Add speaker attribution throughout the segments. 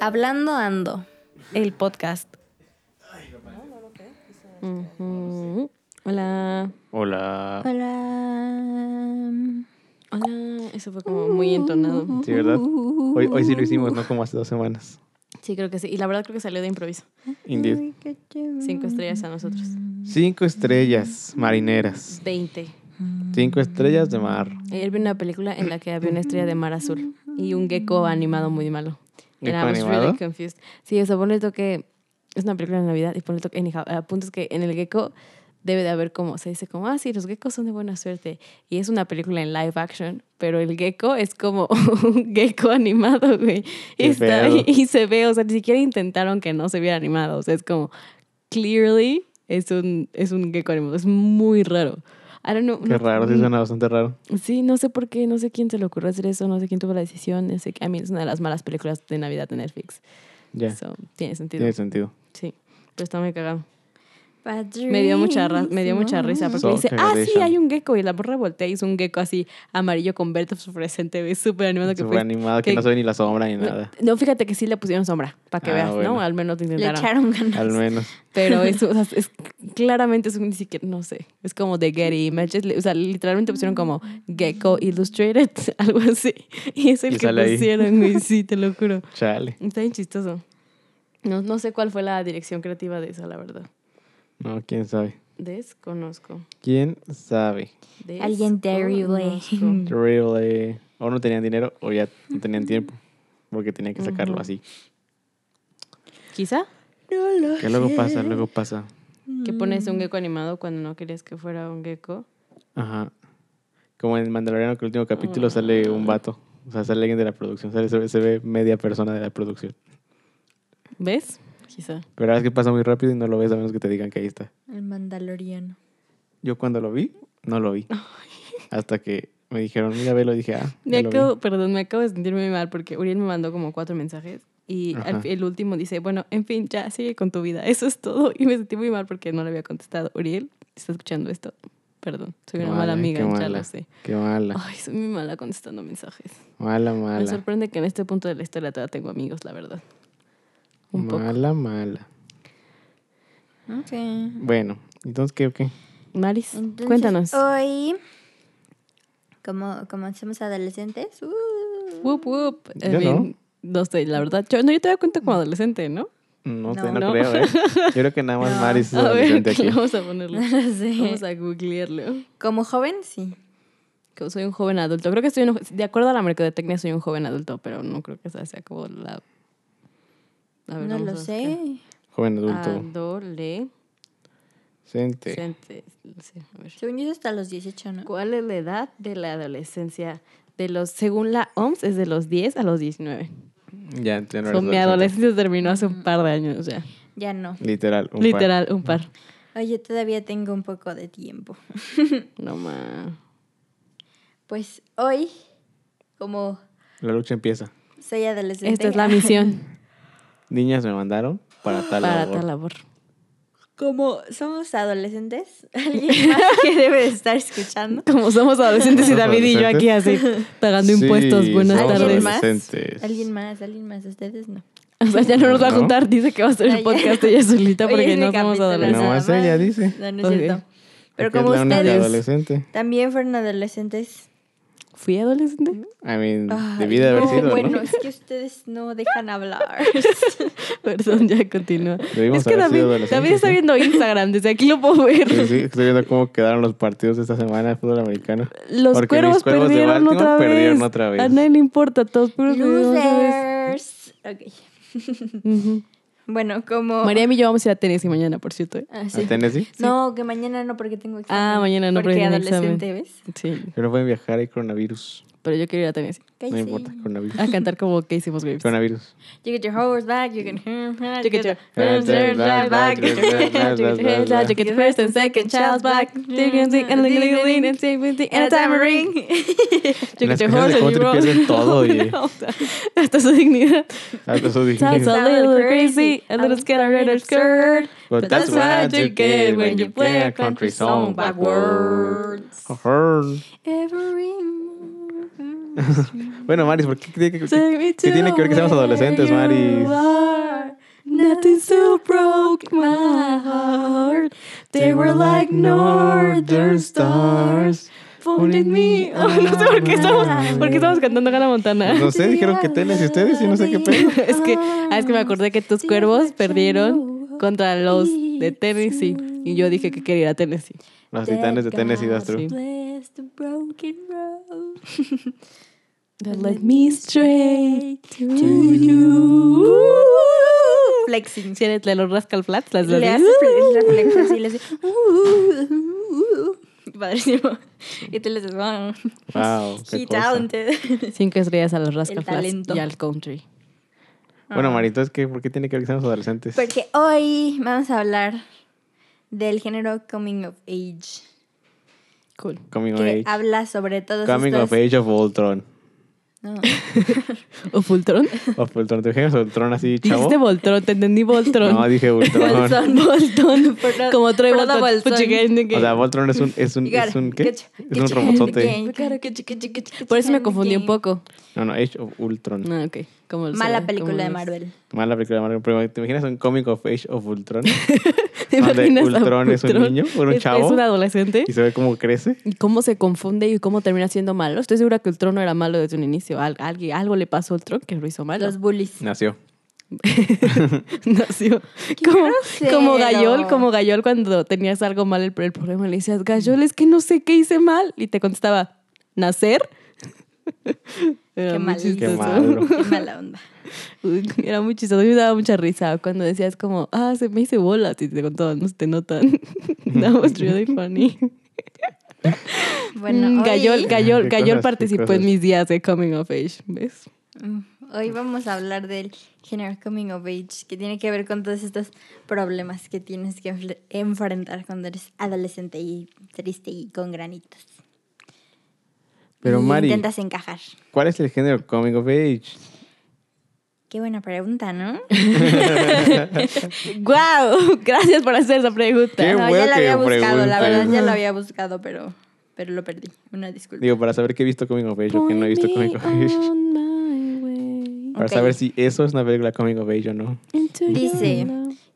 Speaker 1: Hablando Ando.
Speaker 2: El podcast. Ujú. Hola.
Speaker 3: Hola.
Speaker 1: Hola.
Speaker 2: Hola. Eso fue como muy entonado.
Speaker 3: Sí, ¿verdad? Hoy, hoy sí lo hicimos, no como hace dos semanas.
Speaker 2: Sí, creo que sí. Y la verdad creo que salió de improviso.
Speaker 3: Indeed.
Speaker 2: Cinco estrellas a nosotros.
Speaker 3: Cinco estrellas marineras.
Speaker 2: Veinte.
Speaker 3: Cinco estrellas de mar.
Speaker 2: Ayer vi Eh, una película en la que había una estrella de mar azul y un gecko animado muy malo. And I
Speaker 3: ¿Gecko
Speaker 2: was really
Speaker 3: animado?
Speaker 2: confused. Sí, o sea, ponle tú que es una película de Navidad y ponle tú que, anyhow, el punto es que en el gecko debe de haber como, se dice como, ah, sí, los geckos son de buena suerte. Y es una película en live action, pero el gecko es como un gecko animado, güey. Y,
Speaker 3: Qué
Speaker 2: está ahí
Speaker 3: pedo.
Speaker 2: y se ve, o sea, ni siquiera intentaron que no se viera animado. O sea, es como, clearly es un, es un gecko animado. Es muy raro. I don't know.
Speaker 3: Qué
Speaker 2: no-
Speaker 3: raro, sí suena bastante raro.
Speaker 2: Sí, no sé por qué, no sé quién se le ocurrió hacer eso, no sé quién tuvo la decisión. no sé qué. a mí es una de las malas películas de Navidad de Netflix.
Speaker 3: Ya,
Speaker 2: So, tiene sentido.
Speaker 3: tiene sentido.
Speaker 2: Sí, pero está muy cagado. Me dio mucha, ra- me dio mucha risa porque me dice, ah, sí,
Speaker 3: Cagadísimo.
Speaker 2: hay un gecko. Y la borra voltea y es un gecko así amarillo con verde fluorescente, güey, súper animado que
Speaker 3: Súper
Speaker 2: fue.
Speaker 3: animado, que
Speaker 2: que-
Speaker 3: no se ve ni la sombra ni nada.
Speaker 2: No, fíjate que sí le pusieron sombra, para que
Speaker 3: Ah,
Speaker 2: veas, ¿no?
Speaker 3: bueno.
Speaker 2: Al menos lo
Speaker 1: Le
Speaker 2: intentaron.
Speaker 1: echaron ganas.
Speaker 3: Al menos.
Speaker 2: Pero eso, o sea, es, claramente es un, ni siquiera, no sé, es como de Getty Images, li- o sea, literalmente pusieron como Gecko Illustrated, algo así. Y es el
Speaker 3: Y
Speaker 2: que
Speaker 3: sale ahí.
Speaker 2: pusieron, güey, sí, te lo juro.
Speaker 3: Chale.
Speaker 2: Está bien chistoso. No, no sé cuál fue la dirección creativa de esa, la verdad.
Speaker 3: No, quién sabe.
Speaker 2: Desconozco.
Speaker 3: ¿Quién sabe?
Speaker 1: Alguien terrible.
Speaker 2: Desconozco.
Speaker 3: Really. eh, O no tenían dinero o ya no tenían tiempo. Porque tenían que sacarlo
Speaker 2: Ujú.
Speaker 3: así.
Speaker 2: Quizá
Speaker 3: Que luego pasa, luego pasa.
Speaker 2: que pones
Speaker 3: Mm.
Speaker 2: un gecko animado cuando no querías que fuera un gecko.
Speaker 3: Ajá. Como en el Mandaloriano, que el último
Speaker 2: Ah.
Speaker 3: capítulo sale un vato. O sea, sale alguien de la producción. Sale, se, ve, se ve media persona de la producción.
Speaker 2: ¿Ves? Quizá.
Speaker 3: Pero la verdad es que pasa muy rápido y no lo ves a menos que te digan que ahí está.
Speaker 1: El mandaloriano.
Speaker 3: Yo cuando lo vi, no lo vi. Hasta que me dijeron, mira, velo. Y dije, ah,
Speaker 2: Me
Speaker 3: ya lo vi".
Speaker 2: acabo, perdón, me acabo de sentir muy mal porque Uriel me mandó como cuatro mensajes y al
Speaker 3: Ajá.
Speaker 2: fi- el último dice, bueno, en fin, ya sigue con tu vida, eso es todo. Y me sentí muy mal porque no le había contestado. Uriel, ¿estás escuchando esto? Perdón, soy
Speaker 3: Qué
Speaker 2: una mala
Speaker 3: mala,
Speaker 2: amiga,
Speaker 3: qué
Speaker 2: ya lo
Speaker 3: mala.
Speaker 2: sé.
Speaker 3: Qué mala.
Speaker 2: Ay, soy muy mala contestando mensajes.
Speaker 3: Mala,
Speaker 2: Me
Speaker 3: mala.
Speaker 2: sorprende que en este punto de la historia todavía tengo amigos, la verdad. Un poco.
Speaker 3: Mala, mala.
Speaker 1: Ok.
Speaker 3: Bueno, entonces, ¿qué? qué?
Speaker 2: Maris,
Speaker 1: Entonces, oh.
Speaker 2: cuéntanos.
Speaker 1: Hoy, como, como somos adolescentes, uh,
Speaker 2: Whoop, whoop. En
Speaker 3: Yo no.
Speaker 2: fin, no estoy, la verdad. Yo, no, yo te da cuenta como adolescente, ¿no?
Speaker 1: No,
Speaker 3: No, sé, no,
Speaker 2: no.
Speaker 3: creo, ¿eh? Yo creo que nada más
Speaker 1: No.
Speaker 3: Maris es
Speaker 2: A ver,
Speaker 3: adolescente aquí.
Speaker 2: vamos a ponerlo.
Speaker 1: no lo sé.
Speaker 2: Vamos a googlearlo.
Speaker 1: Como joven, sí.
Speaker 2: que soy un joven adulto. Creo que estoy, un- de acuerdo a la mercadotecnia, soy un joven adulto, pero no creo que esa sea como la... A ver,
Speaker 1: no
Speaker 2: vamos a
Speaker 1: lo
Speaker 2: buscar.
Speaker 1: sé.
Speaker 3: Joven adulto.
Speaker 2: Ah, Adolescente.
Speaker 3: Sente.
Speaker 2: Sí, a ver.
Speaker 1: Según yo, es hasta los 18, ¿no?
Speaker 2: ¿Cuál es la edad de la adolescencia? De los, según la OMS, es de los 10 a los 19.
Speaker 3: Ya, ya no
Speaker 2: So,
Speaker 3: eres
Speaker 2: mi
Speaker 3: adolescente.
Speaker 2: adolescencia terminó hace un par de años ya.
Speaker 1: Ya no.
Speaker 3: Literal. un par. Mm.
Speaker 2: Literal, un par.
Speaker 1: Oye, todavía tengo un poco de tiempo.
Speaker 2: No más.
Speaker 1: Pues hoy, como
Speaker 3: La lucha empieza.
Speaker 1: soy adolescente.
Speaker 2: Esta es la misión
Speaker 3: Niñas me mandaron para tal
Speaker 2: para
Speaker 3: labor.
Speaker 2: tal labor.
Speaker 1: Como somos adolescentes, alguien más que debe de estar escuchando.
Speaker 2: Como somos adolescentes y
Speaker 3: Somos
Speaker 2: David y yo aquí así, pagando impuestos.
Speaker 3: Sí,
Speaker 2: Buenas
Speaker 3: somos
Speaker 2: tardes.
Speaker 1: más?
Speaker 3: adolescentes.
Speaker 1: Alguien más, alguien más, ustedes no.
Speaker 2: O sea, ya no nos va a
Speaker 3: ¿No?
Speaker 2: juntar. Dice que va a hacer
Speaker 1: Ah, ya.
Speaker 2: el podcast ella solita
Speaker 1: Hoy
Speaker 2: porque
Speaker 1: es mi
Speaker 2: no somos
Speaker 1: capítulo,
Speaker 2: adolescentes.
Speaker 3: Nomás
Speaker 1: nada
Speaker 3: ella
Speaker 1: más.
Speaker 3: dice.
Speaker 1: No, no es
Speaker 2: Ok.
Speaker 1: cierto. Pero
Speaker 3: Porque es
Speaker 1: como
Speaker 3: la única
Speaker 1: ustedes
Speaker 3: adolescente.
Speaker 1: también fueron adolescentes.
Speaker 2: ¿Fui adolescente?
Speaker 3: I mean,
Speaker 1: Ay,
Speaker 3: debí de haber
Speaker 1: no,
Speaker 3: sido,
Speaker 1: Bueno,
Speaker 3: ¿no?
Speaker 1: es que ustedes no dejan hablar.
Speaker 2: Perdón, ya continúa.
Speaker 3: Debimos
Speaker 2: es que
Speaker 3: haber sido
Speaker 2: David,
Speaker 3: adolescentes,
Speaker 2: David está
Speaker 3: ¿no?
Speaker 2: viendo Instagram, desde aquí lo puedo ver.
Speaker 3: Sí, sí, estoy viendo cómo quedaron los partidos esta semana de fútbol americano.
Speaker 2: Los
Speaker 3: Porque mis
Speaker 2: cuervos,
Speaker 3: cuervos de
Speaker 2: perdieron,
Speaker 3: Baltimore
Speaker 2: otra vez.
Speaker 3: perdieron otra vez.
Speaker 2: A nadie le importa, todos perdieron otra vez.
Speaker 1: Losers. Ok.
Speaker 2: Ujú.
Speaker 1: Bueno, como.
Speaker 2: Mariam y yo vamos a ir a Tennessee mañana, por cierto. ¿eh?
Speaker 1: Ah, sí.
Speaker 3: ¿A Tennessee?
Speaker 1: No, que mañana no porque tengo examen.
Speaker 2: Ah, mañana no
Speaker 1: porque
Speaker 2: porque tengo
Speaker 1: adolescente,
Speaker 2: examen.
Speaker 1: ¿ves?
Speaker 2: Sí,
Speaker 3: Pero no pueden viajar, hay coronavirus.
Speaker 2: pero yo quiero ir a Tennessee
Speaker 1: Que
Speaker 3: no
Speaker 1: sí.
Speaker 3: importa, coronavirus.
Speaker 2: a cantar como que hicimos Graves.
Speaker 3: Coronavirus.
Speaker 1: You get your horse back, you can you
Speaker 2: Check it, check.
Speaker 1: get your back, back, get your
Speaker 2: Check it, check it, check it, first and second child's back. Dig and dig and dig and dig and dig and dig and dig and a tamarind.
Speaker 3: En las
Speaker 2: Check it,
Speaker 3: canciones de
Speaker 2: horse and
Speaker 3: country
Speaker 2: roll.
Speaker 3: pierden todo, oye.
Speaker 2: No, o sea, Hasta su dignidad.
Speaker 3: Ah, eso dije.
Speaker 2: Sounds a little crazy, a little scared, a little scared.
Speaker 3: But that's what you get when you play a country song backwards. Ajá.
Speaker 1: Every morning.
Speaker 3: Bueno, Maris, ¿por qué tiene que, qué tiene que ver que seamos adolescentes, Maris?
Speaker 2: Nothing so broke my heart. They were like northern stars. Pointed me. Oh, no sé por qué estamos, por qué estamos cantando Hannah Montana.
Speaker 3: No sé, dijeron que telas y ustedes y no sé qué pedo.
Speaker 2: es que ah, es que me acordé que tus cuervos perdieron contra los de Tennessee y yo dije que quería ir a Tennessee.
Speaker 3: Los titanes de Tennessee, that's true.
Speaker 2: Sí.
Speaker 1: Blessed the broken road.
Speaker 2: That led me straight to you.
Speaker 1: you. Flexing.
Speaker 2: Si eres de los Rascal Flats, las
Speaker 1: Le
Speaker 2: de
Speaker 1: haces fle- la flex así, le haces. uh, uh, uh, uh. Padrísimo. Y tú le dices, wow.
Speaker 3: Wow, qué
Speaker 1: He
Speaker 3: cosa.
Speaker 1: talented.
Speaker 2: cinco estrellas a los Rascal Flats
Speaker 1: talento.
Speaker 2: y al country.
Speaker 3: Bueno, Maris, entonces, ¿qué, ¿por qué tiene que ver que seamos adolescentes?
Speaker 1: Porque hoy vamos a hablar del género coming of age.
Speaker 2: Cool.
Speaker 3: Coming of
Speaker 1: Que
Speaker 3: age.
Speaker 1: habla sobre todos
Speaker 3: Coming
Speaker 1: estos...
Speaker 3: of age of Voltron.
Speaker 1: No.
Speaker 2: ¿O Fultron?
Speaker 3: Of Voltron. ¿Te imaginas Voltron así, chavo?
Speaker 2: Dijiste Voltron, te entendí Voltron.
Speaker 3: No, dije Voltron.
Speaker 1: Bolsón, bolsón. Pero-
Speaker 2: Como Troy
Speaker 1: pero no
Speaker 2: Bolton.
Speaker 1: bolsón.
Speaker 3: O sea, Voltron es un, es un,
Speaker 1: You gotta
Speaker 3: es un, ¿qué?
Speaker 1: get-
Speaker 3: Es
Speaker 1: get
Speaker 3: un
Speaker 1: your hand
Speaker 3: robotote.
Speaker 1: again.
Speaker 2: Por eso me confundí un poco.
Speaker 3: No, no, Age of Ultron.
Speaker 2: Ah, ok. Como el
Speaker 1: Mala
Speaker 2: soda,
Speaker 1: película
Speaker 2: como
Speaker 1: de
Speaker 2: los-
Speaker 1: Marvel.
Speaker 3: Mala película de Marvel. Pero, ¿te imaginas un cómic of Age of Ultron?
Speaker 2: ¿Te
Speaker 3: Donde
Speaker 2: imaginas a
Speaker 3: Ultron es un niño, o un
Speaker 2: Es-
Speaker 3: chavo.
Speaker 2: Es un adolescente.
Speaker 3: y se ve cómo crece.
Speaker 2: ¿Y cómo se confunde y cómo termina siendo malo? Estoy segura que Ultron no era malo desde un inicio. Al- alguien- algo le pasó a Ultron que lo hizo malo.
Speaker 1: Los bullies.
Speaker 3: Nació.
Speaker 2: Nació.
Speaker 1: Qué
Speaker 2: Como,
Speaker 1: grosero.
Speaker 2: como Gayol, como Gayol cuando tenías algo mal el, el problema, le decías, Gayol, es que no sé qué hice mal. Y te contestaba, ¿nacer? Era
Speaker 1: Qué
Speaker 2: muy
Speaker 1: mal.
Speaker 2: chistoso.
Speaker 3: Qué mal, bro.
Speaker 1: Qué mala onda.
Speaker 2: Uy, Era muy chistoso. A mí me daba mucha risa cuando decías como, ah, se me hice bolas. Y te contaban, no se te notan. That was really funny.
Speaker 1: Bueno,
Speaker 2: Mm,
Speaker 1: hoy,
Speaker 2: Gayol,
Speaker 3: Qué
Speaker 2: Gayol,
Speaker 3: cosas,
Speaker 2: Gayol
Speaker 3: qué
Speaker 2: participó
Speaker 3: cosas.
Speaker 2: en mis días de Coming of Age, ¿ves?
Speaker 1: Mm, hoy vamos a hablar del género coming of age, que tiene que ver con todos estos problemas que tienes que enfle- enfrentar cuando eres adolescente y triste y con granitos.
Speaker 3: Pero,
Speaker 1: Y
Speaker 3: Mari,
Speaker 1: Intentas encajar.
Speaker 3: ¿cuál es el género Comic of Age?
Speaker 1: Qué buena pregunta, ¿no?
Speaker 2: ¡Guau! Gracias por hacer esa pregunta.
Speaker 3: Qué
Speaker 1: no, ya
Speaker 3: bueno
Speaker 1: lo
Speaker 3: que
Speaker 1: había buscado, la verdad, ya
Speaker 3: preguntes.
Speaker 1: lo había buscado, pero, pero lo perdí. Una disculpa.
Speaker 3: Digo, para saber qué he visto Comic of Age o qué no he visto Comic of Age. Para
Speaker 1: Ok.
Speaker 3: saber si eso es una película Comic of Age o no.
Speaker 1: Dice,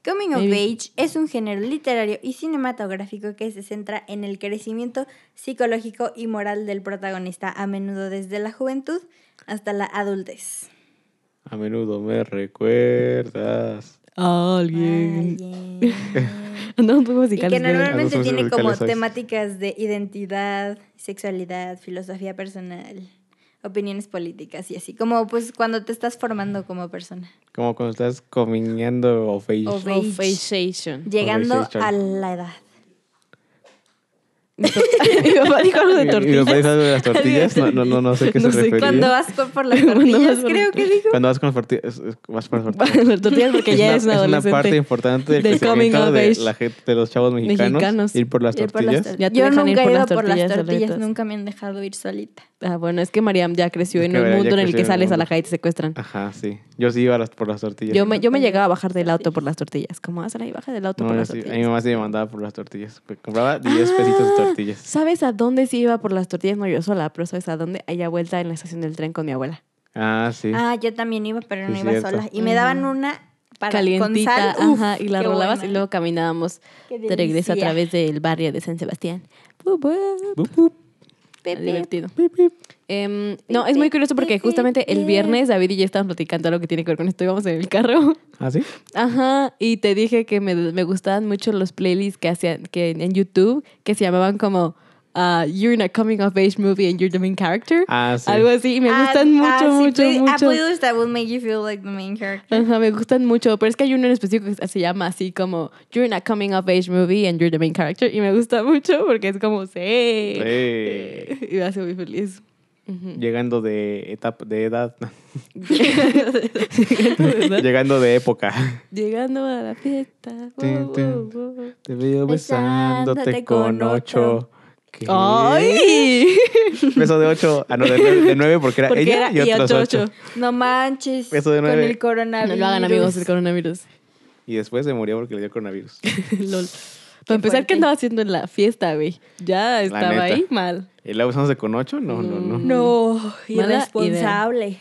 Speaker 1: Coming of
Speaker 2: Maybe.
Speaker 1: Age es un género literario y cinematográfico que se centra en el crecimiento psicológico y moral del protagonista, a menudo desde la juventud hasta la adultez.
Speaker 3: A menudo me recuerdas.
Speaker 2: Alguien.
Speaker 1: Alguien.
Speaker 2: Andamos muy
Speaker 1: Y
Speaker 2: musicales.
Speaker 1: que
Speaker 2: ¿verdad?
Speaker 1: normalmente
Speaker 3: Algunos
Speaker 1: tiene como
Speaker 3: musicales hay.
Speaker 1: temáticas de identidad, sexualidad, filosofía personal, opiniones políticas y así, como pues cuando te estás formando como persona,
Speaker 3: Como cuando estás comiendo of Age.
Speaker 1: Of-
Speaker 2: Of Facesation.
Speaker 1: llegando
Speaker 3: Conversation.
Speaker 1: a la edad.
Speaker 2: Mi papá dijo algo de
Speaker 3: Mi- Mi papá
Speaker 2: tortillas.
Speaker 3: dice algo de las tortillas. No, no, no, no sé a qué
Speaker 2: No
Speaker 3: se
Speaker 2: sé,
Speaker 3: refería.
Speaker 1: Cuando vas por por las
Speaker 2: Cuando vas
Speaker 1: tortillas,
Speaker 2: por-
Speaker 1: creo que dijo.
Speaker 3: Cuando vas con las tortillas. Vas con las tortillas.
Speaker 2: Las tortillas porque ya es
Speaker 3: es
Speaker 2: un
Speaker 3: una parte
Speaker 2: adolescente.
Speaker 3: importante del,
Speaker 2: Del coming
Speaker 3: crecimiento
Speaker 2: of
Speaker 3: de,
Speaker 2: age.
Speaker 3: la gente, de los chavos mexicanos,
Speaker 2: Mexicanos.
Speaker 3: Ir por las
Speaker 1: Ir por las
Speaker 3: tortillas.
Speaker 1: tor-
Speaker 2: Ya te
Speaker 1: Yo
Speaker 2: dejan ir
Speaker 1: nunca
Speaker 2: por
Speaker 1: he ido
Speaker 2: las
Speaker 1: por las
Speaker 2: tortillas
Speaker 1: tortillas,
Speaker 2: solitas.
Speaker 1: nunca me han dejado ir solita.
Speaker 2: Ah, bueno, es que Mariam ya creció
Speaker 3: Es
Speaker 2: en
Speaker 3: que
Speaker 2: un
Speaker 3: Mariam ya
Speaker 2: mundo en el
Speaker 3: creció
Speaker 2: que
Speaker 3: en el
Speaker 2: sales a
Speaker 3: mundo.
Speaker 2: la calle y te secuestran.
Speaker 3: Ajá, sí. Yo sí iba a las, por las tortillas.
Speaker 2: Yo me, yo me llegaba a bajar del auto por las tortillas. Como, hacen ahí, baja del auto
Speaker 3: No,
Speaker 2: por
Speaker 3: yo
Speaker 2: las
Speaker 3: sí. A
Speaker 2: tortillas.
Speaker 3: mi mamá sí me mandaba por las tortillas. Pues, Compraba 10 pesitos de
Speaker 2: Ah,
Speaker 3: tortillas.
Speaker 2: ¿Sabes a dónde sí iba por las tortillas? No yo sola, pero ¿sabes a dónde? Allá vuelta en la estación del tren con mi abuela.
Speaker 3: Ah, sí.
Speaker 1: Ah, yo también iba, pero
Speaker 3: Sí,
Speaker 1: no iba
Speaker 3: cierto.
Speaker 1: sola. Y me daban una para
Speaker 2: Calientita,
Speaker 1: con sal. uf,
Speaker 2: ajá, y la
Speaker 1: qué
Speaker 2: rolabas
Speaker 1: buena.
Speaker 2: y luego caminábamos
Speaker 1: Qué
Speaker 2: de regreso a
Speaker 1: delicia.
Speaker 2: través del barrio de San Sebastián.
Speaker 3: Bup, bup,
Speaker 1: Pepe.
Speaker 2: Divertido.
Speaker 3: bup, bup.
Speaker 2: Em, no, es muy curioso porque justamente el viernes David y yo estábamos platicando algo que tiene que ver con esto. Íbamos en el carro.
Speaker 3: Ah, sí.
Speaker 2: Ajá, y te dije que me, me gustaban mucho los playlists que hacían que en, en YouTube que se llamaban como ah, You're in a Coming of Age Movie and You're the Main Character.
Speaker 3: Ah, sí.
Speaker 2: Algo así, y me
Speaker 1: Ah,
Speaker 2: gustan mucho,
Speaker 1: ah, sí,
Speaker 2: mucho,
Speaker 1: please- ah,
Speaker 2: mucho.
Speaker 1: please, that will make you feel like the main character.
Speaker 2: Ajá, me gustan mucho, pero es que hay uno en específico que se llama así como You're in a coming of age movie and you're the main character y me gusta mucho porque es como sí.
Speaker 3: Sí.
Speaker 2: Y me hace muy feliz. Ujú.
Speaker 3: Llegando de etapa, de edad. no.
Speaker 2: Llegando, ¿verdad?
Speaker 3: Llegando de época.
Speaker 2: Llegando a la fiesta. wow,
Speaker 3: Tin, tin.
Speaker 2: wow, wow.
Speaker 3: Te veo
Speaker 1: Besándote
Speaker 3: besándote con
Speaker 1: con
Speaker 3: ocho.
Speaker 1: otro.
Speaker 3: ¿Qué?
Speaker 2: ¡Ay!
Speaker 3: Beso de ocho. Ah, no, de nueve, de nueve porque era
Speaker 2: Porque
Speaker 3: ella
Speaker 2: era
Speaker 3: y otros
Speaker 2: ocho,
Speaker 3: ocho.
Speaker 2: ocho.
Speaker 1: No manches.
Speaker 3: Eso de
Speaker 1: Con
Speaker 3: nueve.
Speaker 1: el coronavirus.
Speaker 2: No lo hagan amigos el coronavirus.
Speaker 3: Y después se murió porque le dio coronavirus.
Speaker 2: Lol. Para empezar,
Speaker 1: fuerte.
Speaker 2: ¿qué andaba haciendo en la fiesta, güey? Ya estaba
Speaker 3: neta.
Speaker 2: ahí mal.
Speaker 3: ¿Y la usamos de conocho? No, no, no.
Speaker 2: Mm.
Speaker 1: No,
Speaker 2: Mala
Speaker 1: irresponsable.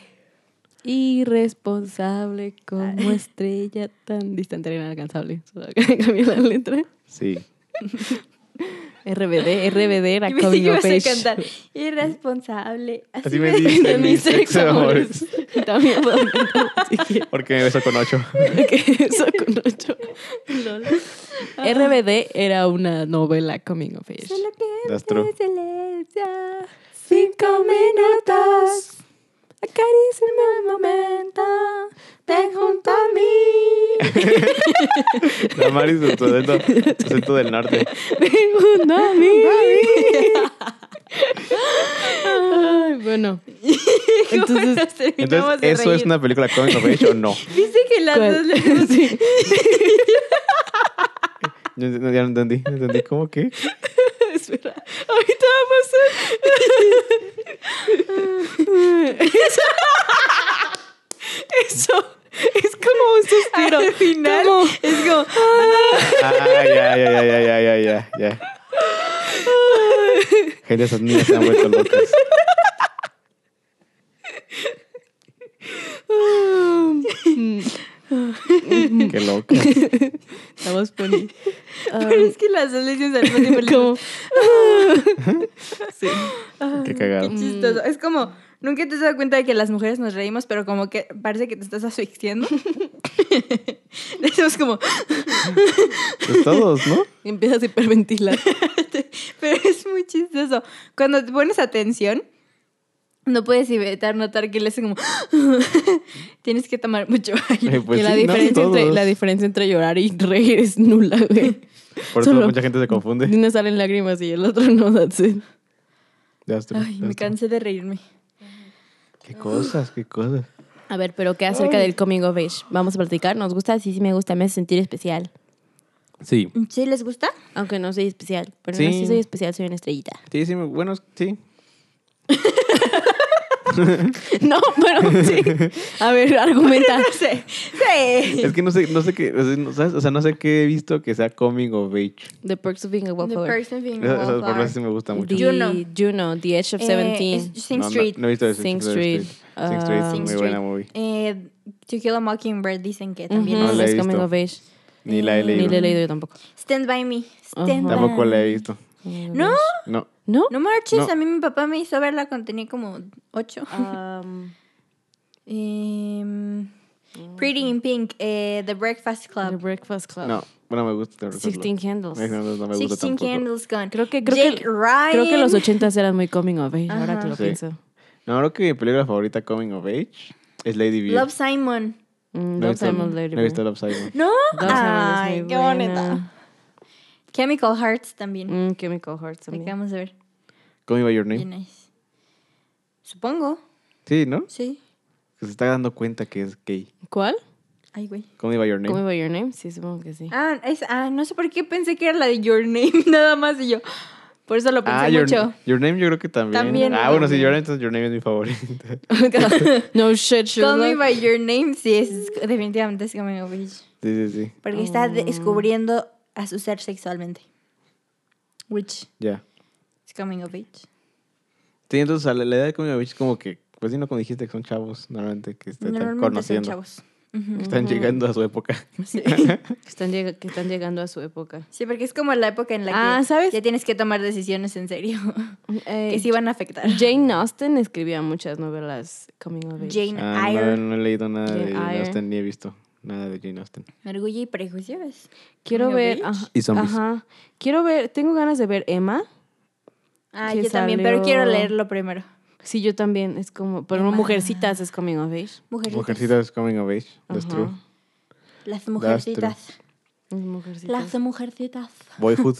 Speaker 2: Irresponsable como estrella tan distante e inalcanzable. Solo que cambié la letra.
Speaker 3: Sí.
Speaker 2: RBD, RBD era
Speaker 1: Yo pensé
Speaker 2: coming
Speaker 1: que ibas
Speaker 2: of age.
Speaker 1: a cantar. Irresponsable.
Speaker 3: Así me dicen
Speaker 2: De mis sexo amores. También puedo cantar si quieres,
Speaker 3: Porque me beso con ocho.
Speaker 2: que eso con ocho. RBD era una novela coming of age.
Speaker 1: Ah. Solo que
Speaker 3: That's true.
Speaker 1: te silencia. Cinco minutos. Acaríciame un momento. Ven junto a mí.
Speaker 3: La Mari su acento, su acento del norte.
Speaker 2: Ven a mí. Ay, bueno. Entonces,
Speaker 3: Entonces, ¿eso es una película comic of age o no?
Speaker 1: Dice que las
Speaker 2: ¿cuál?
Speaker 1: dos le gustan.
Speaker 2: Sí.
Speaker 3: Yo no- ya no entendí. No entendí. ¿Cómo que?
Speaker 2: Espera, ahorita vamos a... Eso es como un suspiro.
Speaker 1: Al final,
Speaker 2: como-
Speaker 1: es como,
Speaker 3: Ah, ya, ya, ya, ya, ya, ya, ya, ya. Gente, esas niñas se han vuelto locas.
Speaker 2: mm,
Speaker 3: Qué locas.
Speaker 2: Estamos poni. ah,
Speaker 1: pero es que las dos le dicen al mismo tiempo, le-
Speaker 2: como... sí.
Speaker 3: Qué
Speaker 1: Qué
Speaker 3: cagado.
Speaker 1: chistoso. Es como, nunca te has dado cuenta de que las mujeres nos reímos, pero como que parece que te estás asfixiando. Le hacemos como,
Speaker 3: Pues todos, ¿no?
Speaker 2: Y empiezas a hiperventilar.
Speaker 1: pero es muy chistoso. Cuando te pones atención, no puedes evitar notar que le hacen como, tienes que tomar mucho
Speaker 3: Eh,
Speaker 1: aire.
Speaker 3: pues
Speaker 2: y
Speaker 3: sí,
Speaker 2: la,
Speaker 3: no,
Speaker 2: diferencia entre,
Speaker 3: todos.
Speaker 2: la diferencia entre llorar y reír es nula, güey.
Speaker 3: Por eso
Speaker 2: Solo-
Speaker 3: mucha gente se confunde.
Speaker 2: Uno salen lágrimas y el otro no. that's it.
Speaker 3: Ya está,
Speaker 1: Ay,
Speaker 3: ya
Speaker 1: me
Speaker 3: está.
Speaker 1: cansé de reírme.
Speaker 3: Qué cosas, qué cosas.
Speaker 2: A ver, pero ¿qué acerca del coming of age? Vamos a platicar. ¿Nos gusta? Sí, sí me gusta. Me hace sentir especial.
Speaker 3: Sí.
Speaker 1: ¿Sí les gusta?
Speaker 2: Aunque no soy especial. Pero no
Speaker 3: Sí.
Speaker 2: sí soy especial, soy una estrellita.
Speaker 3: Sí, sí, me- bueno, sí.
Speaker 2: No, pero sí. A ver, argumenta.
Speaker 1: No sé. Sí.
Speaker 3: Es que no sé, no sé qué, o sea, no- ¿sabes? O sea, no sé qué he visto que sea coming of age.
Speaker 2: The Perks of Being a
Speaker 1: The
Speaker 2: Wallflower.
Speaker 1: person being
Speaker 3: Esa- Esas por
Speaker 1: wallflower.
Speaker 3: sí me gusta mucho.
Speaker 2: The
Speaker 1: Juno.
Speaker 2: Juno, The Edge of
Speaker 1: Eh,
Speaker 2: Seventeen.
Speaker 1: es Sing
Speaker 3: No, no-
Speaker 1: Street.
Speaker 3: No, he visto eso.
Speaker 2: Sing
Speaker 3: pero
Speaker 2: Street.
Speaker 3: Sing Street es
Speaker 2: Ah,
Speaker 3: muy
Speaker 1: Sing
Speaker 3: buena movie.
Speaker 1: Eh, to Kill a Mockingbird dicen que
Speaker 2: Ujú,
Speaker 1: también
Speaker 3: No la he
Speaker 2: es
Speaker 3: visto.
Speaker 2: Coming of Age.
Speaker 3: Ni la he
Speaker 1: Mm,
Speaker 2: Ni
Speaker 3: leído.
Speaker 2: la he leído yo tampoco.
Speaker 1: Stand by me. Stand
Speaker 2: Ajá.
Speaker 1: by.
Speaker 3: Tampoco la he visto.
Speaker 1: No,
Speaker 3: No.
Speaker 2: ¿No?
Speaker 1: no marches.
Speaker 3: No.
Speaker 1: A mí mi papá me hizo verla cuando tenía como ocho.
Speaker 2: Um,
Speaker 1: Em, Pretty in Pink, eh, The Breakfast
Speaker 2: The
Speaker 1: Club,
Speaker 2: Breakfast Club.
Speaker 3: No, bueno, me gusta.
Speaker 2: Sixteen Candles.
Speaker 3: Candles. No, no me gusta
Speaker 1: Sixteen
Speaker 3: tampoco.
Speaker 1: Candles Gone.
Speaker 2: Creo que- creo que-
Speaker 1: Jake Ryan.
Speaker 2: Creo que los ochentas eran muy coming of age, ahora que lo
Speaker 3: Ajá. Sí.
Speaker 2: pienso.
Speaker 3: No, creo que mi película favorita coming of age es Lady Bird.
Speaker 1: Love Simon.
Speaker 2: Mm,
Speaker 3: No he
Speaker 2: Love
Speaker 3: visto-
Speaker 2: Simon Lady
Speaker 3: No he
Speaker 2: Bird.
Speaker 3: visto Love Simon.
Speaker 1: No.
Speaker 2: Love Simon es
Speaker 1: Ay,
Speaker 2: muy
Speaker 1: qué
Speaker 2: buena.
Speaker 1: bonita. Chemical Hearts también.
Speaker 2: Mm, Chemical Hearts también.
Speaker 1: Acabamos de ver.
Speaker 3: Call Me By Your
Speaker 1: Bien
Speaker 3: Name.
Speaker 1: nice. Supongo.
Speaker 3: Sí, ¿no?
Speaker 1: Sí.
Speaker 3: Que se está dando cuenta que es gay.
Speaker 2: ¿Cuál?
Speaker 1: Ay, güey.
Speaker 3: Call Me By Your Name.
Speaker 2: Call Me By Your Name. Sí, supongo que sí.
Speaker 1: Ah, es, ah, no sé por qué pensé que era la de Your Name, nada más y yo. Por eso lo pensé
Speaker 3: Ah, your,
Speaker 1: mucho.
Speaker 3: Your Name yo creo que también.
Speaker 1: También,
Speaker 3: ah,
Speaker 1: ¿no?
Speaker 3: bueno, sí, Your Name, entonces Your Name es mi favorita.
Speaker 2: no shit,
Speaker 1: Call me
Speaker 2: Sherlock.
Speaker 1: by your name, sí, es, definitivamente es coming of age.
Speaker 3: Sí, sí, sí.
Speaker 1: Porque
Speaker 2: Oh.
Speaker 1: está descubriendo a su ser sexualmente. Which
Speaker 3: Ya.
Speaker 1: is coming of age.
Speaker 3: Sí, entonces a la, la edad de Coming of Age como que, pues sí, no como dijiste que son chavos normalmente que se están
Speaker 1: Normalmente son
Speaker 3: conociendo.
Speaker 1: chavos. Ujú.
Speaker 3: que Están llegando a su época.
Speaker 1: Sí.
Speaker 2: Que están, llega- que están llegando a su época.
Speaker 1: Sí, porque es como la época en la
Speaker 2: Ah,
Speaker 1: que
Speaker 2: ¿sabes?
Speaker 1: ya tienes que tomar decisiones en serio. que
Speaker 2: Eh,
Speaker 1: sí van a afectar.
Speaker 2: Jane Austen escribía muchas novelas coming of age.
Speaker 1: Jane
Speaker 3: Ah, no,
Speaker 1: Eyre.
Speaker 3: no he leído nada
Speaker 2: Jane
Speaker 3: de Jane
Speaker 2: Eyre.
Speaker 3: Austen ni he visto nada de Jane Austen.
Speaker 1: Orgullo y prejuicios.
Speaker 2: Quiero
Speaker 1: Coming of
Speaker 2: ver.
Speaker 1: age.
Speaker 2: Ajá,
Speaker 3: Y zombies.
Speaker 2: ajá. Quiero ver. Tengo ganas de ver Emma.
Speaker 1: Ah,
Speaker 2: Que
Speaker 1: yo también, pero quiero
Speaker 2: salió-
Speaker 1: leerlo primero.
Speaker 2: Sí, yo también. Es como. Pero
Speaker 1: Emma.
Speaker 2: mujercitas es coming of age.
Speaker 1: Mujercitas.
Speaker 3: Mujercitas Coming of Age, that's
Speaker 2: Ajá.
Speaker 3: true.
Speaker 1: Las mujercitas.
Speaker 2: Es mujercitas.
Speaker 1: Las mujercitas.
Speaker 3: Boyhood,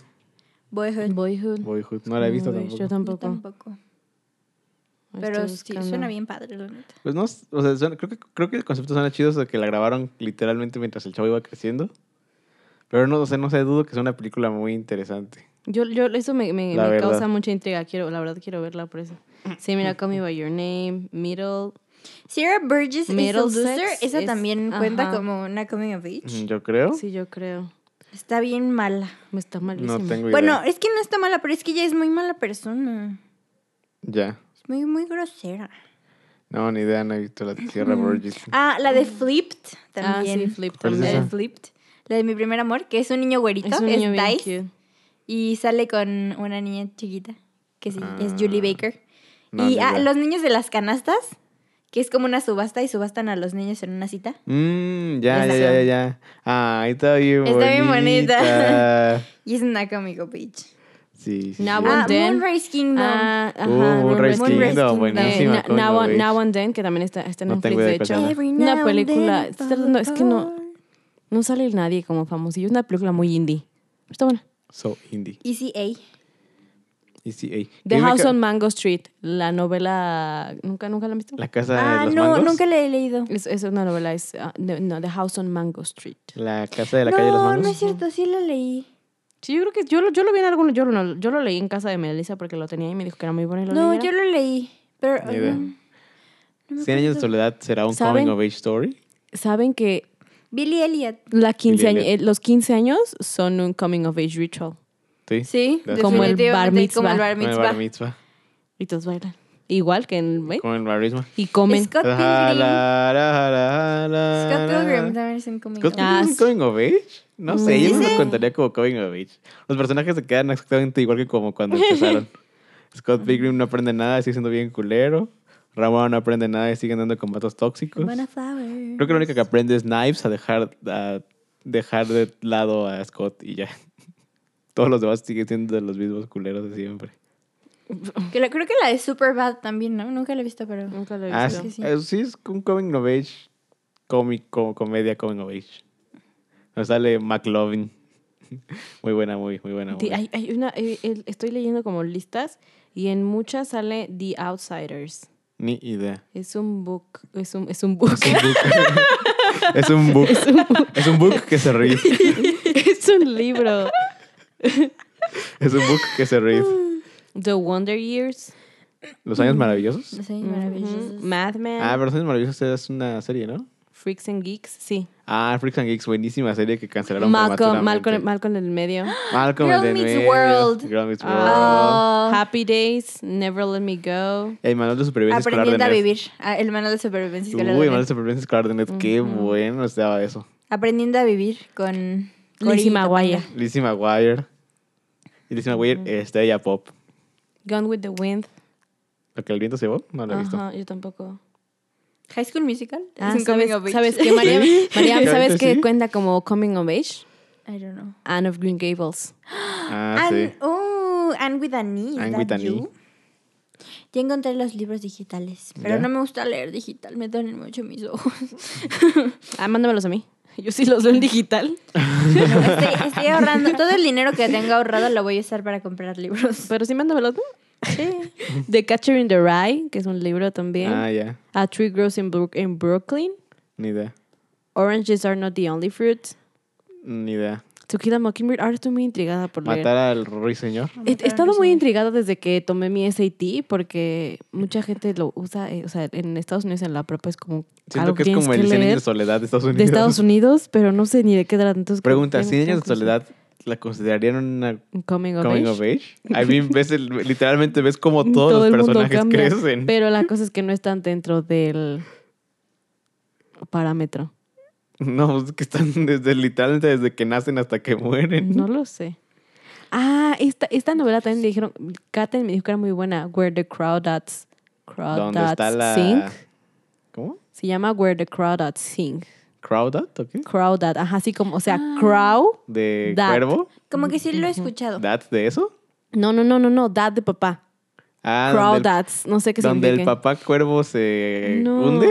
Speaker 1: Boyhood.
Speaker 2: Boyhood.
Speaker 3: Boyhood. No la he visto
Speaker 2: Coming of
Speaker 3: tampoco.
Speaker 2: age. Yo
Speaker 1: Yo
Speaker 2: tampoco.
Speaker 1: tampoco.
Speaker 2: Estoy
Speaker 1: Pero sí,
Speaker 2: buscando.
Speaker 1: suena bien padre, la neta.
Speaker 3: Pues no, o sea, suena- creo, que, creo que el concepto suena chido, o sea, que la grabaron literalmente mientras el chavo iba creciendo. Pero no, o sea, no sé, dudo que sea una película muy interesante.
Speaker 2: Yo, yo, eso me, me-
Speaker 3: La
Speaker 2: me
Speaker 3: verdad.
Speaker 2: causa mucha intriga. Quiero, la verdad, quiero verla por eso. Sí, mira, Call Me By Your Name, Middle.
Speaker 1: Sarah Burgess y
Speaker 2: Middlesex
Speaker 1: Seducer, esa
Speaker 2: es-
Speaker 1: también cuenta
Speaker 2: ajá.
Speaker 1: como una coming of age.
Speaker 3: Mm, Yo creo.
Speaker 2: Sí, yo creo.
Speaker 1: Está bien mala.
Speaker 2: Me está malísimo.
Speaker 3: No tengo idea.
Speaker 1: Bueno, es que no está mala, pero es que ella es muy mala persona.
Speaker 3: Ya.
Speaker 1: Es muy, muy grosera.
Speaker 3: Mm. No, ni idea, no he visto la Tierra Burgess.
Speaker 1: Ah, la de Flipped
Speaker 2: Mm. Ah,
Speaker 1: también.
Speaker 2: sí, Flip
Speaker 3: ¿Cuál es
Speaker 1: La
Speaker 2: también.
Speaker 1: de
Speaker 3: esa?
Speaker 1: Flipped. La de mi primer amor, que es un niño güerito, es,
Speaker 2: un niño bien
Speaker 1: Dice,
Speaker 2: cute.
Speaker 1: y sale con una niña chiquita, que sí, es
Speaker 3: Ah.
Speaker 1: Julie Baker.
Speaker 3: No,
Speaker 1: y
Speaker 3: ni
Speaker 1: ah,
Speaker 3: idea.
Speaker 1: los niños de las canastas, que es como una subasta y subastan a los niños en una cita.
Speaker 3: Mmm, ya,
Speaker 1: Esa.
Speaker 3: ya, ya, ya, ya. Ah, está bien bonita.
Speaker 1: Está bien bonita.
Speaker 3: bonita.
Speaker 1: Y es una cómico bitch.
Speaker 3: Sí, sí.
Speaker 2: Now
Speaker 3: sí.
Speaker 2: and
Speaker 1: Ah,
Speaker 2: then.
Speaker 1: Moonrise Kingdom.
Speaker 2: Ah, ajá.
Speaker 3: Uh, Moonrise
Speaker 1: Moonrise
Speaker 3: Kingdom,
Speaker 1: Kingdom.
Speaker 3: buenísima.
Speaker 2: Eh, Na-
Speaker 3: coño,
Speaker 2: Now,
Speaker 3: güey.
Speaker 2: Now and Then, que también está, está en
Speaker 3: No
Speaker 2: Netflix,
Speaker 3: tengo idea
Speaker 2: de
Speaker 3: de cuál
Speaker 2: hecho.
Speaker 3: sea.
Speaker 1: Every now
Speaker 2: Una
Speaker 1: and
Speaker 2: película.
Speaker 1: then,
Speaker 2: estoy tratando- es que no, no sale nadie como famosillo. Es una película muy indie. Pero Está buena.
Speaker 3: So indie.
Speaker 1: Easy A.
Speaker 3: Easy A.
Speaker 2: The
Speaker 3: Dime
Speaker 2: House
Speaker 3: que-
Speaker 2: on Mango Street, la novela. ¿Nunca, nunca la han visto?
Speaker 3: La casa de
Speaker 1: Ah,
Speaker 3: los
Speaker 1: no,
Speaker 3: mangos.
Speaker 1: nunca la he leído.
Speaker 2: Es, es una novela. Es, ah, no, no, The House on Mango Street.
Speaker 3: La casa de la
Speaker 1: no,
Speaker 3: calle de los mangos.
Speaker 1: no es cierto, sí la leí.
Speaker 2: Sí, yo creo que yo, lo- yo lo vi en alguno. Yo lo, yo lo leí en casa de Melissa porque lo tenía y me dijo que era muy bueno. Y lo
Speaker 1: No,
Speaker 2: leyera.
Speaker 1: yo lo leí. Pero.
Speaker 3: Ni idea.
Speaker 1: mm, no me
Speaker 3: Cien años de
Speaker 1: acuerdo.
Speaker 3: soledad será un
Speaker 2: ¿Saben?
Speaker 3: coming of age story.
Speaker 2: Saben que
Speaker 1: Billy Elliot.
Speaker 2: la quinceañe-
Speaker 3: Elliot.
Speaker 2: eh, los 15 años son un coming of age ritual.
Speaker 3: Sí.
Speaker 1: Sí,
Speaker 3: Gracias.
Speaker 2: Como el bar
Speaker 1: definitivamente, Como el
Speaker 2: mitzvah.
Speaker 1: bar
Speaker 3: Con el
Speaker 1: mitzvah.
Speaker 3: bar mitzvah.
Speaker 2: Y todos bailan. Igual que en. ¿ve?
Speaker 3: Con el bar mitzvah.
Speaker 2: Y comen.
Speaker 1: Scott Pilgrim.
Speaker 3: Ah, la, la, la, la,
Speaker 1: Scott
Speaker 3: la.
Speaker 1: Pilgrim también es un cómic.
Speaker 3: ¿Scott Pilgrim
Speaker 2: Ah,
Speaker 3: es un
Speaker 2: sí.
Speaker 3: coming of age? No sé, yo no
Speaker 1: Sí.
Speaker 3: lo contaría como coming of age. Los personajes se quedan exactamente igual que como cuando empezaron. Scott Pilgrim no aprende nada, sigue siendo bien culero. Ramón no aprende nada y siguen dando combates tóxicos.
Speaker 1: Havana Flower.
Speaker 3: Creo que lo único que aprende es Knives a dejar, a dejar de lado a Scott y ya. Todos los demás siguen siendo de los mismos culeros de siempre.
Speaker 1: Que la- creo que la de Superbad también, ¿no? Nunca la he visto, pero.
Speaker 2: Nunca lo he
Speaker 3: Ah,
Speaker 2: visto.
Speaker 3: sí.
Speaker 1: Sí.
Speaker 3: Eh, sí, es un coming of age, cómico, comedia coming of age. Nos sale McLovin. Muy buena, muy, muy buena.
Speaker 2: Sí,
Speaker 3: muy.
Speaker 2: hay, hay una, eh, el- estoy leyendo como listas y en muchas sale The Outsiders.
Speaker 3: Ni idea.
Speaker 2: Es un book, es un, es un book,
Speaker 3: Es un book. es, un book. es, un book que se ríe.
Speaker 2: es un libro.
Speaker 3: Es un book que se ríe.
Speaker 2: The Wonder Years,
Speaker 3: Los años maravillosos.
Speaker 1: Los años
Speaker 2: ujú,
Speaker 1: maravillosos.
Speaker 2: Mad Men,
Speaker 3: Ah, pero los años maravillosos es una serie, ¿no?
Speaker 2: Freaks and Geeks, sí.
Speaker 3: Ah, Freaks and Geeks, buenísima serie que cancelaron
Speaker 2: Malcolm, Malcolm,
Speaker 3: prematuramente.
Speaker 2: Malcolm en el medio.
Speaker 3: Malcolm
Speaker 1: Girl
Speaker 3: el del
Speaker 1: Meets
Speaker 3: medio.
Speaker 1: World.
Speaker 3: Girl Meets World.
Speaker 1: Ah.
Speaker 2: Happy Days, Never Let Me Go.
Speaker 3: El manual de supervivencia escolar de
Speaker 1: Aprendiendo a
Speaker 3: Ned.
Speaker 1: vivir. Ah, el manual de supervivencia escolar.
Speaker 3: Uy,
Speaker 1: de
Speaker 3: el manual de
Speaker 1: Ned.
Speaker 3: supervivencia escolar de Ned. Qué bueno estaba eso.
Speaker 1: Aprendiendo a vivir con. con Orito
Speaker 2: Lizzie Maguire.
Speaker 1: Panda.
Speaker 3: Lizzie McGuire. Y Lizzie McGuire, estrella pop.
Speaker 2: Gone with the Wind.
Speaker 3: Lo que el viento se llevó, no lo he visto.
Speaker 2: Ajá, yo tampoco.
Speaker 1: High School Musical.
Speaker 2: Ah,
Speaker 1: es un
Speaker 2: ¿sabes,
Speaker 1: coming of age.
Speaker 2: ¿Sabes qué, Mariam?
Speaker 3: Sí.
Speaker 2: Mariam, ¿sabes
Speaker 3: Claro que
Speaker 2: qué
Speaker 3: sí.
Speaker 2: cuenta como Coming of Age?
Speaker 1: I don't know.
Speaker 2: Anne of Green Gables.
Speaker 3: Ah,
Speaker 1: And,
Speaker 3: sí.
Speaker 1: oh, and with an E. is
Speaker 3: And
Speaker 1: that
Speaker 3: with an E.
Speaker 1: you? Ya encontré los libros digitales, pero
Speaker 3: ¿Ya?
Speaker 1: no me gusta leer digital, me duelen mucho mis ojos.
Speaker 2: Ah, mándamelos a mí. Yo sí los leo en digital.
Speaker 1: estoy, estoy ahorrando, todo el dinero que tengo ahorrado lo voy a usar para comprar libros.
Speaker 2: Pero sí mándamelos, ¿no? The Catcher in the Rye, que es un libro también.
Speaker 3: Ah, ya.
Speaker 2: A Tree Grows in, Brook- in Brooklyn.
Speaker 3: Ni idea.
Speaker 2: Oranges are not the only fruit.
Speaker 3: Ni idea.
Speaker 2: To Kill a Mockingbird. Ahora estoy muy intrigada por leer.
Speaker 3: Matar al ruiseñor.
Speaker 2: He, he estado muy intrigada desde que tomé mi SAT porque mucha gente lo usa, eh, o sea, en Estados Unidos en la propia es como
Speaker 3: Siento
Speaker 2: algo
Speaker 3: que es como
Speaker 2: tienes
Speaker 3: el
Speaker 2: que
Speaker 3: 100 años
Speaker 2: leer
Speaker 3: de soledad de Estados Unidos.
Speaker 2: de Estados Unidos, pero no sé ni de qué trata. entonces,
Speaker 3: Pregunta,
Speaker 2: tengo-
Speaker 3: 100 años de
Speaker 2: tengo que usar.
Speaker 3: soledad, ¿la considerarían una
Speaker 2: Un Coming of
Speaker 3: coming
Speaker 2: age.
Speaker 3: of age? A mí ves el- literalmente ves como todos
Speaker 2: Todo
Speaker 3: los
Speaker 2: el mundo
Speaker 3: personajes
Speaker 2: cambia,
Speaker 3: crecen.
Speaker 2: Pero la cosa es que no están dentro del parámetro.
Speaker 3: No, es que están desde literalmente desde que nacen hasta que mueren.
Speaker 2: No lo sé. Ah, esta, esta novela también me dijeron, Katen me dijo que era muy buena, Where the Crawdads,
Speaker 3: ¿Dónde
Speaker 2: Crawdads
Speaker 3: está la
Speaker 2: Sing.
Speaker 3: ¿Cómo?
Speaker 2: Se llama Where the Crawdads Sing.
Speaker 3: Crowded, ¿o qué?
Speaker 2: Crawdad, ajá, así como, o sea, crow.
Speaker 3: De
Speaker 2: That.
Speaker 3: cuervo.
Speaker 1: Como que sí lo he escuchado.
Speaker 3: That de eso.
Speaker 2: No, no, no, no, no, dad de papá.
Speaker 3: Ah, donde el-
Speaker 2: Crawdads, no sé qué
Speaker 3: donde el
Speaker 2: significa.
Speaker 3: papá cuervo se
Speaker 2: no.
Speaker 3: hunde.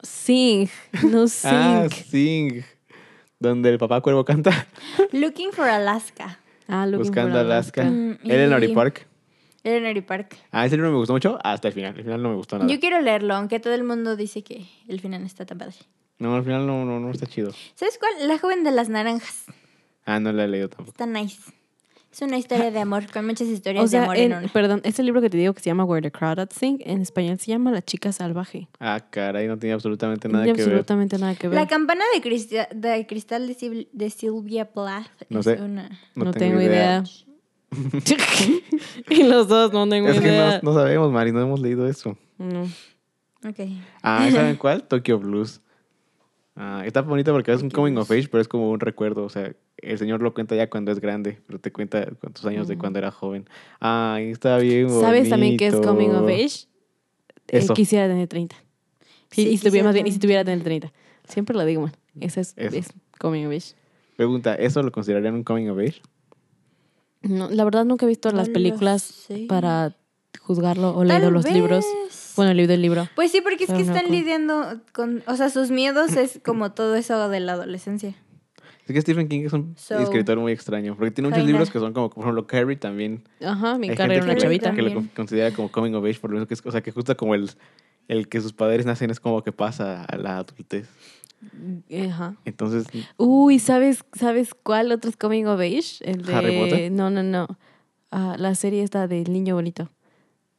Speaker 2: Sing, no sing.
Speaker 3: Ah,
Speaker 2: Ah,
Speaker 3: sing. Donde el papá cuervo canta.
Speaker 1: Looking for Alaska,
Speaker 2: Looking for
Speaker 3: Buscando Alaska.
Speaker 1: Mm, y-
Speaker 3: Eleanor y Park.
Speaker 1: Eleanor y Park.
Speaker 3: Ah, ese libro me gustó mucho hasta el final. El final no me gustó nada.
Speaker 1: Yo quiero leerlo, aunque todo el mundo dice que el final está tan padre.
Speaker 3: No, al final no, no, no está chido.
Speaker 1: ¿Sabes cuál? La joven de las naranjas.
Speaker 3: Ah, no la he leído tampoco.
Speaker 1: Está nice. Es Es una historia de amor, con muchas historias
Speaker 2: O sea,
Speaker 1: de amor
Speaker 2: en-
Speaker 1: en una.
Speaker 2: perdón, este libro que te digo que se llama Where the Crowd At Sing, en español se llama La Chica Salvaje.
Speaker 3: Ah, caray, no tenía absolutamente
Speaker 2: No
Speaker 3: nada
Speaker 2: tiene
Speaker 3: que ver.
Speaker 2: absolutamente nada que ver.
Speaker 1: La campana de, cristia- de cristal de, Sil- de Sylvia Plath
Speaker 3: No
Speaker 1: es
Speaker 3: sé.
Speaker 1: una...
Speaker 2: No, tengo idea. y los dos no tengo
Speaker 3: Es que
Speaker 2: idea.
Speaker 3: no, no sabemos, Mari, no hemos leído eso.
Speaker 2: No.
Speaker 1: Ok.
Speaker 3: Ah, ¿saben cuál? Tokyo Blues. Ah, está bonita porque es un
Speaker 1: Tokyo
Speaker 3: coming
Speaker 1: Blues.
Speaker 3: of age, pero es como un recuerdo. O sea, el señor lo cuenta ya cuando es grande, pero te cuenta cuántos años de cuando era joven. Ay, está bien bonito.
Speaker 2: Mm. ¿Sabes también qué es Coming of Age? Eh,
Speaker 3: Eso.
Speaker 2: quisiera tener 30.
Speaker 1: Sí,
Speaker 2: Y- y estuviera,
Speaker 1: quisiera
Speaker 2: más bien, y si
Speaker 1: tener
Speaker 2: tuviera tener 30. Siempre lo digo, man. Esa es,
Speaker 3: Eso.
Speaker 2: es Coming of Age.
Speaker 3: Pregunta, ¿eso lo considerarían un coming of age?
Speaker 2: No, la verdad nunca he visto
Speaker 1: No
Speaker 2: las
Speaker 1: lo
Speaker 2: películas
Speaker 1: sé.
Speaker 2: para juzgarlo o
Speaker 1: Tal
Speaker 2: leído los libros.
Speaker 1: vez.
Speaker 2: Bueno, leído el libro.
Speaker 1: Pues sí, porque es
Speaker 2: Pero
Speaker 1: que
Speaker 2: no
Speaker 1: están
Speaker 2: con-
Speaker 1: lidiando con... O sea, sus miedos es como todo eso de la adolescencia.
Speaker 3: Es que Stephen King es un
Speaker 1: So-
Speaker 3: escritor muy extraño, porque tiene muchos
Speaker 1: Kinda.
Speaker 3: libros que son como, por ejemplo, Carrie también.
Speaker 2: Ajá, mi
Speaker 3: Hay
Speaker 2: carrera
Speaker 3: gente
Speaker 2: era una
Speaker 3: que-
Speaker 2: chavita.
Speaker 3: Que lo
Speaker 1: También.
Speaker 3: con- considera como coming of age, por lo menos que es, o sea, que justo como el, el que sus padres nacen es como que pasa a la adultez.
Speaker 2: Ajá.
Speaker 3: Entonces,
Speaker 2: Uy, ¿sabes, ¿sabes cuál otro es Coming of Age? El de...
Speaker 3: ¿Harry Potter?
Speaker 2: No, no, no. Ah, la serie está del niño bonito.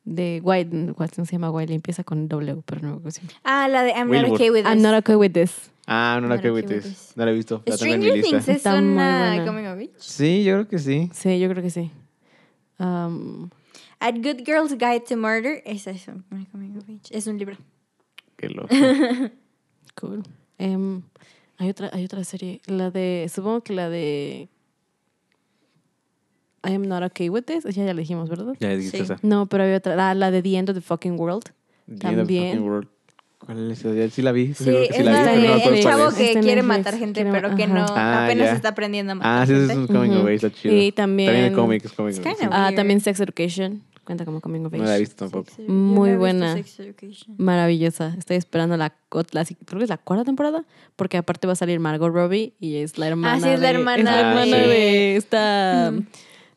Speaker 2: De White, no se llama White, empieza con W, pero no me acuerdo.
Speaker 1: Ah, la de I'm not
Speaker 3: Wilbur.
Speaker 1: okay with this.
Speaker 2: I'm not okay with this.
Speaker 3: ah, no la
Speaker 1: Not
Speaker 3: que
Speaker 1: okay with
Speaker 3: with
Speaker 1: this.
Speaker 3: this. No la he visto. La tengo en mi
Speaker 1: Stranger
Speaker 3: lista.
Speaker 1: Things es
Speaker 2: Está muy
Speaker 1: una
Speaker 2: buena.
Speaker 1: coming of age.
Speaker 3: Sí, yo creo que sí.
Speaker 2: Sí, yo creo que sí. Um, Am,
Speaker 1: A Good Girl's Guide to Murder. Esa es una coming of age. Es un libro.
Speaker 3: Qué loco.
Speaker 2: cool. Em, hay, otra, hay otra serie, la de... Supongo que la de... I am not okay with this. Ya, ya la dijimos, ¿verdad?
Speaker 3: ya dijiste
Speaker 1: Sí.
Speaker 3: esa.
Speaker 2: No, pero hay otra. La, la de The End of the Fucking World.
Speaker 3: The End of the
Speaker 2: También.
Speaker 3: Fucking World. ¿Cuál es esa? Ya Sí la vi.
Speaker 1: Sí,
Speaker 3: seguro que
Speaker 1: es
Speaker 3: la
Speaker 1: la
Speaker 3: vi, pero no me
Speaker 1: de
Speaker 3: acuerdo
Speaker 1: el
Speaker 2: cuál
Speaker 1: chavo
Speaker 3: es.
Speaker 1: que
Speaker 2: Está en
Speaker 1: quiere
Speaker 2: Netflix,
Speaker 1: matar gente,
Speaker 2: quiere-
Speaker 1: pero que
Speaker 2: ajá.
Speaker 1: no
Speaker 3: Ah,
Speaker 1: apenas
Speaker 3: ya.
Speaker 1: está aprendiendo a matar
Speaker 3: Ah, sí, ese
Speaker 1: gente.
Speaker 3: es un coming
Speaker 2: Ujú.
Speaker 3: of age, está chido.
Speaker 2: Y también-
Speaker 3: También el cómic es coming of
Speaker 1: It's
Speaker 3: age.
Speaker 1: kinda
Speaker 3: sí.
Speaker 2: Ah,
Speaker 1: Weird.
Speaker 2: también Sex Education. Cuenta como Coming of Age.
Speaker 3: No la he visto tampoco.
Speaker 1: Sex Edu-
Speaker 2: Muy
Speaker 1: Yo no he visto
Speaker 2: buena. Mm,
Speaker 1: Sex Education.
Speaker 2: Maravillosa. Estoy esperando la, cu- la- creo que es la cuarta temporada, porque aparte va a salir Margot Robbie y es la hermana.
Speaker 1: sí, es la
Speaker 2: de-
Speaker 1: hermana
Speaker 2: es la
Speaker 3: Ah,
Speaker 2: hermana
Speaker 3: sí.
Speaker 2: de esta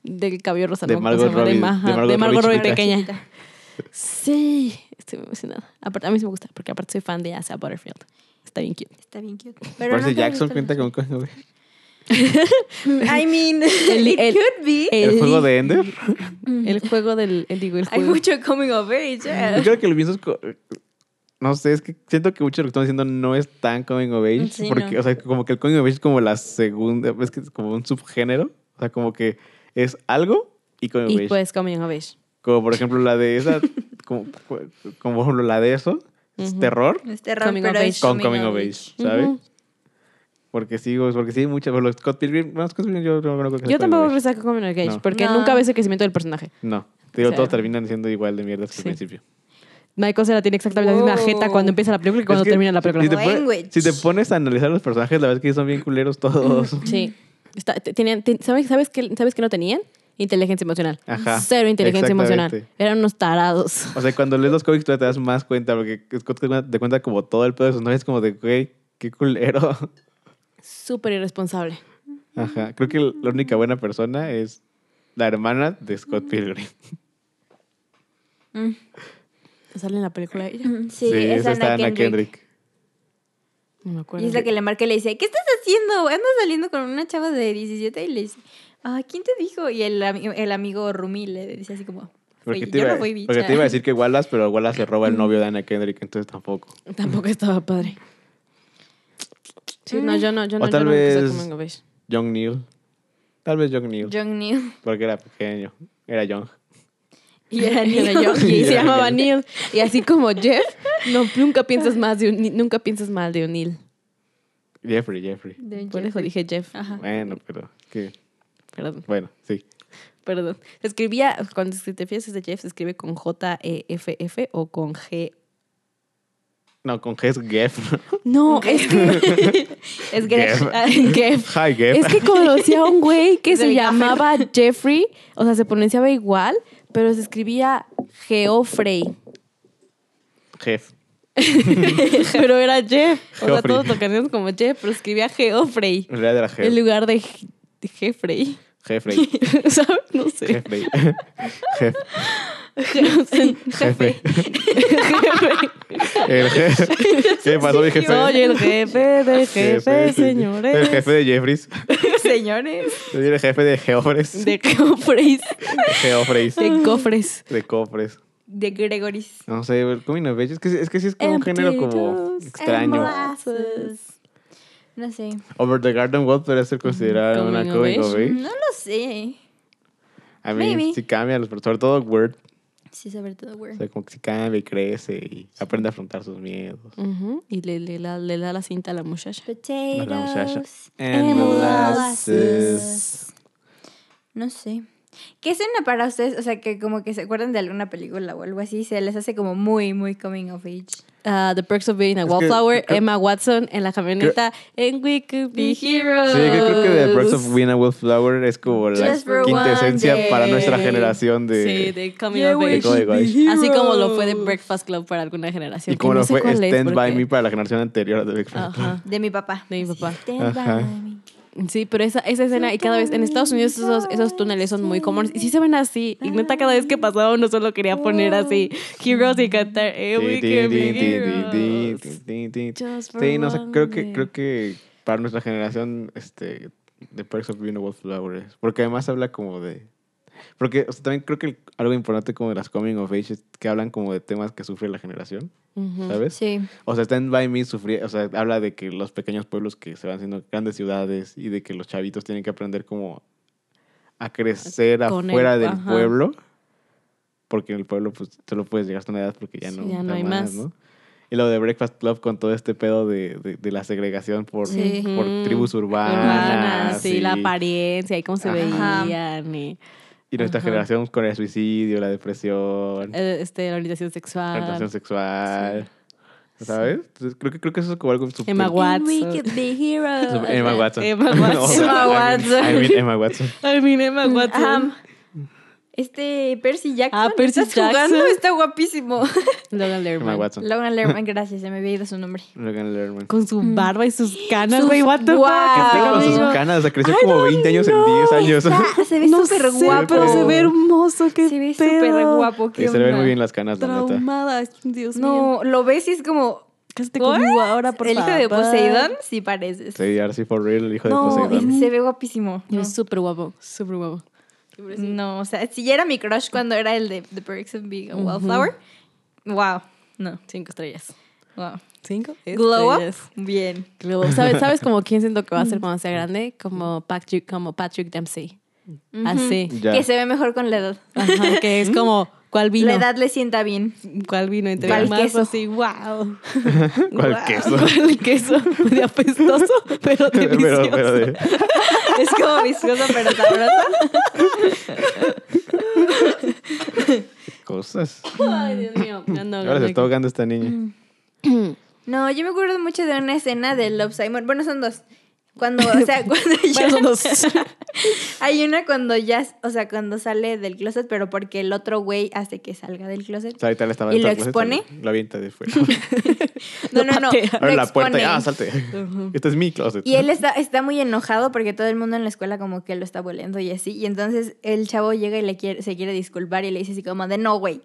Speaker 2: del cabello rosa.
Speaker 3: De
Speaker 2: ¿no? ¿Cómo se
Speaker 3: Margot
Speaker 2: llama?
Speaker 3: Robbie-
Speaker 2: ma-
Speaker 3: de
Speaker 2: ajá, De,
Speaker 3: Margot
Speaker 2: Margot
Speaker 3: Robbie
Speaker 2: Robbie
Speaker 3: chiquita.
Speaker 2: pequeña.
Speaker 1: Chiquita.
Speaker 2: Sí, estoy muy emocionada. Aparte, a mí sí me gusta, porque aparte soy fan de Asa Butterfield. Está bien cute.
Speaker 1: Está bien cute. Pero
Speaker 3: Percy
Speaker 1: no te
Speaker 3: Jackson
Speaker 1: gusta
Speaker 3: cuenta con coming of age.
Speaker 1: mucho. I mean,
Speaker 2: El-
Speaker 1: it
Speaker 2: el-
Speaker 1: could be.
Speaker 3: El juego de Ender.
Speaker 2: El juego del. el- digo, el
Speaker 1: Hay
Speaker 2: juego.
Speaker 1: mucho coming of age. eh.
Speaker 3: Yo creo que lo pienso es co- No sé, es que siento que mucho de lo que estamos diciendo no es tan coming of age.
Speaker 1: Sí,
Speaker 3: porque,
Speaker 1: no.
Speaker 3: o sea, como que el coming of age es como la segunda. Es que es como un subgénero. O sea, como que es algo y coming of
Speaker 2: Y
Speaker 3: age.
Speaker 2: pues Coming of Age.
Speaker 3: Como por ejemplo la de esa. como, como por ejemplo la de eso. Es
Speaker 2: Ujú.
Speaker 3: terror
Speaker 1: Es terror,
Speaker 2: Coming of
Speaker 1: Este pero
Speaker 2: age.
Speaker 1: es
Speaker 3: con coming of age, ¿sabes?
Speaker 2: Ujú.
Speaker 3: Porque sí, güey, porque sí hay muchas. Pero los Scott Pilgrim. No, Scott Pilgrim yo no creo que sea coming
Speaker 2: Yo tampoco
Speaker 3: of age.
Speaker 2: resaco Coming of Age,
Speaker 3: No.
Speaker 2: porque
Speaker 1: No.
Speaker 2: nunca ves el crecimiento del personaje.
Speaker 3: No. Te digo,
Speaker 2: O sea,
Speaker 3: todos terminan siendo igual de mierdas que al
Speaker 2: sí.
Speaker 3: principio.
Speaker 2: Michael Cera tiene exactamente la misma
Speaker 1: Wow.
Speaker 2: jeta cuando empieza la película y cuando
Speaker 3: Es que
Speaker 2: termina la película.
Speaker 3: Si te, pone-
Speaker 1: Language.
Speaker 3: si te pones a analizar los personajes, la verdad es que son bien culeros todos.
Speaker 2: Sí. Está- te- tenían, te- ¿sabes, sabes, qué, ¿Sabes qué no tenían? Inteligencia emocional.
Speaker 3: Ajá,
Speaker 2: Cero inteligencia emocional.
Speaker 3: exactamente.
Speaker 2: Eran unos tarados.
Speaker 3: O sea, cuando lees los cómics todavía te das más cuenta, porque Scott Pilgrim te cuenta como todo el pedo de sus novias, como de, güey, qué culero.
Speaker 2: Súper irresponsable.
Speaker 3: Ajá. Creo que la única buena persona es la hermana de Scott Pilgrim.
Speaker 1: Mm,
Speaker 2: Sale en la película ella.
Speaker 1: mm, Sí, es Anna Kendrick.
Speaker 2: No me acuerdo.
Speaker 1: Y es la que le marca y le dice, ¿qué estás haciendo? Andas saliendo con una chava de 17 y le dice, ah, ¿quién te dijo? Y el, ami- el amigo Rumi le dice así como, "Fui-
Speaker 3: Porque, te
Speaker 1: yo
Speaker 3: iba,
Speaker 1: no fui bicha. Mm.
Speaker 3: porque te iba a decir que Wallace, pero Wallace se roba el novio de Anna Kendrick, entonces tampoco.
Speaker 2: Tampoco estaba padre. Sí, no, yo no, yo
Speaker 3: O
Speaker 2: no, yo
Speaker 3: tal
Speaker 2: no empecé
Speaker 3: vez-
Speaker 2: con Mango Beige.
Speaker 3: John Neal. Tal vez John Neal.
Speaker 1: John New.
Speaker 3: Porque era pequeño. Era John.
Speaker 1: Y era
Speaker 2: Era
Speaker 1: Neil.
Speaker 2: yo, y se
Speaker 3: Era
Speaker 2: llamaba
Speaker 3: yo.
Speaker 2: Neil. Y así como Jeff, no, nunca piensas más de un, nunca piensas mal de un Neil.
Speaker 3: Jeffrey, Jeffrey.
Speaker 1: De
Speaker 2: Por eso
Speaker 1: Jeffrey.
Speaker 2: dije Jeff. Ah,
Speaker 1: Ajá.
Speaker 3: Bueno, pero. que-
Speaker 2: Perdón,
Speaker 3: Bueno, sí.
Speaker 2: perdón. Se escribía, cuando se- te fijas de Jeff, se escribe con J-E-F-F o con G.
Speaker 3: No, con G E es Geff.
Speaker 2: No, es que.
Speaker 1: Es que era-
Speaker 3: Jeff.
Speaker 2: Ah, Jeff.
Speaker 3: Hi, E Geff.
Speaker 2: Es que conocí a un güey que
Speaker 1: De
Speaker 2: se
Speaker 1: mi café.
Speaker 2: llamaba Jeffrey, o sea, se pronunciaba igual, pero se escribía Geoffrey.
Speaker 3: Jeff.
Speaker 2: Pero era Jeff. O sea,
Speaker 3: Geoffrey.
Speaker 2: todos lo conocíamos como Jeff, pero escribía Geoffrey
Speaker 3: En realidad era E
Speaker 2: en
Speaker 3: Jeff.
Speaker 2: lugar de Je- de Jeffrey.
Speaker 3: Jeffrey.
Speaker 2: ¿Sabes? No sé.
Speaker 3: Jeffrey. Jeff.
Speaker 2: Jefe.
Speaker 3: Jefe. E El jefe. ¿Qué pasó, mi jefe?
Speaker 2: Soy el jefe de
Speaker 3: Jefe,
Speaker 2: jefe,
Speaker 3: sí, sí.
Speaker 2: señores.
Speaker 3: El jefe de Jeffries.
Speaker 2: Sí.
Speaker 1: señores.
Speaker 3: Yo soy el jefe de Geofres. De,
Speaker 2: De cofres.
Speaker 3: Geofres.
Speaker 2: De cofres.
Speaker 3: De cofres.
Speaker 1: De Gregoris.
Speaker 3: No sé, el coming of age. Es que, sí- es que sí es como un género como
Speaker 2: Empty
Speaker 3: extraño.
Speaker 2: and
Speaker 1: No sé.
Speaker 3: Over the Garden Wall podría ser considerada una
Speaker 2: Coming of
Speaker 3: coming of age.
Speaker 1: No lo sé.
Speaker 3: A mí
Speaker 1: Maybe.
Speaker 3: sí cambia, pero sobre todo Word.
Speaker 1: Sí, sobre todo,
Speaker 3: O
Speaker 1: güey.
Speaker 3: sea, como que sí cambia y crece y aprende a afrontar sus miedos.
Speaker 2: Ujú, Y le, le la- le da la cinta a la muchacha.
Speaker 3: Hola, muchacha.
Speaker 1: Potatoes.
Speaker 3: And molasses.
Speaker 1: No sé. ¿Qué escena para ustedes? O sea, que como que se acuerdan de alguna película o algo así, se les hace como muy, muy coming of age.
Speaker 2: Ah, The Perks of Being a
Speaker 3: Es que-
Speaker 2: Wallflower.
Speaker 3: creo-
Speaker 2: Emma Watson en la camioneta. And we could be heroes.
Speaker 3: Sí, que creo que The Birds of Win and Wildflower es como la
Speaker 1: Just for
Speaker 3: quintesencia
Speaker 1: one
Speaker 3: para
Speaker 1: day.
Speaker 3: nuestra generación de.
Speaker 2: Sí, de Coming
Speaker 1: Yeah,
Speaker 2: of
Speaker 1: we
Speaker 2: Age.
Speaker 3: should be
Speaker 2: Así como lo fue The Breakfast Club para alguna generación.
Speaker 3: Y como
Speaker 2: que
Speaker 3: lo
Speaker 2: no sé
Speaker 3: fue
Speaker 2: cuál es,
Speaker 3: Stand By
Speaker 2: porque-
Speaker 3: Me para la generación anterior de Big Bang Theory.
Speaker 2: Ajá.
Speaker 1: De mi papá.
Speaker 2: De mi papá.
Speaker 1: Stand by
Speaker 3: Ajá.
Speaker 1: me.
Speaker 2: Sí, pero esa, esa escena, y cada vez en Estados Unidos esos, esos túneles son muy comunes. Y sí se ven así. Y neta, cada vez que pasaba uno solo quería poner así Heroes y cantar eh, we can be heroes". Just for
Speaker 3: Sí, no sé,
Speaker 2: one
Speaker 3: creo que,
Speaker 2: day.
Speaker 3: creo que para nuestra generación, este, The Perks of Being a Wallflower es- Porque además habla como de... Porque o sea, también creo que el- algo importante como de las Coming of Age es que hablan como de temas que sufre la generación,
Speaker 2: Ujú.
Speaker 3: ¿sabes?
Speaker 1: Sí.
Speaker 3: O sea, Stand By Me sufría, o sea, habla de que los pequeños pueblos que se van haciendo grandes ciudades y de que los chavitos tienen que aprender como a crecer
Speaker 2: Con el-
Speaker 3: afuera del
Speaker 2: ajá.
Speaker 3: pueblo. Porque en el pueblo, pues, solo puedes llegar hasta una edad porque ya
Speaker 2: Sí,
Speaker 3: no,
Speaker 2: ya no
Speaker 3: da
Speaker 2: hay más.
Speaker 3: Y lo de Breakfast Club con todo este pedo de, de, de la segregación por,
Speaker 1: Sí.
Speaker 3: por
Speaker 2: Ujú.
Speaker 3: tribus urbanas.
Speaker 2: Urbanas, sí, la
Speaker 3: y-
Speaker 2: apariencia y cómo se
Speaker 3: Ah, Ajá.
Speaker 2: veían. Y,
Speaker 3: Y nuestra
Speaker 2: Ajá.
Speaker 3: generación con el suicidio, la depresión,
Speaker 2: eh, este, la orientación sexual.
Speaker 3: la orientación sexual. ¿Sabes? Entonces, creo, que, creo que eso es como algo súper
Speaker 2: Emma
Speaker 1: And we
Speaker 2: Watson.
Speaker 1: could be heroes.
Speaker 3: Emma Watson.
Speaker 2: Emma
Speaker 3: No, o sea,
Speaker 1: Watson.
Speaker 3: I mean- I mean Emma Watson.
Speaker 2: Ay, mira, Emma Watson.
Speaker 1: Ajá. este Percy Jackson.
Speaker 2: Ah, Percy
Speaker 1: ¿estás
Speaker 2: Jackson.
Speaker 1: jugando? Está guapísimo.
Speaker 2: Logan Lerman.
Speaker 3: Emma Watson.
Speaker 1: Logan Lerman, gracias, se me había ido su nombre.
Speaker 3: Logan Lerman.
Speaker 2: Con su barba y Mm. sus canas,
Speaker 1: Sus-
Speaker 2: güey. What the fuck?
Speaker 1: Guau.
Speaker 2: Este
Speaker 1: Con
Speaker 3: Con sus
Speaker 2: cabrón.
Speaker 3: canas, o sea, creció
Speaker 2: I
Speaker 3: como
Speaker 2: don't
Speaker 3: 20 años en
Speaker 2: know.
Speaker 3: 10 años.
Speaker 1: Está- se ve
Speaker 2: no
Speaker 1: súper
Speaker 2: sé,
Speaker 1: guapo.
Speaker 2: pero se ve hermoso. Qué
Speaker 1: Se ve
Speaker 2: pedo.
Speaker 1: súper guapo.
Speaker 3: Y
Speaker 1: ¿qué
Speaker 3: se le ven
Speaker 1: onda?
Speaker 3: muy bien las canas, la neta.
Speaker 2: Traumada, Dios mío.
Speaker 1: No, lo ves y es como.
Speaker 2: Cásate
Speaker 1: ¿What?
Speaker 2: conmigo ahora, Ah, por
Speaker 1: el hijo de
Speaker 2: favor.
Speaker 1: Poseidón, sí pareces.
Speaker 3: Sí, ahora sí, for real, el hijo
Speaker 1: no,
Speaker 3: de Poseidón.
Speaker 1: es- se ve guapísimo.
Speaker 2: Y
Speaker 1: No.
Speaker 2: Es súper guapo, súper guapo.
Speaker 1: No, o sea, si ya era mi crush cuando era el de The Perks of Being a Wallflower. Wow, no,
Speaker 2: Cinco estrellas.
Speaker 1: wow.
Speaker 2: ¿Cinco?
Speaker 1: Glow up,
Speaker 2: estrellas. Mm.
Speaker 1: bien.
Speaker 2: Glow up. ¿Sabes, ¿Sabes como quién siento que va a ser cuando sea grande? Como Patrick, como Patrick Dempsey. Mm.
Speaker 1: Ujú.
Speaker 2: Así.
Speaker 3: Ya.
Speaker 1: Que se ve mejor con la edad.
Speaker 2: Ajá, que es como, ¿cuál vino?
Speaker 1: La edad le sienta bien.
Speaker 2: ¿Cuál vino? Entre
Speaker 1: ¿Cuál
Speaker 2: más
Speaker 1: queso?
Speaker 2: así, wow.
Speaker 3: ¿Cuál
Speaker 1: Wow.
Speaker 3: queso?
Speaker 2: ¿Cuál queso? De apestoso, pero
Speaker 3: Pero-
Speaker 2: delicioso.
Speaker 3: pero de-
Speaker 1: Es como vicioso pero sabroso.
Speaker 3: Cosas.
Speaker 2: Ay, Dios mío. No, no,
Speaker 3: Ahora
Speaker 2: no.
Speaker 3: se está ahogando esta
Speaker 1: Mm.
Speaker 3: niña.
Speaker 1: No, yo me acuerdo mucho de una escena de Love Simon. Bueno, son dos. Cuando, o sea, cuando ya-
Speaker 2: Bueno, son dos.
Speaker 1: Hay una cuando ya, o sea, cuando sale del closet, pero porque el otro güey hace que salga del
Speaker 3: O
Speaker 1: closet.
Speaker 3: sea, ahorita le estaba
Speaker 1: ¿Y lo
Speaker 3: dentro del closet,
Speaker 1: expone?
Speaker 3: La avienta de fuera.
Speaker 1: No, no, no.
Speaker 2: patea.
Speaker 1: lo
Speaker 3: Abre la puerta y
Speaker 1: expone.
Speaker 3: ah, salte. Este es mi closet.
Speaker 1: Y él está, está muy enojado porque todo el mundo en la escuela como que lo está volviendo y así. Y entonces el chavo llega y le quiere, se quiere disculpar y le dice así como de no, güey.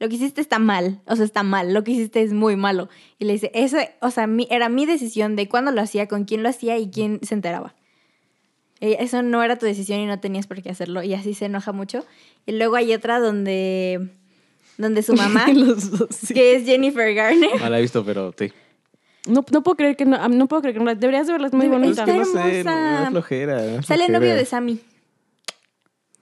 Speaker 1: Lo que hiciste está mal. O sea, está mal. Lo que hiciste es muy malo. Y le dice, eso, o sea, mi- era mi decisión de cuándo lo hacía, con quién lo hacía y quién se enteraba. Eh, Eso no era tu decisión y no tenías por qué hacerlo. Y así se enoja mucho. Y luego hay otra donde, donde su mamá,
Speaker 2: Los dos, sí.
Speaker 1: que es Jennifer Garner.
Speaker 3: No Ah, la he visto, pero sí.
Speaker 2: No, no puedo creer que no, ah, no puedo creer que no la- deberías de verla, es muy
Speaker 1: Debe-
Speaker 2: bonita.
Speaker 1: Está
Speaker 3: Pues no sé, no,
Speaker 1: hermosa.
Speaker 3: no es flojera. no es
Speaker 1: Sale el novio
Speaker 3: flojera.
Speaker 1: de Sammy.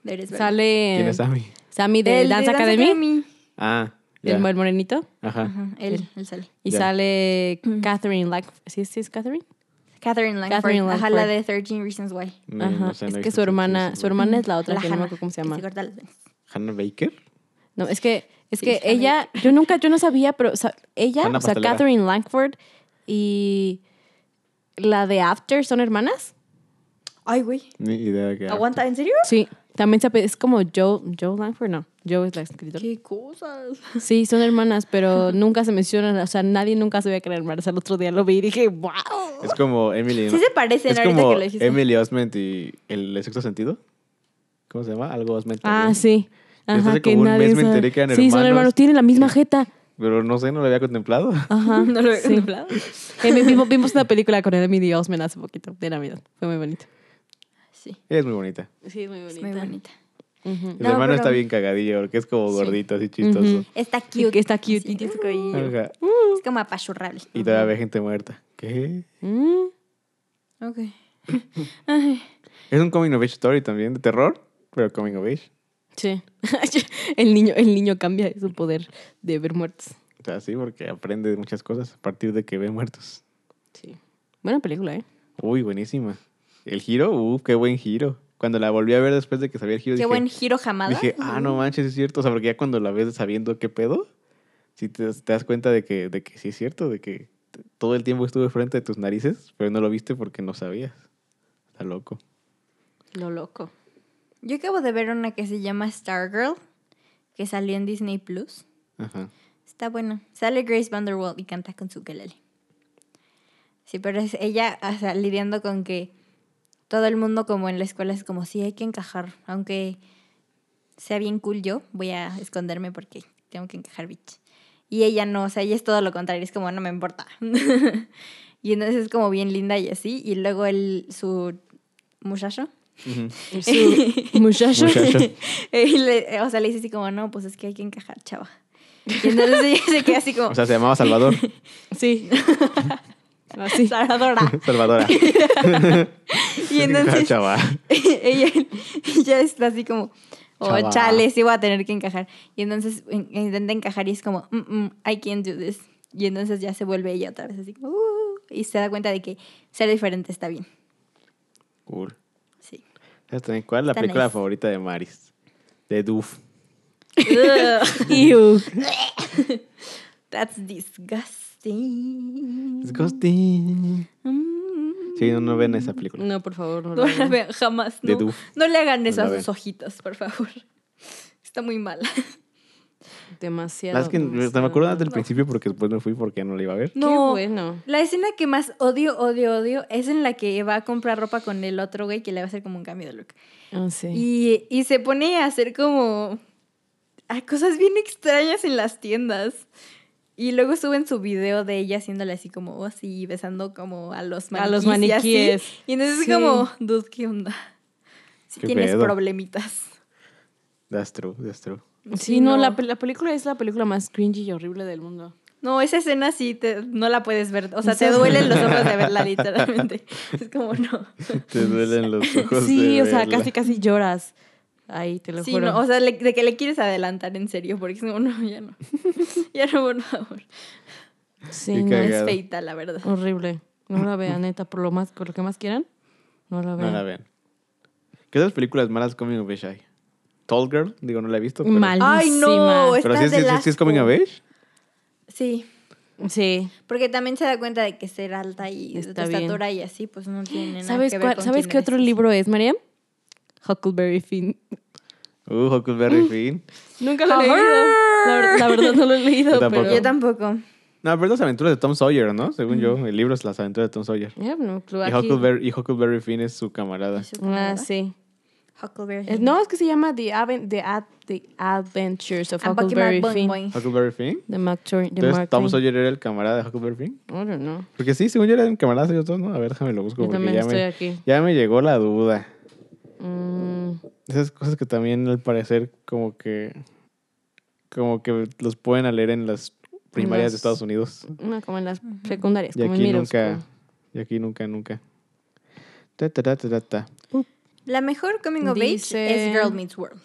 Speaker 1: Deberías verlo.
Speaker 2: Sale
Speaker 3: ¿Quién es Sammy?
Speaker 2: Sammy de
Speaker 1: El
Speaker 2: Dance Academy,
Speaker 3: Ah, ya.
Speaker 2: el, el morenito,
Speaker 3: Ajá.
Speaker 1: Él, él sale.
Speaker 2: y
Speaker 3: Ya.
Speaker 2: sale Catherine Langford. ¿Sí, sí es Catherine?
Speaker 1: Catherine Langford.
Speaker 2: Catherine
Speaker 1: Ajá, la
Speaker 2: Langford.
Speaker 1: de 13 Reasons Why.
Speaker 3: No,
Speaker 2: Ajá.
Speaker 3: no sé,
Speaker 2: es
Speaker 3: no he
Speaker 2: que
Speaker 3: visto
Speaker 2: su hermana,
Speaker 3: Simpsons,
Speaker 2: su
Speaker 3: ¿no?
Speaker 2: hermana es la otra,
Speaker 1: la
Speaker 2: que no me
Speaker 1: Hannah.
Speaker 2: acuerdo cómo se
Speaker 1: que
Speaker 2: llama.
Speaker 1: se corta las venas.
Speaker 3: Hannah Baker.
Speaker 2: No, es que, es
Speaker 1: Sí,
Speaker 2: que
Speaker 1: es Hannah
Speaker 2: ella, yo nunca, yo no sabía, pero o sea, ella,
Speaker 3: Hannah
Speaker 2: o sea,
Speaker 3: Pastelera.
Speaker 2: Catherine Langford y la de After son hermanas.
Speaker 1: Ay, güey.
Speaker 3: Ni idea que.
Speaker 1: Aguanta, ¿en serio?
Speaker 2: Sí, también se ape- es como Joe, Joe Langford, no, Joe es la escritora.
Speaker 1: Qué cosas.
Speaker 2: Sí, son hermanas, pero nunca se mencionan, o sea, nadie nunca sabía que eran hermanas. Al otro día lo vi y dije, wow.
Speaker 3: Es como Emily.
Speaker 1: Sí se parecen
Speaker 3: es
Speaker 1: ahorita
Speaker 3: como
Speaker 1: que lo dijiste.
Speaker 3: Emily Osment y el sexto sentido. ¿Cómo se llama? Algo Osment.
Speaker 2: Ah,
Speaker 3: también.
Speaker 2: sí.
Speaker 3: Desde
Speaker 2: Ajá,
Speaker 3: hace
Speaker 2: que
Speaker 3: como un
Speaker 2: nadie
Speaker 3: mes me
Speaker 2: sabe.
Speaker 3: enteré que eran
Speaker 2: Sí, son
Speaker 3: hermanos.
Speaker 2: hermanos, tienen la misma jeta.
Speaker 3: Pero no sé, no lo había contemplado.
Speaker 2: Ajá.
Speaker 1: No lo veo
Speaker 2: sí. Eh, vi- vimos, vimos una película con Emily Osment hace poquito, de Navidad. Fue muy bonito.
Speaker 1: Sí,
Speaker 3: Ella es muy bonita.
Speaker 2: Sí, es muy
Speaker 1: es
Speaker 2: bonita.
Speaker 1: muy bonita.
Speaker 2: Ujú.
Speaker 3: El
Speaker 1: No,
Speaker 3: hermano
Speaker 1: pero-
Speaker 3: está bien cagadillo porque es como
Speaker 1: Sí.
Speaker 3: gordito, así chistoso.
Speaker 2: Ujú.
Speaker 1: Está
Speaker 2: Sí,
Speaker 1: cute.
Speaker 2: que está cute.
Speaker 1: Sí, es como-
Speaker 3: Ajá.
Speaker 1: es como apachurrable.
Speaker 3: Y todavía ve gente muerta. ¿Qué?
Speaker 2: Mm.
Speaker 1: Ok.
Speaker 3: Es un coming of age story también, de terror, pero coming of age.
Speaker 2: Sí. el, niño, el niño cambia su poder de ver muertos.
Speaker 3: O sea, sí, porque aprende muchas cosas a partir de que ve muertos.
Speaker 2: Sí. Buena película, ¿eh?
Speaker 3: Uy, buenísima. El giro, uh, qué buen giro. Cuando la volví a ver después de que sabía el giro,
Speaker 1: Qué
Speaker 3: dije,
Speaker 1: buen giro jamada.
Speaker 3: dije, ah, no manches, es cierto. O sea, porque ya cuando la ves sabiendo qué pedo, sí te, das- te das cuenta de que, de que sí es cierto, de que t- todo el tiempo estuve frente de tus narices, pero no lo viste porque no sabías. Está loco.
Speaker 2: Lo loco.
Speaker 1: Yo acabo de ver una que se llama Stargirl, que salió en Disney Plus.
Speaker 3: Ajá.
Speaker 1: Está bueno. Sale Grace Vanderwall y canta con su ukelele. Sí, pero es ella o sea, lidiando con que todo el mundo como en la escuela es como, sí, hay que encajar. Aunque sea bien cool yo, voy a esconderme porque tengo que encajar, bitch. Y ella no, o sea, ella es todo lo contrario, es como, no me importa. y entonces es como bien linda y así. Y luego el, su muchacho,
Speaker 3: Ujú.
Speaker 2: Su muchacho.
Speaker 3: Muchacho.
Speaker 1: y le- o sea, le dice así como, no, pues es que hay que encajar, chava. Y entonces ella se queda así como,
Speaker 3: O sea, se llamaba Salvador.
Speaker 2: Sí. Así.
Speaker 1: Salvadora.
Speaker 3: Salvadora.
Speaker 1: Y entonces
Speaker 3: Chava.
Speaker 1: ella ya está así como, oh,
Speaker 3: Chava.
Speaker 1: chale, sí voy a tener que encajar. Y entonces en- intenta encajar y es como, "Mm, mm, I can't do this. Y entonces ya se vuelve ella otra vez así como, "Uh", y se da cuenta de que ser diferente está bien.
Speaker 3: Cool.
Speaker 1: Sí.
Speaker 3: ¿Sabes también cuál es la
Speaker 1: Está
Speaker 3: película
Speaker 1: nice.
Speaker 3: favorita de Maris? De Doof.
Speaker 2: Ew.
Speaker 1: That's disgusting.
Speaker 3: Disgusting.
Speaker 1: Mm.
Speaker 3: Sí, no, no ven esa película.
Speaker 2: No, por favor, no lo
Speaker 1: No la
Speaker 2: hagan.
Speaker 1: vean, jamás.
Speaker 3: De
Speaker 1: No,
Speaker 3: Doof.
Speaker 1: no le hagan eso
Speaker 3: No la
Speaker 1: a sus
Speaker 3: vean.
Speaker 1: ojitos, por favor. Está muy mala.
Speaker 2: Demasiado.
Speaker 3: La verdad es que
Speaker 2: demasiado.
Speaker 3: me acuerdo desde el
Speaker 1: No.
Speaker 3: principio porque después me fui porque ya no la iba a ver.
Speaker 2: Qué
Speaker 1: No.
Speaker 2: bueno.
Speaker 1: La escena que más odio, odio, odio es en la que va a comprar ropa con el otro güey que le va a hacer como un cambio de look.
Speaker 2: Ah, sí.
Speaker 1: Y, y se pone a hacer como a cosas bien extrañas en las tiendas. Y luego suben su video de ella haciéndole así como, oh, sí, besando como a los
Speaker 2: A
Speaker 1: maniquíes.
Speaker 2: los
Speaker 1: y así.
Speaker 2: maniquíes.
Speaker 1: Y, entonces
Speaker 2: Sí.
Speaker 1: es como, dude, ¿qué onda? Si
Speaker 3: Qué
Speaker 1: tienes
Speaker 3: pedo.
Speaker 1: problemitas.
Speaker 3: That's true, that's true.
Speaker 2: sí, no, La, pel- la película es la película más cringy y horrible del mundo.
Speaker 1: No, esa escena sí te- no la puedes ver. O sea,
Speaker 2: Sí.
Speaker 1: te duelen los ojos de verla, literalmente. Es como, no.
Speaker 3: Te duelen los ojos.
Speaker 2: Sí,
Speaker 3: de
Speaker 2: o sea,
Speaker 3: verla.
Speaker 2: casi, casi lloras. Ay, te lo
Speaker 1: Sí,
Speaker 2: juro.
Speaker 1: no, o sea, le- de que le quieres adelantar en serio, porque es como, no, ya no. ya no, por favor.
Speaker 2: sí,
Speaker 3: Qué
Speaker 2: no,
Speaker 3: cagado.
Speaker 2: es
Speaker 1: Es feita, la verdad.
Speaker 2: horrible. No la vean, neta, por lo más, por lo que más quieran. No la
Speaker 3: No
Speaker 2: vean.
Speaker 3: la vean. ¿Qué otras películas malas Coming of Age hay? Tall Girl, digo, no la he visto. Pero,
Speaker 2: Mal.
Speaker 1: Ay, no,
Speaker 2: Malísima.
Speaker 1: está
Speaker 3: Pero sí, es-
Speaker 1: del
Speaker 3: sí, sí, sí es Coming
Speaker 1: asco.
Speaker 3: of Age.
Speaker 1: Sí,
Speaker 2: Sí.
Speaker 1: porque también se da cuenta de que ser alta y de tu
Speaker 2: Está bien.
Speaker 1: estatura y así, pues no tiene nada
Speaker 2: ¿Sabes,
Speaker 1: que ver
Speaker 2: cuál-
Speaker 1: con
Speaker 2: ¿sabes
Speaker 1: quién
Speaker 2: qué otro
Speaker 1: eres.
Speaker 2: libro es, Mariam? Huckleberry Finn.
Speaker 3: Uh, Huckleberry Finn.
Speaker 2: Nunca lo he leído.
Speaker 1: Ajá.
Speaker 2: La, ver- la verdad no lo he leído,
Speaker 3: Yo tampoco.
Speaker 2: pero...
Speaker 1: Yo tampoco.
Speaker 3: No, pero es las aventuras de Tom Sawyer, ¿no? Según yo, el libro es las aventuras de Tom Sawyer.
Speaker 2: Ya, bueno, tú
Speaker 3: Y
Speaker 2: Mm. aquí-
Speaker 3: Huckleberry, y Huckleberry Finn es su camarada.
Speaker 1: Eso,
Speaker 2: Ah,
Speaker 1: ¿verdad?
Speaker 2: sí.
Speaker 1: Huckleberry.
Speaker 2: Es- no, es que se llama The, Aven- The, Ad- The Adventures of
Speaker 1: And Bucky Mark
Speaker 2: Huckleberry
Speaker 1: Boing
Speaker 2: Finn.
Speaker 1: Boing.
Speaker 3: Huckleberry Finn.
Speaker 2: De Mark Tor- de
Speaker 3: Entonces,
Speaker 2: Mark
Speaker 3: Tom
Speaker 2: Twain.
Speaker 3: Sawyer era el camarada de Huckleberry Finn.
Speaker 2: I don't know.
Speaker 3: Porque sí, según yo eran camaradas ellos dos, ¿no? A ver, déjame lo busco.
Speaker 2: Yo
Speaker 3: porque
Speaker 2: también
Speaker 3: ya
Speaker 2: estoy
Speaker 3: me,
Speaker 2: aquí.
Speaker 3: Ya me llegó la duda.
Speaker 2: Mm,
Speaker 3: Esas cosas que también al parecer como que... Como que los pueden a leer en las primarias de
Speaker 2: Las-
Speaker 3: Estados Unidos.
Speaker 2: no, como en las secundarias.
Speaker 3: Y
Speaker 2: como en
Speaker 3: aquí
Speaker 2: middle
Speaker 3: nunca...
Speaker 2: school.
Speaker 3: Y aquí nunca, nunca. Ta, ta, ta, ta, ta, ta.
Speaker 1: La mejor coming of
Speaker 2: Dice-
Speaker 1: age es Girl Meets World.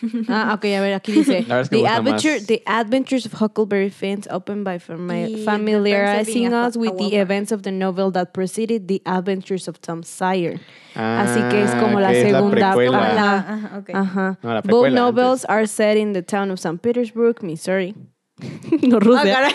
Speaker 2: Ah, ok, a ver, aquí dice.
Speaker 3: verdad es que me
Speaker 2: the,
Speaker 3: gusta
Speaker 2: adventure,
Speaker 3: más.
Speaker 2: the Adventures of Huckleberry Finn opened by fami-
Speaker 1: Y
Speaker 2: familiarizing
Speaker 1: entonces vino
Speaker 2: us with the
Speaker 1: Huckleberry.
Speaker 2: events of the novel that preceded The Adventures of Tom Sawyer. Así que es
Speaker 3: Ah,
Speaker 2: como la
Speaker 3: que es
Speaker 2: segunda
Speaker 3: precuela.
Speaker 2: parte.
Speaker 1: Ah, ajá, ok.
Speaker 2: Ajá.
Speaker 3: No, la
Speaker 2: Both
Speaker 3: precuela,
Speaker 2: novels are set in the town of St. Petersburg, Missouri. no, Rusia.
Speaker 1: Ah,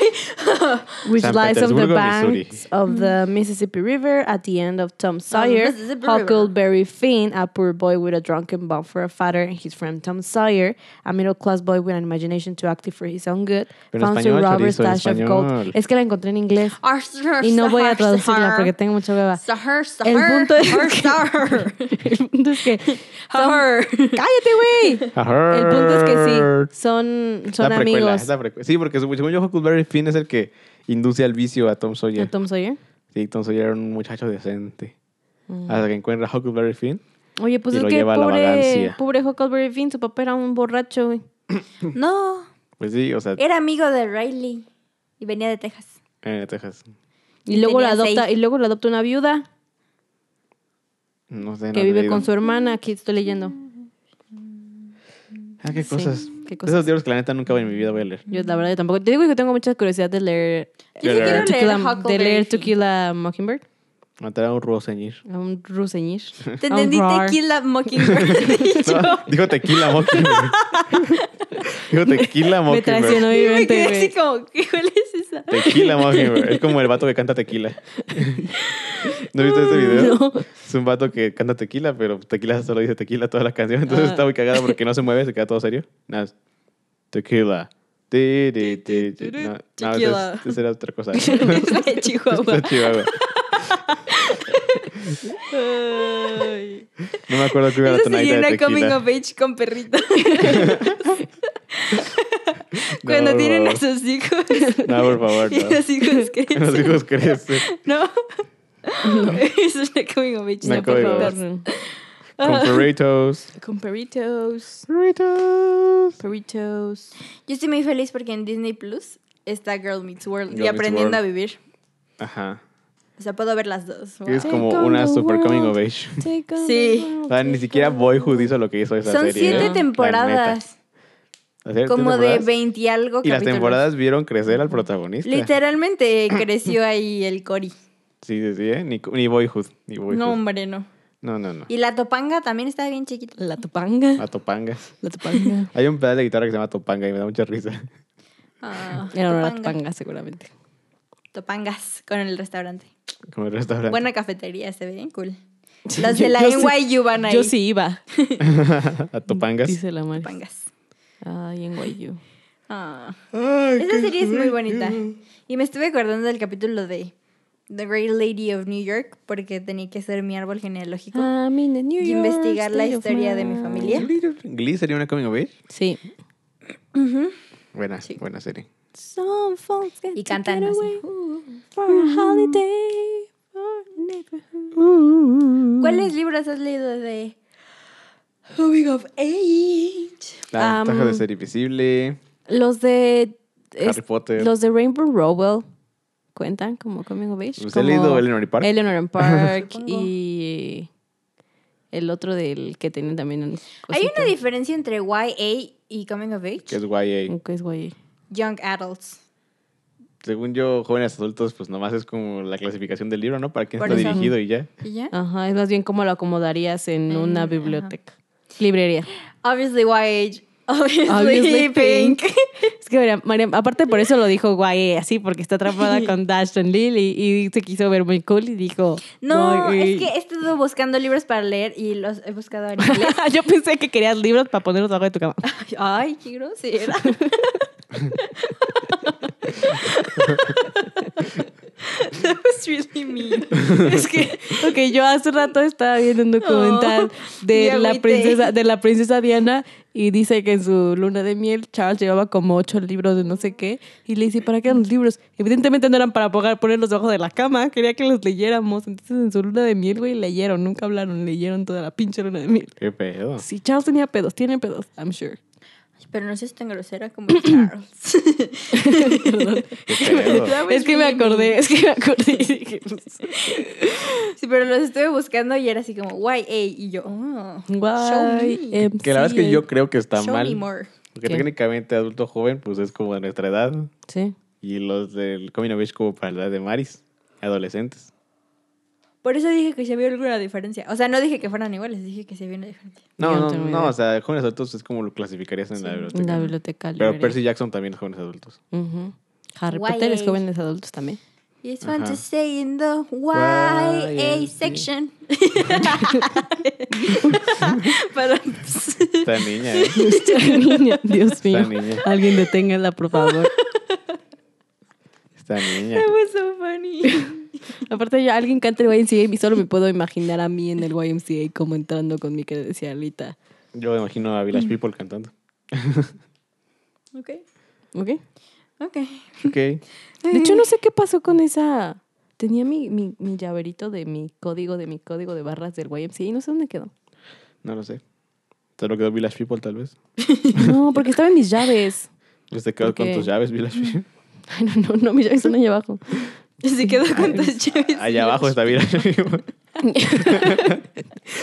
Speaker 1: caray.
Speaker 2: which
Speaker 3: San
Speaker 2: lies on the
Speaker 3: Petersburgo,
Speaker 2: banks
Speaker 3: Missouri.
Speaker 2: of the Mississippi River at the end of Tom Sawyer.
Speaker 1: Oh, Mississippi River.
Speaker 2: Huckleberry Finn, a poor boy with a drunken bum for a father, and his friend Tom Sawyer, a middle class boy with an imagination too active for his own good,
Speaker 3: Pero en
Speaker 2: found some
Speaker 3: español,
Speaker 2: rubber
Speaker 3: chorizo, en
Speaker 2: stash of gold.
Speaker 3: español.
Speaker 2: Es que la encontré en inglés
Speaker 1: Arthur,
Speaker 2: y no voy a
Speaker 1: Sahar,
Speaker 2: traducirla
Speaker 1: Sahar.
Speaker 2: porque tengo mucha hueva.
Speaker 1: Sahar,
Speaker 2: El
Speaker 1: Sahar,
Speaker 2: punto es
Speaker 1: Sahar,
Speaker 2: que-
Speaker 1: Sahar.
Speaker 2: El punto es que.
Speaker 1: Sahar.
Speaker 2: ¡Cállate, güey!
Speaker 3: Ajá.
Speaker 2: El punto es que sí, son,
Speaker 3: Es la
Speaker 2: son
Speaker 3: precuela,
Speaker 2: amigos.
Speaker 3: es la precuela. Sí, porque según yo Huckleberry Finn es el que induce al vicio a Tom Sawyer.
Speaker 2: ¿A Tom Sawyer?
Speaker 3: Sí, Tom Sawyer era un muchacho decente. hasta que encuentra a Huckleberry Finn.
Speaker 2: Oye, pues
Speaker 3: Y
Speaker 2: es
Speaker 3: lo
Speaker 2: que
Speaker 3: lleva a la
Speaker 2: pobre,
Speaker 3: vagancia.
Speaker 2: pobre Huckleberry Finn, su papá era un borracho, güey.
Speaker 1: No,
Speaker 3: Pues sí, o sea,
Speaker 2: Eh.
Speaker 1: era amigo de Riley y venía de Texas.
Speaker 3: en Texas.
Speaker 2: Y
Speaker 1: Y
Speaker 2: luego la
Speaker 1: tenía
Speaker 2: adopta,
Speaker 1: seis.
Speaker 2: y luego la adopta una viuda
Speaker 3: No sé. no
Speaker 2: que
Speaker 3: he
Speaker 2: vive
Speaker 3: leído.
Speaker 2: con su hermana, aquí estoy leyendo.
Speaker 3: Ah, qué
Speaker 2: Sí,
Speaker 3: cosas.
Speaker 2: qué
Speaker 3: De
Speaker 2: cosas.
Speaker 3: Esos libros que la neta nunca en mi vida voy a leer.
Speaker 2: Yo la verdad yo tampoco. Te digo que tengo mucha curiosidad de leer
Speaker 1: Yo
Speaker 3: sí
Speaker 1: leer
Speaker 3: quiero
Speaker 2: eh, To Kill a- de
Speaker 1: Huckleberry
Speaker 2: leer To
Speaker 1: Finn.
Speaker 2: Kill a Mockingbird,
Speaker 3: Matar a un rudo ceñir.
Speaker 2: a un ruseñir.
Speaker 1: ¿Te entendí Tequila Mockingbird?
Speaker 3: No, dijo tequila Mockingbird. dijo tequila
Speaker 2: Me
Speaker 3: Mockingbird.
Speaker 2: traicionó
Speaker 1: Y me
Speaker 2: vivente,
Speaker 1: quedé así
Speaker 2: güey.
Speaker 1: como, ¿qué cuál es esa?
Speaker 3: Tequila Mockingbird. Es como el vato que canta tequila. ¿No viste este video?
Speaker 2: No.
Speaker 3: Es un vato que canta tequila, pero tequila solo dice tequila toda la canción. Entonces
Speaker 2: Ah.
Speaker 3: está muy cagada porque no se mueve, se queda todo serio. Nada. es Tequila. Ti, ti, ti, ti. No, no,
Speaker 1: Tequila.
Speaker 3: esa era otra cosa.
Speaker 1: Es de Chihuahua.
Speaker 3: Está Chihuahua.
Speaker 1: Ay.
Speaker 3: No me acuerdo que iba la
Speaker 1: Eso sería
Speaker 3: tonadita de
Speaker 1: una coming
Speaker 3: tequila.
Speaker 1: of age con perritos. Cuando
Speaker 3: No,
Speaker 1: tienen a
Speaker 3: por favor.
Speaker 1: sus hijos.
Speaker 3: No, por favor,
Speaker 1: Y
Speaker 3: no.
Speaker 1: los hijos
Speaker 3: Los
Speaker 1: crecen.
Speaker 3: hijos crecen.
Speaker 1: No. Eso es una coming of age.
Speaker 3: Una
Speaker 1: No, por
Speaker 3: coming of
Speaker 1: favor.
Speaker 3: age. Con burritos.
Speaker 2: Con perritos.
Speaker 3: Burritos.
Speaker 2: Perritos.
Speaker 1: Yo estoy muy feliz porque en Disney Plus está Girl Meets World
Speaker 3: Girl
Speaker 1: y
Speaker 3: Meets
Speaker 1: aprendiendo
Speaker 3: World.
Speaker 1: a vivir.
Speaker 3: Ajá.
Speaker 1: O sea, puedo ver las dos.
Speaker 3: Que Es
Speaker 2: Wow.
Speaker 3: como
Speaker 2: Take on
Speaker 3: una
Speaker 2: the
Speaker 3: super coming
Speaker 2: world.
Speaker 3: of age.
Speaker 1: Sí.
Speaker 3: O sea, Ah, ni siquiera Boyhood hizo lo que hizo esa
Speaker 1: Son
Speaker 3: serie.
Speaker 1: siete
Speaker 3: ¿no? La neta.
Speaker 1: temporadas,
Speaker 3: Las siete
Speaker 1: como de
Speaker 3: temporadas.
Speaker 1: 20 y algo.
Speaker 3: Y las
Speaker 1: capítulos.
Speaker 3: temporadas vieron crecer al protagonista.
Speaker 1: Literalmente creció ahí el Cory.
Speaker 3: Sí, sí, sí. ¿eh? Ni, ni Boyhood. Ni Boyhood.
Speaker 1: No,
Speaker 3: No,
Speaker 1: hombre, no.
Speaker 3: no, no.
Speaker 1: Y la Topanga también estaba bien chiquita.
Speaker 2: La topanga.
Speaker 3: A Topanga.
Speaker 2: La topanga.
Speaker 3: Hay un pedal de guitarra que se llama Topanga y me da mucha risa.
Speaker 1: Ah,
Speaker 2: Era una
Speaker 1: Topanga.
Speaker 2: topanga, seguramente.
Speaker 1: Topangas con el restaurante.
Speaker 3: Como el restaurante.
Speaker 1: Buena cafetería, se ve bien cool.
Speaker 2: Sí,
Speaker 1: Los
Speaker 2: yo-
Speaker 1: de la
Speaker 2: yo sí-
Speaker 1: NYU van ahí.
Speaker 2: Yo sí iba.
Speaker 3: a Topangas.
Speaker 2: Dice la madre.
Speaker 1: Topangas.
Speaker 2: Ay, en Guayú.
Speaker 1: Ah.
Speaker 3: Ay,
Speaker 1: Esa
Speaker 3: qué
Speaker 1: serie es muy
Speaker 3: rico.
Speaker 1: bonita. Y me estuve acordando del capítulo de The Great Lady of New York porque tenía que hacer mi árbol genealógico.
Speaker 2: I'm in the New
Speaker 1: Y
Speaker 2: York
Speaker 1: investigar la
Speaker 2: state of
Speaker 1: historia de mi
Speaker 2: mind.
Speaker 1: familia.
Speaker 3: Glee sería una coming of age.
Speaker 2: Sí.
Speaker 1: Ujú.
Speaker 3: Buena,
Speaker 1: Sí.
Speaker 3: buena serie.
Speaker 2: Some folks get
Speaker 1: Y
Speaker 2: to
Speaker 1: cantan
Speaker 2: get
Speaker 1: así. Mm-hmm.
Speaker 2: away For a holiday. for a neighborhood.
Speaker 1: ¿Cuáles libros has leído de Coming of Age?
Speaker 3: La
Speaker 2: Um,
Speaker 3: ventaja de ser invisible.
Speaker 2: Los de.
Speaker 3: Harry
Speaker 2: es-
Speaker 3: Potter.
Speaker 2: Los de Rainbow Rowell cuentan como Coming of Age.
Speaker 3: ¿Usted Pues ha leído
Speaker 2: como
Speaker 3: Eleanor y Park?
Speaker 2: Eleanor and Park
Speaker 1: Supongo.
Speaker 2: y. El otro del que tienen también. un
Speaker 1: Hay
Speaker 2: cosito,
Speaker 1: una diferencia entre YA y Coming of Age.
Speaker 3: que es YA.
Speaker 2: que es guay.
Speaker 1: Young Adults.
Speaker 3: Según yo, jóvenes adultos, pues nomás es como la clasificación del libro, ¿no? Para quién
Speaker 1: Por
Speaker 3: está
Speaker 1: eso.
Speaker 3: dirigido y ya.
Speaker 1: ¿Y ya?
Speaker 2: Ajá, es más bien como lo acomodarías en
Speaker 1: En-
Speaker 2: una
Speaker 1: ajá.
Speaker 2: biblioteca. Librería.
Speaker 1: Obviously YA. Obviously,
Speaker 2: Obviously
Speaker 1: Pink.
Speaker 2: Pink. Es que María, María- aparte por eso lo dijo guay así, porque está atrapada con Dashton Lily y se quiso ver muy cool y dijo.
Speaker 1: No,
Speaker 2: "Guay".
Speaker 1: es que he estado buscando libros para leer y los he buscado en inglés.
Speaker 2: Yo pensé que querías libros para ponerlos abajo de tu cama.
Speaker 1: Ay, qué grosera. That was really mean. Es que
Speaker 2: Ok, yo hace rato estaba viendo un documental
Speaker 1: Oh,
Speaker 2: de
Speaker 1: me
Speaker 2: la
Speaker 1: agüité.
Speaker 2: princesa de la princesa Diana y dice que en su luna de miel Charles llevaba como ocho libros de no sé qué y le dice para qué eran los libros evidentemente no eran para pogar- ponerlos debajo de la cama quería que los leyéramos entonces en su luna de miel güey leyeron nunca hablaron leyeron toda la pinche luna de miel
Speaker 3: ¿Qué
Speaker 1: Oh.
Speaker 3: pedo?
Speaker 2: sí Charles tenía pedos tiene pedos I'm sure
Speaker 1: Pero no seas tan grosera como Charles.
Speaker 3: ¿Qué pedo?
Speaker 1: That was
Speaker 2: es que me
Speaker 1: really
Speaker 2: acordé es que me acordé y dije, pues,
Speaker 1: mean. Sí, pero los estuve buscando y era así como YA y yo, oh, me.
Speaker 2: YMCA.
Speaker 3: que la verdad es que yo creo que está
Speaker 1: show me
Speaker 3: mal.
Speaker 1: more.
Speaker 3: Porque
Speaker 2: ¿Qué?
Speaker 3: técnicamente adulto joven, pues es como de nuestra edad.
Speaker 2: sí
Speaker 3: Y los del Coming of Age como para la edad de Maris. Adolescentes.
Speaker 1: Por eso dije que se vio alguna diferencia. O sea, no dije que fueran iguales, dije que se vio una diferencia.
Speaker 3: No,
Speaker 2: Yo
Speaker 3: no,
Speaker 2: tengo
Speaker 3: no,
Speaker 2: idea.
Speaker 3: o sea, jóvenes adultos es como lo clasificarías en la biblioteca.
Speaker 2: la biblioteca
Speaker 3: Pero
Speaker 2: librería.
Speaker 3: Percy Jackson también es jóvenes adultos.
Speaker 2: Ujú. Harry Potter es
Speaker 1: YA.
Speaker 2: jóvenes adultos también.
Speaker 1: It's
Speaker 3: Ajá.
Speaker 1: fun to say in the
Speaker 3: YA,
Speaker 1: YA
Speaker 3: sí.
Speaker 1: section. Para
Speaker 3: Esta niña, ¿eh?
Speaker 2: Esta niña, Dios mío.
Speaker 3: Esta niña.
Speaker 2: Alguien deténgala, por favor.
Speaker 3: Esta niña.
Speaker 1: That was pues, so funny.
Speaker 2: Aparte, ya alguien canta el YMCA y solo me puedo imaginar a mí en el YMCA como entrando con mi credencialita.
Speaker 3: Yo me imagino a Village People cantando.
Speaker 1: Ok,
Speaker 2: ¿Ok?
Speaker 1: ok.
Speaker 3: Ok.
Speaker 2: De hecho, no sé qué pasó con esa Tenía mi, mi, mi llaverito de mi código, de mi código de barras del YMCA y no sé dónde quedó.
Speaker 3: No lo sé. ¿Te lo quedó Village People, tal vez?
Speaker 2: No, porque estaba en mis llaves.
Speaker 3: ¿Pues te quedas con
Speaker 2: Porque-
Speaker 3: tus llaves, Village People?
Speaker 2: Ay, no, no, no, mis llaves están allá abajo.
Speaker 1: Se quedó con tus chaves.
Speaker 3: Allá abajo está Village People.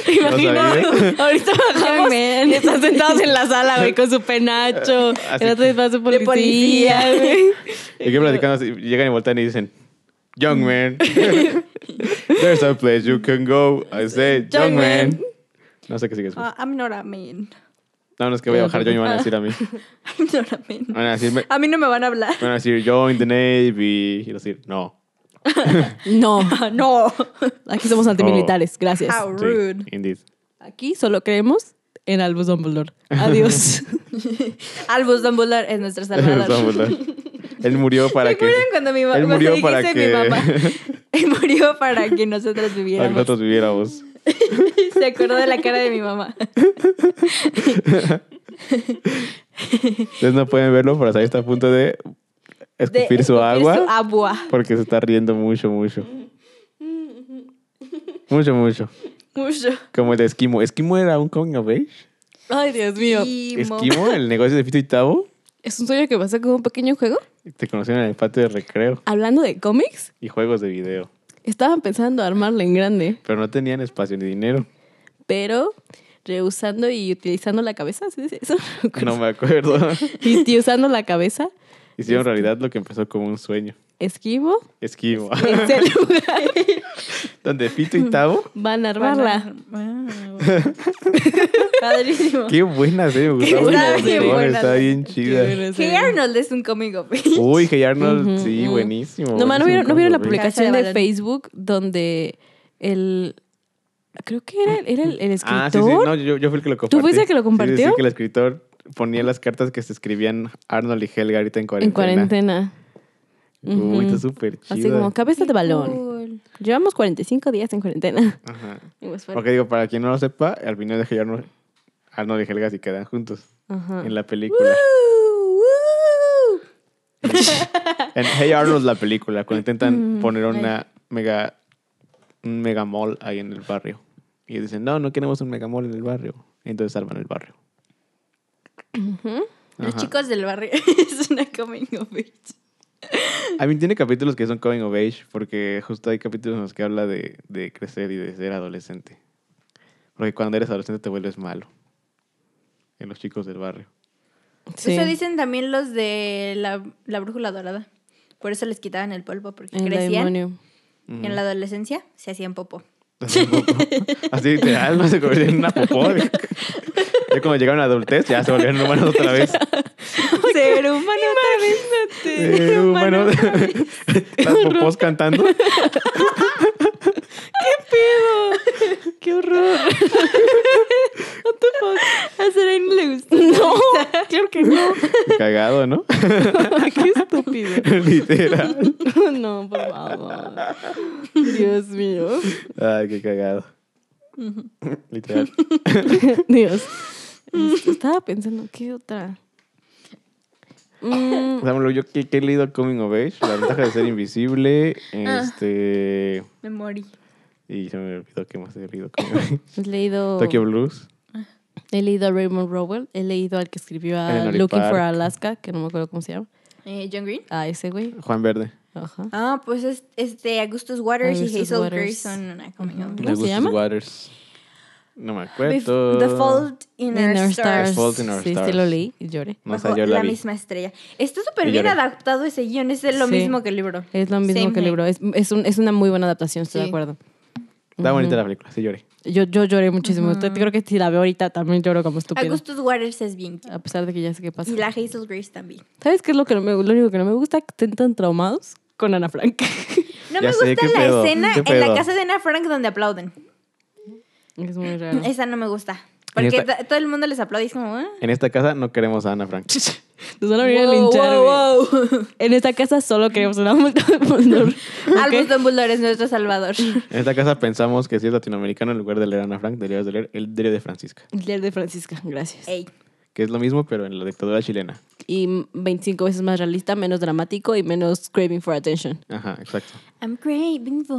Speaker 2: Te imagino,
Speaker 3: sabía.
Speaker 2: ahorita bajamos
Speaker 1: Ay, man.
Speaker 2: y están sentados en la sala, güey, con su penacho.
Speaker 3: Así.
Speaker 2: El otro día pasó
Speaker 1: De
Speaker 2: policía,
Speaker 1: policía,
Speaker 2: güey.
Speaker 3: Y que platicando así, llegan y voltean y dicen, Young man, there's a place you can go. I said, young,
Speaker 2: Young
Speaker 3: man.
Speaker 2: man.
Speaker 3: No sé qué sigue después.
Speaker 1: Ah, I'm not a man.
Speaker 3: No, no es que voy a bajar yo y me van a decir a mí.
Speaker 1: I'm not a man.
Speaker 3: Van a decirme,
Speaker 1: A mí no me van a hablar.
Speaker 3: van a decir, join the Navy. Y yo decir, no.
Speaker 2: No,
Speaker 1: Ah, No.
Speaker 2: aquí somos antimilitares, gracias.
Speaker 1: How
Speaker 3: Sí,
Speaker 1: rude.
Speaker 3: indeed.
Speaker 2: Aquí solo creemos en Albus Dumbledore. Adiós.
Speaker 1: Albus Dumbledore es nuestro salvador.
Speaker 3: Vamos a hablar. Él murió para
Speaker 1: ¿Se
Speaker 3: que...
Speaker 1: acuerdan cuando mi mamá
Speaker 3: Él murió para
Speaker 1: dijiste
Speaker 3: que-
Speaker 1: mi mamá? Él murió para que nosotros
Speaker 3: Para que
Speaker 1: viviéramos.
Speaker 3: nosotros viviéramos.
Speaker 1: Se acordó de la cara de mi mamá.
Speaker 3: Ustedes no pueden verlo, pero ahí está a punto
Speaker 1: De
Speaker 3: de escupir su
Speaker 1: Su
Speaker 3: agua.
Speaker 1: agua.
Speaker 3: Porque se está riendo mucho, mucho. Mucho, mucho.
Speaker 1: Mucho.
Speaker 3: Como el de Esquimo. ¿Esquimo era un coming of age?
Speaker 2: Ay, Dios mío.
Speaker 1: Esquimo.
Speaker 3: Esquimo, el negocio de Fito y Tavo.
Speaker 2: ¿Es un sueño que pasa con un pequeño juego?
Speaker 3: Te conocieron en el patio de recreo
Speaker 2: Hablando de cómics,
Speaker 3: y juegos de video.
Speaker 2: estaban pensando armarla en grande,
Speaker 3: Pero no tenían espacio ni dinero.
Speaker 2: pero rehusando y utilizando la cabeza, ¿sí dice eso?
Speaker 3: No me acuerdo.
Speaker 2: Y usando la cabeza,
Speaker 3: Hicieron realidad lo que empezó como un sueño.
Speaker 2: esquivo,
Speaker 3: Esquimo.
Speaker 2: ese lugar,
Speaker 3: Donde Fito y Tavo.
Speaker 2: van
Speaker 1: Ah,
Speaker 2: a armarla.
Speaker 1: Padrísimo.
Speaker 3: Qué buena serie, me
Speaker 1: Está
Speaker 3: gustaba un
Speaker 1: bien
Speaker 3: montón,
Speaker 1: buena.
Speaker 3: Está bien
Speaker 2: Qué
Speaker 3: chida.
Speaker 2: buena
Speaker 1: Hey
Speaker 2: serie.
Speaker 1: Arnold es un cómic of age.
Speaker 3: Uy, que Arnold,
Speaker 2: Ujú,
Speaker 3: sí,
Speaker 2: ujú.
Speaker 3: buenísimo.
Speaker 2: No, ma, ¿no
Speaker 3: buenísimo
Speaker 2: vieron, no vieron la
Speaker 3: combo, güey.
Speaker 2: publicación
Speaker 1: Cacha de
Speaker 2: de
Speaker 1: balón.
Speaker 2: Facebook donde el... Creo que era, era el, el escritor.
Speaker 3: Ah, sí, sí. No, yo, yo fui el que lo compartí.
Speaker 2: fuiste el que lo
Speaker 3: Sí, Sí, sí,
Speaker 2: compartió?
Speaker 3: que el escritor ponía las cartas que se escribían Arnold y Helga ahorita en
Speaker 2: En
Speaker 3: cuarentena.
Speaker 2: cuarentena.
Speaker 3: Uy, está
Speaker 2: Ujú.
Speaker 3: súper chido.
Speaker 2: Así como cabeza de balón.
Speaker 1: Cool.
Speaker 2: Llevamos 45 días en cuarentena.
Speaker 3: Ajá.
Speaker 2: Y pues fue-
Speaker 3: Porque digo, para quien no lo sepa, al final de Helga, Arnold, Arnold y Helga sí quedan juntos
Speaker 2: Ajá.
Speaker 3: en la película. En Hey Arnold la película, cuando intentan poner una mega un megamall ahí en el barrio. Y ellos dicen, no, no queremos un megamall en el barrio. Entonces salvan el barrio.
Speaker 1: Los
Speaker 3: Ajá.
Speaker 1: chicos del barrio es una coming of age.
Speaker 3: A mí tiene capítulos que son coming of age, porque justo hay capítulos en los que habla de, de crecer y de ser adolescente. Porque cuando eres adolescente te vuelves malo. En los chicos del barrio.
Speaker 2: Sí.
Speaker 1: Eso dicen también los de la, la brújula dorada. Por eso les quitaban el polvo, porque
Speaker 2: El
Speaker 1: crecían
Speaker 2: demonio.
Speaker 1: y
Speaker 3: Mm.
Speaker 1: en la adolescencia se hacían popo.
Speaker 3: Así, popo. Así literal, no se convirtió en una popó. Ya cuando llegaron a la adultez, ya se volvieron humanos otra vez.
Speaker 1: Ser humano
Speaker 3: Eh, bueno, las popós cantando.
Speaker 2: ¡Qué horror!
Speaker 1: A Serena le gusta.
Speaker 2: ¡No! ¡Claro que no!
Speaker 3: Cagado, ¿no?
Speaker 2: ¡Qué estúpido!
Speaker 3: Literal.
Speaker 2: No, por favor. Dios mío.
Speaker 3: Ay, qué cagado. Literal.
Speaker 2: Dios.
Speaker 3: Mm.
Speaker 2: Este, Estaba pensando, ¿qué otra? Mm,
Speaker 3: Samuel, yo que, que he leído Coming of Age, La ventaja de ser invisible,
Speaker 2: Ah.
Speaker 3: este...
Speaker 1: Me morí.
Speaker 3: Y se me olvidó que más he leído. Coming of Age.
Speaker 2: he leído.
Speaker 3: Tokyo Blues.
Speaker 2: He leído a Raymond Rowell. He leído al que escribió a
Speaker 3: Eleanor y
Speaker 2: Looking for
Speaker 3: Park.
Speaker 2: Alaska, que no me acuerdo cómo se llama.
Speaker 1: Eh, John Green.
Speaker 2: A ese güey.
Speaker 3: Juan Verde.
Speaker 2: Ajá.
Speaker 1: Ah, pues es- este Augustus Waters y
Speaker 2: Augustus
Speaker 1: Hazel
Speaker 2: Waters.
Speaker 1: Grace son una coming of
Speaker 2: Ujú.
Speaker 1: age.
Speaker 2: ¿Cómo se llama?
Speaker 3: Waters. No me acuerdo.
Speaker 1: Bef- The Fault in Our,
Speaker 2: Inner
Speaker 1: Stars.
Speaker 2: Stars.
Speaker 3: Fault in Our
Speaker 2: sí,
Speaker 3: Stars.
Speaker 2: sí lo leí y lloré.
Speaker 3: No sé,
Speaker 1: Bajo
Speaker 3: yo
Speaker 1: la,
Speaker 3: la vi.
Speaker 1: misma estrella. Está súper
Speaker 3: Y
Speaker 1: bien
Speaker 3: lloré.
Speaker 1: adaptado ese guión. Es de lo
Speaker 2: Sí.
Speaker 1: mismo que el libro.
Speaker 2: Es lo mismo
Speaker 1: Same
Speaker 2: que el
Speaker 1: here.
Speaker 2: libro. Es, es, un- es una muy buena adaptación, estoy
Speaker 1: Sí.
Speaker 2: de acuerdo.
Speaker 3: Está bonita
Speaker 2: Ujú.
Speaker 3: la película, sí lloré.
Speaker 2: Yo, yo lloré muchísimo. Te- Creo que si la veo ahorita también lloro como estúpida.
Speaker 1: Augustus Waters es bien. cute.
Speaker 2: A pesar de que ya sé qué pasa.
Speaker 1: Y la Hazel Grace también.
Speaker 2: ¿Sabes qué es lo, que no me, lo único que no me gusta? Que estén tan traumados con Ana Frank.
Speaker 1: No
Speaker 3: Ya
Speaker 1: me
Speaker 3: sé,
Speaker 1: gusta
Speaker 3: ¿qué
Speaker 1: la
Speaker 3: pedo?
Speaker 1: escena
Speaker 3: ¿Qué
Speaker 1: en la
Speaker 3: pedo?
Speaker 1: casa de Ana Frank donde aplauden.
Speaker 2: es muy raro.
Speaker 1: Esa no me gusta. Porque
Speaker 3: esta-
Speaker 1: ta- todo el mundo les aplaude y es como... ¿eh?
Speaker 3: En esta casa no queremos a Ana Frank.
Speaker 2: Nos van a venir a
Speaker 1: Wow,
Speaker 2: linchar. güey.
Speaker 1: wow, wow.
Speaker 2: En esta casa solo queremos una multa de Dumbledore, ¿ok?
Speaker 1: Albus Dumbledore es nuestro salvador.
Speaker 3: En esta casa pensamos que si es latinoamericano, en lugar de leer a Ana Frank, deberías de leer El diario de Francisca.
Speaker 2: Leer de Francisca, gracias.
Speaker 1: Ey.
Speaker 3: Que es lo mismo, pero en la dictadura chilena.
Speaker 2: Y 25 veces más realista, menos dramático y menos craving for attention.
Speaker 3: Ajá, exacto.
Speaker 1: I'm craving for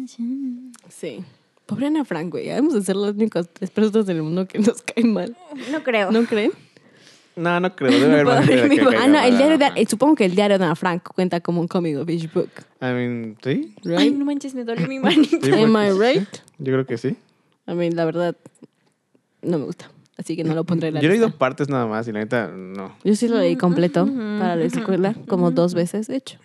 Speaker 1: attention.
Speaker 2: Sí. Pobre Ana Frank, güey. Vamos a ser las únicas tres personas del mundo que nos caen mal.
Speaker 1: No creo.
Speaker 2: ¿No creen?
Speaker 3: No, no creo. Debe haber
Speaker 2: Puedo
Speaker 3: más
Speaker 2: abrir
Speaker 3: gente
Speaker 2: mi
Speaker 3: que
Speaker 2: boca.
Speaker 3: caiga
Speaker 2: Ah, no, el
Speaker 3: mal,
Speaker 2: diario de,
Speaker 3: ajá.
Speaker 2: eh, supongo que el diario de Ana Frank cuenta como un comic book book,
Speaker 3: I mean, sí.
Speaker 2: right?
Speaker 1: Ay, no manches, me dolió mi manita.
Speaker 3: Sí,
Speaker 2: Am I
Speaker 3: porque-
Speaker 2: right?
Speaker 3: Yo creo que sí.
Speaker 2: I mean, la verdad, no me gusta. Así que no lo pondré en
Speaker 3: Yo
Speaker 2: la
Speaker 3: he leído
Speaker 2: lista.
Speaker 3: partes nada más y la neta, no.
Speaker 2: Yo sí lo leí completo
Speaker 1: Mm, Ujú,
Speaker 2: para la
Speaker 1: ujú,
Speaker 2: escuela, como dos veces, de hecho.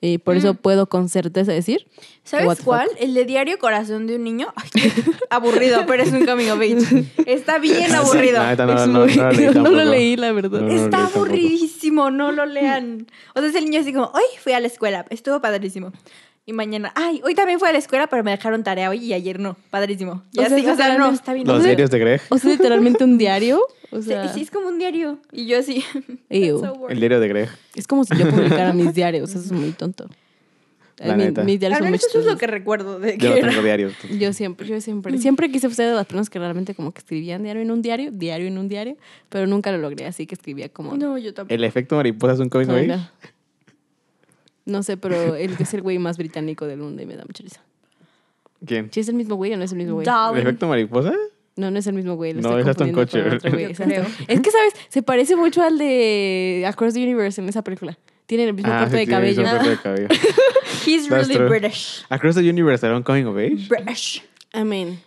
Speaker 2: Y por eso
Speaker 1: Mm.
Speaker 2: puedo con certeza decir What
Speaker 1: ¿Sabes
Speaker 2: the
Speaker 1: cuál? El de Diario Corazón de un Niño. Ay, aburrido, pero es un coming of age. Está bien aburrido.
Speaker 3: La neta, no,
Speaker 2: Es
Speaker 3: no,
Speaker 2: muy-
Speaker 3: no lo leí tampoco.
Speaker 2: lo leí, la verdad.
Speaker 3: No.
Speaker 1: Está
Speaker 3: leí tampoco.
Speaker 1: aburridísimo, no lo lean. O sea, es el niño así como, hoy fui a la escuela, estuvo padrísimo. Y mañana, ay, hoy también fui a la escuela, pero me dejaron tarea hoy y ayer no, padrísimo. Y
Speaker 2: O sea,
Speaker 1: así, o sea, no,
Speaker 2: literalmente-
Speaker 1: está bien.
Speaker 3: Los
Speaker 1: O sea,
Speaker 3: diarios de Greg.
Speaker 2: O sea, literalmente un diario. O
Speaker 1: sí,
Speaker 2: sea,
Speaker 1: sí, es como un diario. Y yo así.
Speaker 2: Ew.
Speaker 1: that's so boring.
Speaker 3: El diario de Greg.
Speaker 2: es como si yo publicara mis diarios. Eso es muy tonto.
Speaker 3: La
Speaker 2: Ay, mi-
Speaker 3: neta.
Speaker 2: mis diarios
Speaker 1: Al
Speaker 2: son muy
Speaker 1: menos eso es lo
Speaker 2: chistosos.
Speaker 1: que recuerdo de
Speaker 3: Yo
Speaker 1: que Mm.
Speaker 3: no
Speaker 1: era.
Speaker 3: tengo diarios.
Speaker 2: Yo siempre, yo siempre, siempre quise ser de las personas que realmente como que escribían diario en un diario, diario en un diario, pero nunca lo logré, así que escribía como...
Speaker 1: No, yo tampoco.
Speaker 3: El efecto mariposa es un cómic, güey.
Speaker 2: Kinda. No sé, pero él es el güey más británico del mundo y me da mucha risa.
Speaker 3: ¿Quién?
Speaker 2: ¿Sí es el mismo güey o no es el mismo güey?
Speaker 1: Darling.
Speaker 3: ¿El efecto mariposa?
Speaker 2: No, no es el mismo güey. lo
Speaker 3: No,
Speaker 2: estoy
Speaker 3: es Ashton
Speaker 2: confundiendo con
Speaker 3: Kutcher.
Speaker 2: otro güey,
Speaker 1: Yo
Speaker 2: es Ashton-
Speaker 1: creo.
Speaker 2: Es que, ¿sabes? Se parece mucho al de Across the Universe en esa película. Tienen el mismo corte de
Speaker 3: Ah, tiene el mismo
Speaker 2: cabello.
Speaker 3: corte de cabello.
Speaker 1: He's
Speaker 3: That's
Speaker 1: really
Speaker 3: true.
Speaker 1: British.
Speaker 3: Across the Universe era un coming of age.
Speaker 1: British.
Speaker 2: Amén.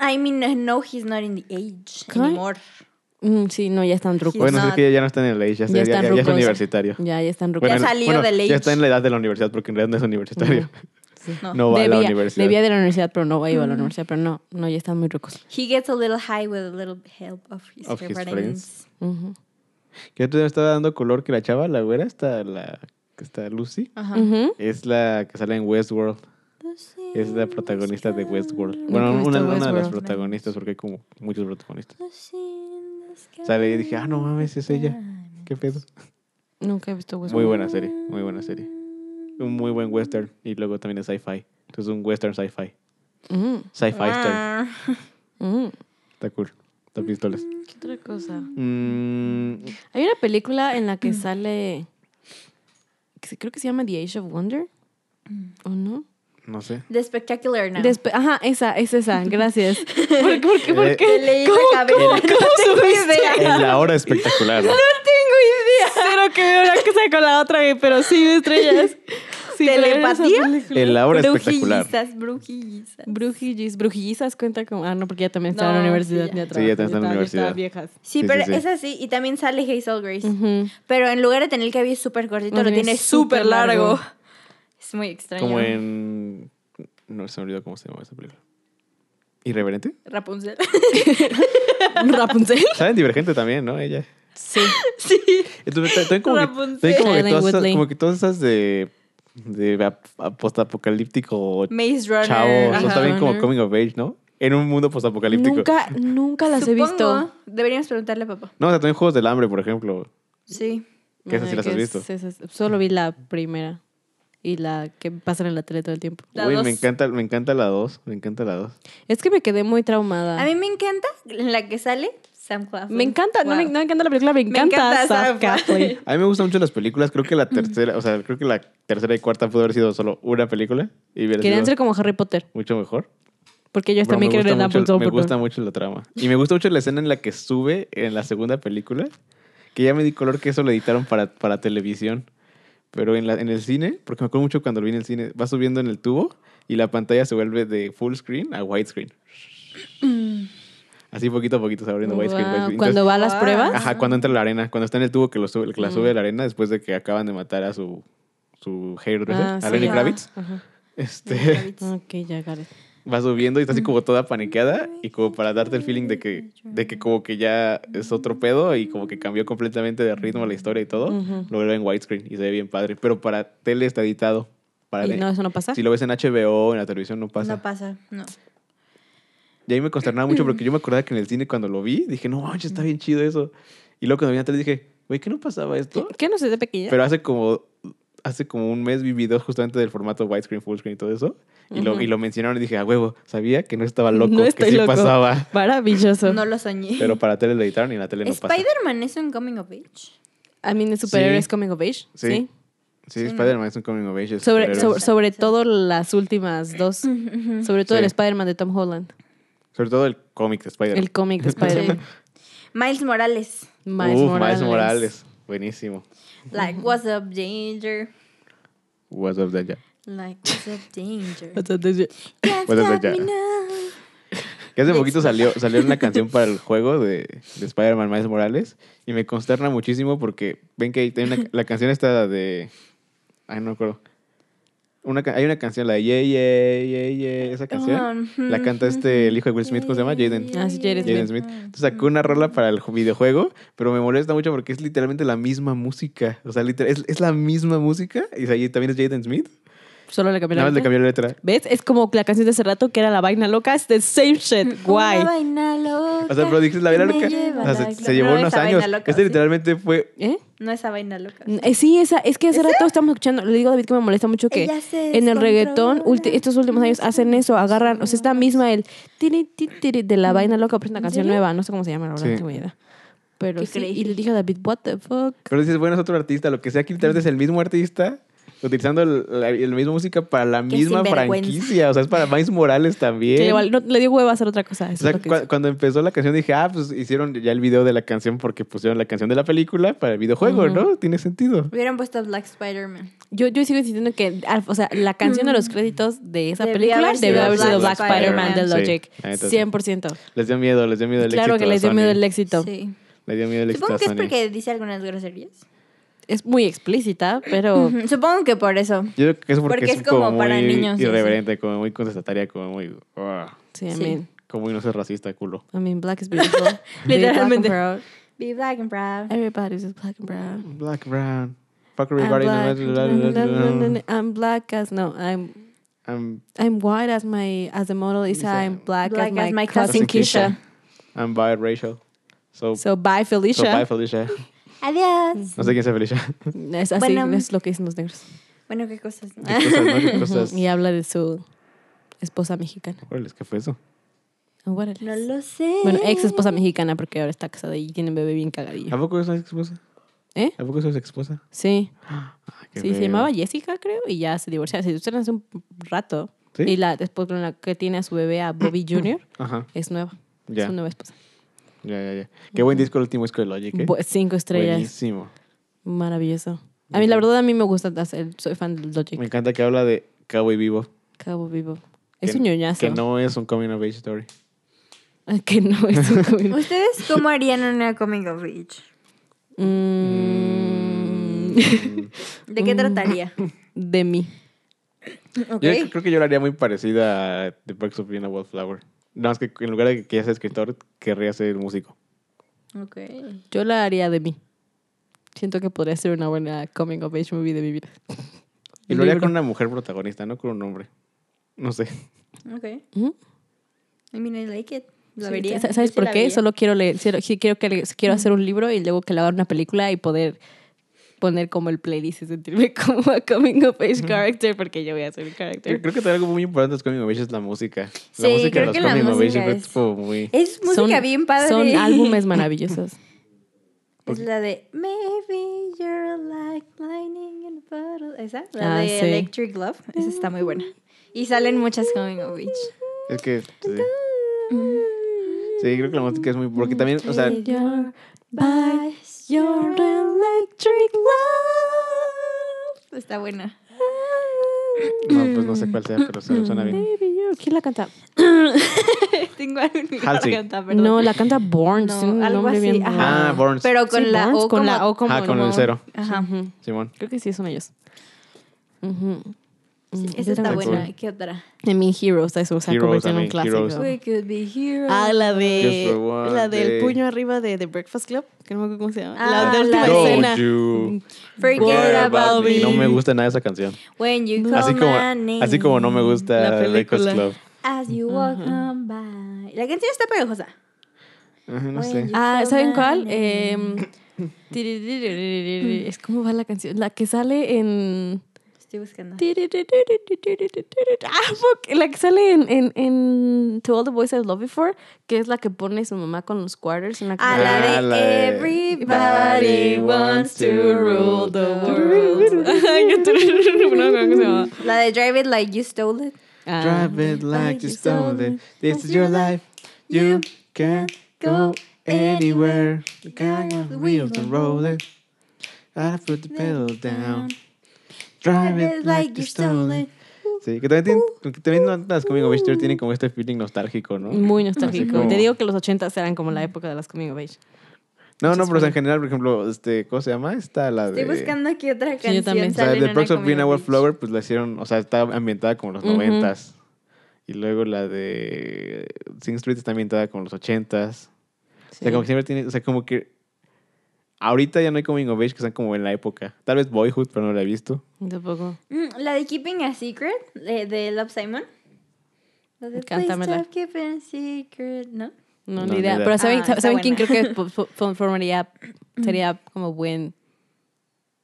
Speaker 1: I mean, no, he's not in the age
Speaker 2: ¿Qué?
Speaker 1: anymore.
Speaker 2: Mm, sí, no, ya están rucos.
Speaker 3: Bueno,
Speaker 1: not.
Speaker 3: es que ya no está en el age, ya, está- ya-
Speaker 2: están
Speaker 3: ya- ya es
Speaker 2: rucos.
Speaker 3: universitario.
Speaker 2: Ya, ya están rucos.
Speaker 3: Bueno,
Speaker 1: Ya
Speaker 3: no-
Speaker 1: salió
Speaker 3: bueno,
Speaker 1: del
Speaker 3: Ya
Speaker 1: age.
Speaker 3: está en la edad de la universidad porque en realidad no es universitario.
Speaker 1: No.
Speaker 3: No va a la universidad.
Speaker 2: Debía de la universidad, pero no iba a la universidad, pero no, no, ya están muy rucos.
Speaker 1: He gets a little high with a little help of his,
Speaker 3: Of his
Speaker 1: friends.
Speaker 2: Ujú.
Speaker 3: Que otro día me estaba dando color que la chava, la güera, está la que está Lucy.
Speaker 1: Ajá.
Speaker 2: Ujú.
Speaker 3: Es la que sale en Westworld. Es la protagonista de Westworld. Bueno,
Speaker 2: Nunca he
Speaker 3: una,
Speaker 2: visto
Speaker 3: una de las
Speaker 2: Westworld.
Speaker 3: protagonistas, porque hay como muchos protagonistas. Sale y dije, ah, no mames, es ella. ¿Qué pedo?
Speaker 2: Nunca he visto
Speaker 3: Muy
Speaker 2: Westworld.
Speaker 3: buena serie, muy buena serie. Un muy buen western y luego también es sci-fi. Entonces un western sci-fi.
Speaker 2: Mm,
Speaker 3: Sci-fi
Speaker 1: Ah.
Speaker 3: western.
Speaker 2: mm.
Speaker 3: Está cool. Está pistolas.
Speaker 2: ¿Qué otra cosa?
Speaker 3: Mm,
Speaker 2: Hay una película en la que sale. que se- Creo que se llama The Age of Wonder. ¿O no?
Speaker 3: no sé.
Speaker 1: The Spectacular Now.
Speaker 2: Despe- Ajá, esa, es esa, gracias. ¿Por, por qué? ¿Por
Speaker 3: Eh,
Speaker 1: Te
Speaker 2: qué?
Speaker 1: leí
Speaker 2: ¿Cómo,
Speaker 1: la cabeza.
Speaker 2: cómo, cómo
Speaker 1: no tengo
Speaker 2: subiste?
Speaker 1: idea.
Speaker 3: En la hora espectacular.
Speaker 2: idea. Cero que ver una cosa con la otra, güey, pero sí, de estrellas. Sí, pero era esa
Speaker 1: ¿Telepatía?
Speaker 2: película.
Speaker 3: En la hora espectacular.
Speaker 1: Brujillizas, brujillizas.
Speaker 2: Brujillis, brujillizas cuenta como. Ah, no, porque ya también estaba en
Speaker 1: No,
Speaker 2: la
Speaker 1: sí,
Speaker 2: universidad.
Speaker 1: ya.
Speaker 2: ya
Speaker 3: Sí, ya también está en la
Speaker 2: trabajaba, estaba
Speaker 3: universidad.
Speaker 2: viejas.
Speaker 1: Sí,
Speaker 3: Sí,
Speaker 1: pero
Speaker 3: sí, sí.
Speaker 1: es así. Y también sale Hazel Grace.
Speaker 2: Ujú.
Speaker 1: Pero en lugar de tener el cabello súper cortito,
Speaker 2: Lo
Speaker 1: lo
Speaker 2: tiene
Speaker 1: tiene súper
Speaker 2: superlargo.
Speaker 1: largo. Es muy extraño.
Speaker 3: Como en. No se me olvidó cómo se llama esa película. ¿Irreverente?
Speaker 1: Rapunzel.
Speaker 2: Rapunzel.
Speaker 3: Saben divergente también, ¿no? Ella.
Speaker 2: Sí.
Speaker 1: sí.
Speaker 3: Entonces, ta- también como que,
Speaker 1: Rapunzel.
Speaker 3: también como que
Speaker 2: Shailene
Speaker 3: todas, esas-
Speaker 2: Woodley.
Speaker 3: como que todas esas de. de ap- ap- postapocalíptico
Speaker 1: Maze Runner.
Speaker 3: chavos.
Speaker 1: ajá.
Speaker 3: No está bien como
Speaker 2: Runner.
Speaker 3: coming of age, ¿no? En un mundo postapocalíptico.
Speaker 2: Nunca, nunca las he visto.
Speaker 1: Supongo, Deberíamos preguntarle a papá.
Speaker 3: No, o sea, también juegos del hambre, por ejemplo.
Speaker 1: Sí.
Speaker 3: Que esas sí
Speaker 2: Ajá,
Speaker 3: las has
Speaker 2: que
Speaker 3: visto.
Speaker 2: es- esas- solo vi la primera y la que pasan en la tele todo el tiempo.
Speaker 1: La
Speaker 3: Güey,
Speaker 1: dos.
Speaker 3: me encanta, me encanta la 2. Me encanta la 2.
Speaker 2: Es que me quedé muy traumada.
Speaker 1: A mí me encanta en la que sale Sam Claflin.
Speaker 2: me encanta, no, me,
Speaker 1: Wow.
Speaker 2: no me encanta la película, me encanta,
Speaker 1: encanta
Speaker 2: Zac
Speaker 1: Zac Efron.
Speaker 2: Efron.
Speaker 3: A mí me gustan mucho las películas. Creo que la tercera, o sea, creo que la tercera y cuarta pudo haber sido solo una película. Y hubiera
Speaker 2: Querían
Speaker 3: sido
Speaker 2: ser como Harry Potter,
Speaker 3: mucho mejor.
Speaker 2: porque ellos
Speaker 3: Pero
Speaker 2: también
Speaker 3: me
Speaker 2: quieren en
Speaker 3: gusta
Speaker 2: Apple
Speaker 3: mucho- Me
Speaker 2: Dumbledore.
Speaker 3: gusta mucho la trama. Y me gusta mucho la escena en la que sube en la segunda película. Que ya me di color que eso lo editaron para, para televisión. Pero en, la, en el cine, porque me acuerdo mucho cuando lo vi en el cine, va subiendo en el tubo y la pantalla se vuelve de full screen a widescreen. Así poquito a poquito se va abriendo widescreen.
Speaker 2: Wow,
Speaker 3: widescreen.
Speaker 2: Cuando
Speaker 3: Entonces-
Speaker 2: va a las
Speaker 1: Wow.
Speaker 2: pruebas,
Speaker 3: Ajá, cuando entra la arena, cuando está en el tubo que, lo sube, que la sube a
Speaker 2: Mm.
Speaker 3: la arena después de que acaban de matar a su, su hairdresser,
Speaker 2: Ah,
Speaker 3: a
Speaker 2: sí,
Speaker 3: Lenny
Speaker 1: ajá.
Speaker 3: Kravitz.
Speaker 2: Ajá.
Speaker 3: Este,
Speaker 2: ok, ya got it.
Speaker 3: va subiendo y está así como toda paniqueada y como para darte el feeling de que, de que como que ya es otro pedo y como que cambió completamente de ritmo la historia y todo,
Speaker 2: Ujú.
Speaker 3: lo vuelve en widescreen y se ve bien padre. Pero para tele está editado. Para
Speaker 2: Y
Speaker 3: de-
Speaker 2: no, eso no pasa.
Speaker 3: Si lo ves en HBO, en la televisión, no pasa.
Speaker 1: No pasa, no.
Speaker 3: Y ahí me consternaba mucho porque yo me acordaba que en el cine cuando lo vi, dije, no manches, está bien chido eso. Y luego cuando vi a tele dije, güey, ¿qué no pasaba esto?
Speaker 2: ¿Qué no sé de pequeña?
Speaker 3: Pero hace como hace como un mes vi videos justamente del formato widescreen, full screen y todo eso. Y, lo,
Speaker 2: Ujú.
Speaker 3: y lo mencionaron y dije, a huevo, sabía que no estaba loco,
Speaker 2: No estoy
Speaker 3: que sí
Speaker 2: loco.
Speaker 3: pasaba.
Speaker 2: Maravilloso.
Speaker 1: No lo soñé.
Speaker 3: Pero para tele lo editaron y en la tele no pasa.
Speaker 1: ¿Spider-Man es un coming of age?
Speaker 2: A mí de superhéroes
Speaker 3: Sí.
Speaker 2: coming of age,
Speaker 3: Sí.
Speaker 2: ¿sí?
Speaker 3: Sí,
Speaker 1: Sí, no.
Speaker 3: Spider-Man es un coming of age. de
Speaker 2: Sobre,
Speaker 3: superhéroes.
Speaker 2: sobre, sobre todo las últimas dos.
Speaker 1: Mm. Ujú.
Speaker 2: Sobre todo
Speaker 3: Sí.
Speaker 2: el Spider-Man de Tom Holland.
Speaker 3: Sobre todo el cómic de Spider-Man.
Speaker 2: El cómic de Spider-Man.
Speaker 1: Miles Morales.
Speaker 2: Miles,
Speaker 3: Uf,
Speaker 2: Morales.
Speaker 3: Miles Morales. Buenísimo.
Speaker 1: Like, what's up, danger?
Speaker 3: What's up, Daya?
Speaker 1: Like, what's up, danger?
Speaker 2: Hasta te-
Speaker 1: Can't
Speaker 3: What's up,
Speaker 1: stop
Speaker 3: Daya?
Speaker 1: me now.
Speaker 3: Que hace
Speaker 1: Yes.
Speaker 3: poquito salió, salió una canción para el juego de, de Spider-Man Miles Morales y me consterna muchísimo porque ven que ahí hay una, la canción está de... Ay, no me acuerdo. Una, ca- hay una canción, la de Yeah, yeah, yeah, yeah, esa canción.
Speaker 1: Ujú,
Speaker 3: La canta
Speaker 1: Ah, ujú.
Speaker 3: este, el hijo de Will Smith, ¿cómo se llama? Jaden.
Speaker 2: Ah, sí, Jaden
Speaker 3: Jaden Smith.
Speaker 1: Ah,
Speaker 3: Entonces sacó una rola para el ju- videojuego, pero me molesta mucho porque es literalmente la misma música. O sea, literal, es, es la misma música y ahí también es Jaden Smith.
Speaker 2: Solo le cambié la
Speaker 3: Nada más le
Speaker 2: letra.
Speaker 3: cambió la letra.
Speaker 2: ¿Ves? Es como la canción de hace rato que era la vaina loca. Es the same shit. Guay.
Speaker 1: Una vaina loca
Speaker 3: O sea, pero dices la vaina
Speaker 1: que me
Speaker 3: loca.
Speaker 1: lleva
Speaker 3: o sea,
Speaker 1: a
Speaker 3: se,
Speaker 1: la
Speaker 3: se
Speaker 1: gloria.
Speaker 3: llevó
Speaker 1: No,
Speaker 3: unos
Speaker 1: esa vaina
Speaker 3: años.
Speaker 1: loca,
Speaker 3: este
Speaker 1: sí.
Speaker 3: literalmente fue.
Speaker 2: ¿Eh?
Speaker 1: No esa vaina loca.
Speaker 2: Eh, Sí, esa, es que hace rato estamos escuchando, le digo a David que me molesta mucho que
Speaker 1: Ella se
Speaker 2: en el reggaetón
Speaker 1: descontrola.
Speaker 2: ulti- estos últimos años hacen eso, agarran, o sea, esta misma el tiri, tiri, tiri de la vaina loca, pero es una
Speaker 1: ¿En
Speaker 2: canción
Speaker 1: serio?
Speaker 2: nueva, no sé cómo se llama, la verdad,
Speaker 3: Sí.
Speaker 2: no tengo idea. Pero
Speaker 1: Qué
Speaker 2: sí, y
Speaker 1: crazy.
Speaker 2: le dije a David, what the fuck.
Speaker 3: Pero dices, bueno, es otro artista, lo que sea, que literalmente es el mismo artista, utilizando el- la, la misma música para la
Speaker 1: Qué
Speaker 3: misma
Speaker 1: sinvergüenza.
Speaker 3: franquicia. O sea, es para Miles Morales también.
Speaker 2: Que le, val- no- le dio hueva a hacer otra
Speaker 3: O
Speaker 2: cosa. Eso
Speaker 3: sea,
Speaker 2: es lo que
Speaker 3: cua-
Speaker 2: hizo.
Speaker 3: cuando empezó la canción dije, ah, pues hicieron ya el video de la canción porque pusieron la canción de la película para el videojuego,
Speaker 2: Ujú.
Speaker 3: ¿no? Tiene sentido.
Speaker 1: Hubieran puesto Black Spider-Man.
Speaker 2: yo, yo sigo insistiendo que, al- o sea, la canción de los créditos de esa
Speaker 1: Debió
Speaker 2: película
Speaker 1: haber sido
Speaker 2: debió haber sido Black
Speaker 1: Black
Speaker 2: Spider-Man de
Speaker 1: Spider-Man.
Speaker 2: Logic,
Speaker 3: Sí, la neta sí.
Speaker 2: 100%.
Speaker 3: Les dio miedo, les dio miedo el
Speaker 2: Claro
Speaker 3: éxito.
Speaker 2: que
Speaker 3: a
Speaker 2: le dio
Speaker 3: Sony.
Speaker 2: miedo el éxito.
Speaker 1: Sí.
Speaker 3: Les dio miedo el éxito.
Speaker 1: Supongo
Speaker 3: a
Speaker 1: que es
Speaker 3: Sony.
Speaker 1: porque dice algunas groserías.
Speaker 2: Es muy explícita, pero...
Speaker 1: Ujú, Mm, Supongo que por eso.
Speaker 3: Yo creo que es porque, es, como,
Speaker 1: para
Speaker 3: muy
Speaker 1: niños, sí, sí.
Speaker 3: irreverente, como muy contestataria, como muy. ah,
Speaker 2: Sí, I
Speaker 1: Sí.
Speaker 2: mean,
Speaker 3: como muy no ser racista, culo.
Speaker 2: I mean, black is beautiful.
Speaker 1: Literalmente.
Speaker 2: Be black and
Speaker 1: Be black and proud.
Speaker 2: proud. Everybody's just black and proud.
Speaker 3: Black, brown. Fuck
Speaker 2: I'm
Speaker 3: everybody.
Speaker 2: Ah, black,
Speaker 3: no matter-
Speaker 2: I'm black as no, I'm
Speaker 3: I'm,
Speaker 2: I'm white as my as the model is.
Speaker 3: Lisa.
Speaker 2: I'm black,
Speaker 1: Black
Speaker 2: as, my cousin,
Speaker 3: cousin
Speaker 2: Keisha.
Speaker 3: I'm biracial. So, so,
Speaker 2: So bye Felicia.
Speaker 3: bye, Felicia.
Speaker 1: Adiós.
Speaker 2: Mm.
Speaker 3: No sé quién sea Felicia.
Speaker 2: es así
Speaker 1: Bueno.
Speaker 2: es lo que dicen los negros.
Speaker 1: Bueno, qué cosas. ¿no?
Speaker 3: Qué cosas, ¿no? Qué cosas.
Speaker 2: Y habla de su esposa mexicana.
Speaker 3: Órale, ¿qué fue eso?
Speaker 2: Órale.
Speaker 1: No lo sé.
Speaker 2: Bueno, ex esposa mexicana porque ahora está casada y tiene un bebé bien
Speaker 3: ¿A
Speaker 2: cagadillo.
Speaker 3: poco es su esposa?
Speaker 2: ¿Eh?
Speaker 3: ¿A poco es su esposa?
Speaker 2: Sí,
Speaker 3: Ah, qué
Speaker 2: sí, se
Speaker 3: feo.
Speaker 2: llamaba Jessica, creo, y ya se divorciaron. Se divorciaron hace un rato.
Speaker 3: ¿Sí?
Speaker 2: Y la después con la que tiene a su bebé, a Bobby Jr.,
Speaker 3: Ajá,
Speaker 2: es nueva.
Speaker 3: ya,
Speaker 2: Es su nueva esposa.
Speaker 3: ya, ya, ya. Qué buen disco el último disco de Logic, ¿eh?
Speaker 2: Bu- Cinco estrellas.
Speaker 3: Buenísimo.
Speaker 2: Maravilloso. A mí, la verdad, a mí me gusta. hacer- Soy fan del
Speaker 3: Me
Speaker 2: Logic.
Speaker 3: encanta que habla de Cowboy Vivo.
Speaker 2: Cabo Vivo. Es
Speaker 3: Que-
Speaker 2: un ñoñazo.
Speaker 3: Que no es un coming of age story.
Speaker 2: Ah, Que no es un coming.
Speaker 1: ¿Ustedes cómo harían una coming of age?
Speaker 2: Mm,
Speaker 1: ¿De qué trataría?
Speaker 2: de mí.
Speaker 1: Ok.
Speaker 3: Yo creo que yo lo haría muy parecida a The Perks of Being a Wallflower. Nada más que en lugar de que quieras ser escritor, querría ser músico.
Speaker 1: Ok.
Speaker 2: Yo la haría de mí. Siento que podría ser una buena coming of age movie de mi vida.
Speaker 3: Y lo haría
Speaker 2: Libro.
Speaker 3: con una mujer protagonista, no con un hombre. No sé.
Speaker 1: Ok.
Speaker 2: Ujú.
Speaker 1: I mean, I like it. Lo
Speaker 2: Sí,
Speaker 1: vería.
Speaker 2: sa-
Speaker 1: Yo
Speaker 2: ¿Sabes
Speaker 1: sí
Speaker 2: por
Speaker 1: la
Speaker 2: qué?
Speaker 1: vería.
Speaker 2: Solo quiero leer, quiero, sí, quiero que le- quiero hacer un libro y luego que le hagan una película y poder poner como el playlist y sentirme como a coming of age character porque yo voy a ser un
Speaker 3: Creo
Speaker 2: character.
Speaker 3: Eh, creo que también algo muy importante de los coming of age es la música.
Speaker 1: Sí,
Speaker 3: La música
Speaker 1: creo
Speaker 3: de los
Speaker 1: que la
Speaker 3: coming of
Speaker 1: música
Speaker 3: age
Speaker 1: es-
Speaker 3: es como muy...
Speaker 1: Es música bien padre.
Speaker 2: Son álbumes maravillosos.
Speaker 1: Es la de Maybe you're like lightning in a bottle. Esa, la
Speaker 2: Ah,
Speaker 1: de
Speaker 2: sí.
Speaker 1: Electric Love. Esa está muy buena. Y salen muchas coming of age.
Speaker 3: Es que... Sí. Sí, creo que la música es muy... Porque también, o sea,
Speaker 2: Your by your electric love.
Speaker 1: Está buena.
Speaker 3: no, pues no sé cuál sea, pero suena, suena bien.
Speaker 2: Baby, you're- ¿Quién la canta?
Speaker 1: Tengo algo en mi
Speaker 3: Halsey.
Speaker 1: garganta, perdón.
Speaker 2: No, la canta Born.
Speaker 1: No,
Speaker 2: tiene un
Speaker 1: algo
Speaker 2: nombre
Speaker 1: así,
Speaker 2: bien
Speaker 1: ajá.
Speaker 2: raro.
Speaker 3: Ah, Burns.
Speaker 1: Pero con
Speaker 2: Sí,
Speaker 1: la
Speaker 2: Burns,
Speaker 1: O
Speaker 2: con
Speaker 1: como-
Speaker 2: la O como
Speaker 3: ah, con el cero.
Speaker 1: Ajá.
Speaker 2: Ujú.
Speaker 3: Simón.
Speaker 2: Creo que sí son ellos. Ujú. Mm,
Speaker 1: Esa está
Speaker 2: era
Speaker 3: muy
Speaker 1: buena.
Speaker 3: cool.
Speaker 1: ¿Qué otra?
Speaker 2: De mi Heroes, eso se ha
Speaker 3: Heroes,
Speaker 2: convertido en un
Speaker 3: I mean, Heroes.
Speaker 2: clásico.
Speaker 1: We could be heroes.
Speaker 2: Ah, la
Speaker 3: Just
Speaker 2: de.
Speaker 3: for one
Speaker 2: La del
Speaker 3: day.
Speaker 2: puño arriba de The Breakfast Club, que no me acuerdo cómo se llama.
Speaker 1: Ah,
Speaker 2: la de
Speaker 1: la-
Speaker 2: última escena.
Speaker 3: Don't you
Speaker 1: Forget
Speaker 2: What
Speaker 1: about,
Speaker 2: about
Speaker 1: me.
Speaker 2: me.
Speaker 3: No me gusta nada esa canción.
Speaker 1: When you call
Speaker 3: Así
Speaker 1: my
Speaker 3: como,
Speaker 1: name.
Speaker 3: así como no me
Speaker 2: La
Speaker 3: gusta Breakfast
Speaker 2: película.
Speaker 3: Club.
Speaker 1: As you walk on by. La canción está pegajosa.
Speaker 3: Ajá, no
Speaker 1: When
Speaker 3: sé.
Speaker 1: you
Speaker 2: Ah,
Speaker 1: call
Speaker 2: ¿saben
Speaker 1: my
Speaker 2: cuál?
Speaker 1: name.
Speaker 2: Em, tiririririririri. es como va la canción. La que sale en.
Speaker 1: Estoy buscando.
Speaker 2: Ah, fuck, la que sale en, en, en To All the Boys I've Loved Before, que es la que pone su mamá con los quarters en la
Speaker 1: Ah,
Speaker 2: cara.
Speaker 1: la de
Speaker 3: Ah, la de-
Speaker 1: Everybody wants to rule the world.
Speaker 2: Ay, yo te- no me acuerdo cómo se llama.
Speaker 1: La de Drive It Like You Stole It.
Speaker 2: Ah.
Speaker 3: Drive it like you stole it. This is
Speaker 1: your
Speaker 3: your life. You can't go anywhere. You can't get the wheels are rolling. I put the pedal down. Drive it like you stole it. Sí, que también, tienen, que también las- las Coming of Age Stories tienen como este feeling nostálgico, ¿no?
Speaker 2: Muy
Speaker 3: Así
Speaker 2: nostálgico.
Speaker 3: como-
Speaker 2: Te digo que los 80 eran como la época de las coming of age.
Speaker 3: No, no, pero o sea, en general, por ejemplo, este, ¿cómo se llama? Está la de...
Speaker 1: Estoy buscando aquí otra canción.
Speaker 2: Sí, yo también.
Speaker 3: O sea,
Speaker 1: sale en
Speaker 3: The
Speaker 1: una
Speaker 3: Perks of
Speaker 1: comida
Speaker 3: Being a
Speaker 1: beach.
Speaker 3: Wallflower, pues la hicieron, o sea, está ambientada como en los
Speaker 2: Ujú.
Speaker 3: noventas. Y luego la de Sing Street está ambientada como en los ochentas. O sea, como que siempre tiene, o sea, como que ahorita ya no hay coming of age que están como en la época. Tal vez Boyhood, pero no la he visto.
Speaker 2: Tampoco.
Speaker 1: Mm, La de Keeping a Secret, de, de Love Simon. La de Please
Speaker 2: Cántamela.
Speaker 1: Stop Keeping a Secret, ¿no?
Speaker 2: No,
Speaker 3: No,
Speaker 2: ni
Speaker 3: ni
Speaker 2: idea.
Speaker 3: idea.
Speaker 2: Pero ¿saben,
Speaker 1: Ah, está
Speaker 2: ¿saben quién creo
Speaker 1: buena. Mm.
Speaker 2: que po- po- po- formaría, sería como buen,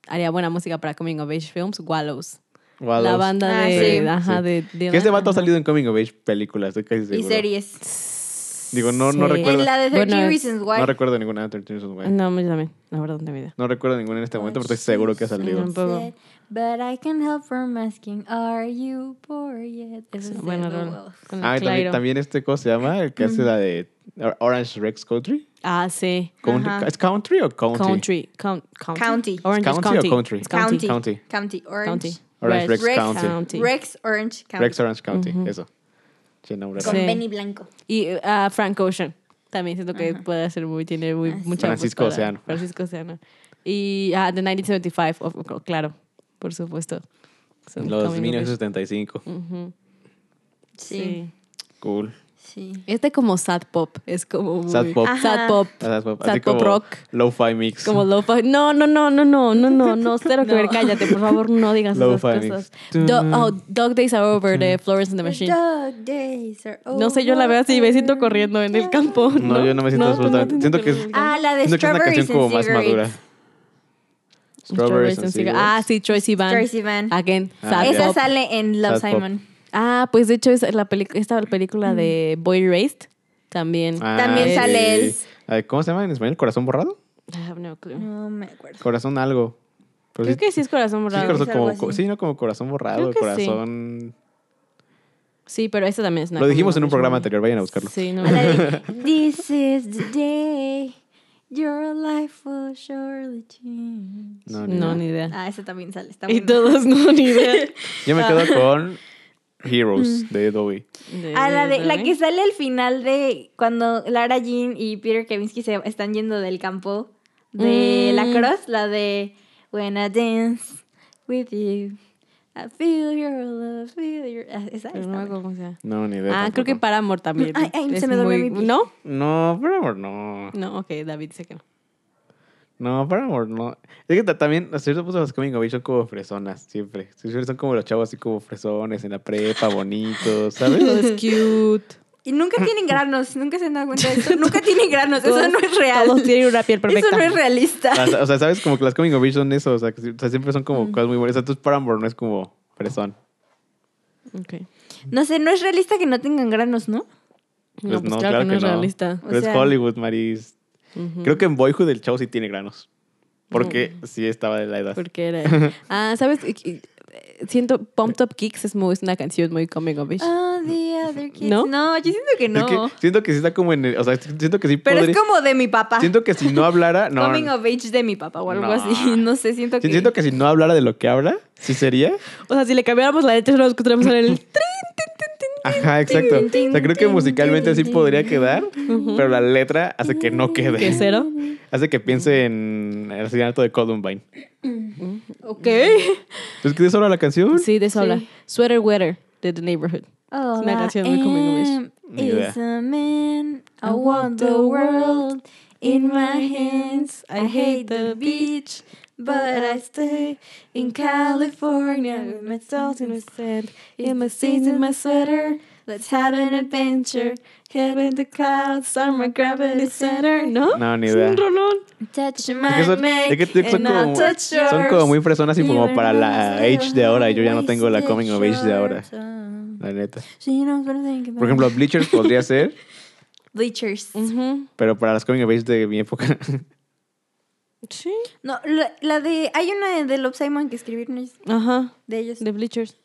Speaker 2: haría buena música para Coming of Age Films? Wallows.
Speaker 3: Wallows.
Speaker 2: La banda
Speaker 1: Ah,
Speaker 2: de,
Speaker 1: sí.
Speaker 2: ajá,
Speaker 3: Sí.
Speaker 2: de
Speaker 3: Que este vato ha
Speaker 2: Dylan.
Speaker 3: salido en coming of age películas, estoy casi seguro.
Speaker 1: Y series.
Speaker 3: Digo, no- no recuerdo.
Speaker 1: En la de 13
Speaker 2: Bueno, es-
Speaker 1: Reasons Why.
Speaker 3: No recuerdo ninguna de 13 Reasons Why.
Speaker 2: No, yo también. La verdad, no tengo idea.
Speaker 3: No recuerdo ninguna en este momento, pero estoy seguro que ha salido.
Speaker 2: No, tampoco.
Speaker 1: Said, But I can help from asking, are you poor yet? Esa
Speaker 2: Es
Speaker 1: es
Speaker 2: buena
Speaker 1: de The
Speaker 2: rola.
Speaker 1: Wolf.
Speaker 2: Con el
Speaker 3: Ah, y también,
Speaker 2: Clairo.
Speaker 3: también este, ¿cómo se llama? El que hace la de Orange Rex Country.
Speaker 2: Ah, sí.
Speaker 3: Country-
Speaker 1: Ajá.
Speaker 3: ¿Es country o county?
Speaker 2: Country. Count, county.
Speaker 1: County.
Speaker 2: Orange
Speaker 3: ¿Es
Speaker 2: is
Speaker 3: county o
Speaker 2: county.
Speaker 3: country?
Speaker 2: It's
Speaker 1: County.
Speaker 2: county.
Speaker 3: County.
Speaker 1: County.
Speaker 2: County.
Speaker 1: Orange.
Speaker 3: Orange Rex
Speaker 1: Rex
Speaker 3: County.
Speaker 2: County.
Speaker 1: Rex Orange County.
Speaker 3: Rex Orange County, eso. Che, nombre
Speaker 1: Con
Speaker 3: raro.
Speaker 2: Sí.
Speaker 1: Benny Blanco.
Speaker 2: Y ah, Frank Ocean. También siento que puede ser muy, tiene muy,
Speaker 1: Ah, sí.
Speaker 2: mucha voz
Speaker 3: Francisco
Speaker 2: para-
Speaker 3: Oceano.
Speaker 2: Francisco Oceano. Y ah, The 1975, of- of- claro, por supuesto. Son
Speaker 3: Los
Speaker 2: coming of age. Mm.
Speaker 3: 1975.
Speaker 2: Ujú,
Speaker 1: Sí.
Speaker 2: Sí.
Speaker 3: Cool.
Speaker 1: Sí.
Speaker 2: Este como sad pop, es como muy-
Speaker 3: Sad pop.
Speaker 1: Ajá.
Speaker 2: Sad pop.
Speaker 3: Así como-
Speaker 2: Sad
Speaker 3: así
Speaker 2: pop
Speaker 3: como
Speaker 2: rock.
Speaker 3: Lo-fi mix.
Speaker 2: Como lo-fi. No, no, no, no, no, no, no, no, cero que ver, cállate, por favor, no digas esas
Speaker 3: Lo-fi
Speaker 2: cosas.
Speaker 3: mix.
Speaker 2: Do- oh, Dog Days Are Over
Speaker 3: Mm.
Speaker 2: de Florence and the
Speaker 1: The
Speaker 2: Machine.
Speaker 1: dog days are
Speaker 2: No sé, yo la veo así, me siento corriendo en el campo.
Speaker 3: No, yo no me siento
Speaker 2: tú
Speaker 3: absolutamente-
Speaker 2: te
Speaker 3: siento que es-
Speaker 2: sientes-
Speaker 1: Ah, la de
Speaker 3: Siento que es una
Speaker 1: Strawberries
Speaker 3: canción como más madura.
Speaker 2: Strawberries and Cigarettes. Ah, sí, Troye Sivan.
Speaker 1: Tracy Van.
Speaker 2: Again,
Speaker 3: Ah,
Speaker 2: sad
Speaker 1: Esa
Speaker 2: pop.
Speaker 1: sale en Love
Speaker 3: Sad pop.
Speaker 1: Simon.
Speaker 2: Ah, pues de hecho es la pelic- esta película
Speaker 1: Mm.
Speaker 2: de Boy Raised también.
Speaker 3: Ah,
Speaker 1: También
Speaker 3: sí.
Speaker 1: sale él.
Speaker 3: Ay, ¿Cómo se llama en español? ¿Corazón borrado?
Speaker 2: I have no clue.
Speaker 1: No me acuerdo.
Speaker 3: Corazón algo. Pero
Speaker 2: Creo
Speaker 3: sí-
Speaker 2: que sí es Corazón
Speaker 3: Pues sí,
Speaker 2: Morado. Sí,
Speaker 3: corazón
Speaker 1: Es algo
Speaker 3: como- co-
Speaker 1: así.
Speaker 3: sí, no como corazón borrado,
Speaker 2: Creo que sí.
Speaker 3: corazón...
Speaker 2: pero esta también es una
Speaker 3: Lo dijimos en un
Speaker 2: comedia.
Speaker 3: programa anterior, vayan a buscarlo.
Speaker 2: Sí, no.
Speaker 1: A la de, This is the day your life will surely change.
Speaker 3: No, ni
Speaker 2: No, Mm.
Speaker 3: idea.
Speaker 2: ni idea.
Speaker 1: Ah, esa también sale. Está
Speaker 2: Y
Speaker 1: buena.
Speaker 2: todos no, ni idea.
Speaker 3: Yo me
Speaker 2: Ah.
Speaker 3: quedo con Heroes de Dowie.
Speaker 1: A la de la que sale al final de cuando Lara Jean y Peter Kavinsky se están yendo del campo de
Speaker 2: Mm.
Speaker 1: la cross, la de When I dance with you, I feel your love, feel your ah, esa está
Speaker 2: Pero no me
Speaker 1: buena.
Speaker 2: acuerdo cómo se llama.
Speaker 3: No, ni idea.
Speaker 2: Ah, creo que
Speaker 3: tampoco.
Speaker 2: Paramore también.
Speaker 1: Ay, ay,
Speaker 2: Es
Speaker 1: se me durmió mi pie.
Speaker 2: ¿No?
Speaker 3: No, Paramore no.
Speaker 2: No, ok, David dice que no.
Speaker 3: No, Paramore no. Es que ta- también, a cierto punto, las Coming of Age son como fresonas, siempre. Siempre son como los chavos así como fresones en la prepa, bonitos,
Speaker 2: Todo
Speaker 3: ¿sabes?
Speaker 2: es cute.
Speaker 1: Y nunca tienen granos, nunca se han dado cuenta de eso. Nunca tienen granos, eso
Speaker 2: Todos-
Speaker 1: no es real.
Speaker 2: Todos tienen una piel perfecta.
Speaker 1: Eso no es realista.
Speaker 3: O sea, o sea, ¿sabes? Como que las Coming of Age son eso, o sea, que si- o sea, siempre son como cosas muy buenas. O sea, entonces Paramore no es como fresón.
Speaker 2: Ok.
Speaker 1: No sé, no es realista que no tengan granos, ¿no?
Speaker 2: No, pues claro, que no es realista.
Speaker 1: O
Speaker 3: Pero
Speaker 1: sea-
Speaker 3: es Hollywood, Maris.
Speaker 2: Ujú.
Speaker 3: Creo que en Boyhood el chavo sí tiene granos. Porque sí estaba de la edad.
Speaker 2: Porque era. ah, ¿sabes? Eh, eh, Siento Pumped Up Kicks es, muy, es una canción muy coming of age.
Speaker 1: Ah, the other kids.
Speaker 2: ¿No?
Speaker 1: ¿No? yo siento que
Speaker 3: Es
Speaker 1: no.
Speaker 3: que siento que sí está como en el, O sea, siento que sí
Speaker 1: Pero
Speaker 3: podría-
Speaker 1: es como de mi papá.
Speaker 3: Siento que si no hablara. No,
Speaker 1: Coming of age de mi papá o algo
Speaker 3: No.
Speaker 1: así. No sé, siento que.
Speaker 3: Siento que si no hablara de lo que habla, sí sería.
Speaker 2: O sea, si le cambiáramos la letra, nos encontramos en el.
Speaker 3: Ajá, exacto.
Speaker 1: tin, tin,
Speaker 3: O sea, creo que
Speaker 1: tin,
Speaker 3: musicalmente
Speaker 1: tin,
Speaker 3: sí
Speaker 1: tin.
Speaker 3: podría quedar, pero la letra hace que no
Speaker 2: ¿Qué
Speaker 3: quede.
Speaker 2: cero?
Speaker 3: Hace que piense en el asesinato de Columbine.
Speaker 1: Ok.
Speaker 3: ¿Es que de eso habla la canción?
Speaker 2: Sí, de eso habla. Sweater Weather de The Neighborhood.
Speaker 1: Oh,
Speaker 2: una canción muy coming of age.
Speaker 3: Ni idea.
Speaker 1: em, Is a man. I want the world in my hands. I hate the beach. But I stay
Speaker 2: In California, with my salt in my sand, in my seats, in my sweater.
Speaker 1: Let's have an adventure.
Speaker 2: Heaven, the clouds, summer, gravity center. ¿No?
Speaker 3: No, ni
Speaker 2: Es
Speaker 3: idea.
Speaker 2: un rolón.
Speaker 1: Touch
Speaker 3: Es
Speaker 1: my
Speaker 3: que son,
Speaker 1: neck
Speaker 3: es que TikTok son
Speaker 1: and I'll
Speaker 3: como,
Speaker 1: touch
Speaker 3: son como
Speaker 1: yours.
Speaker 3: muy personas y como
Speaker 1: Even
Speaker 3: para
Speaker 1: though
Speaker 3: la
Speaker 1: I
Speaker 3: age de ahora. Yo ya no
Speaker 1: wasted
Speaker 3: tengo la coming of age de ahora,
Speaker 1: your time.
Speaker 3: la neta.
Speaker 1: So you know what I'm thinking about.
Speaker 3: Por ejemplo, Bleachers podría ser,
Speaker 1: Bleachers.
Speaker 2: Ujú.
Speaker 3: pero para las coming of age de mi época.
Speaker 2: Sí.
Speaker 1: No, la, la de. Hay una de Love Simon que escribieron ellos-
Speaker 2: Ajá.
Speaker 1: de ellos.
Speaker 2: De Bleachers.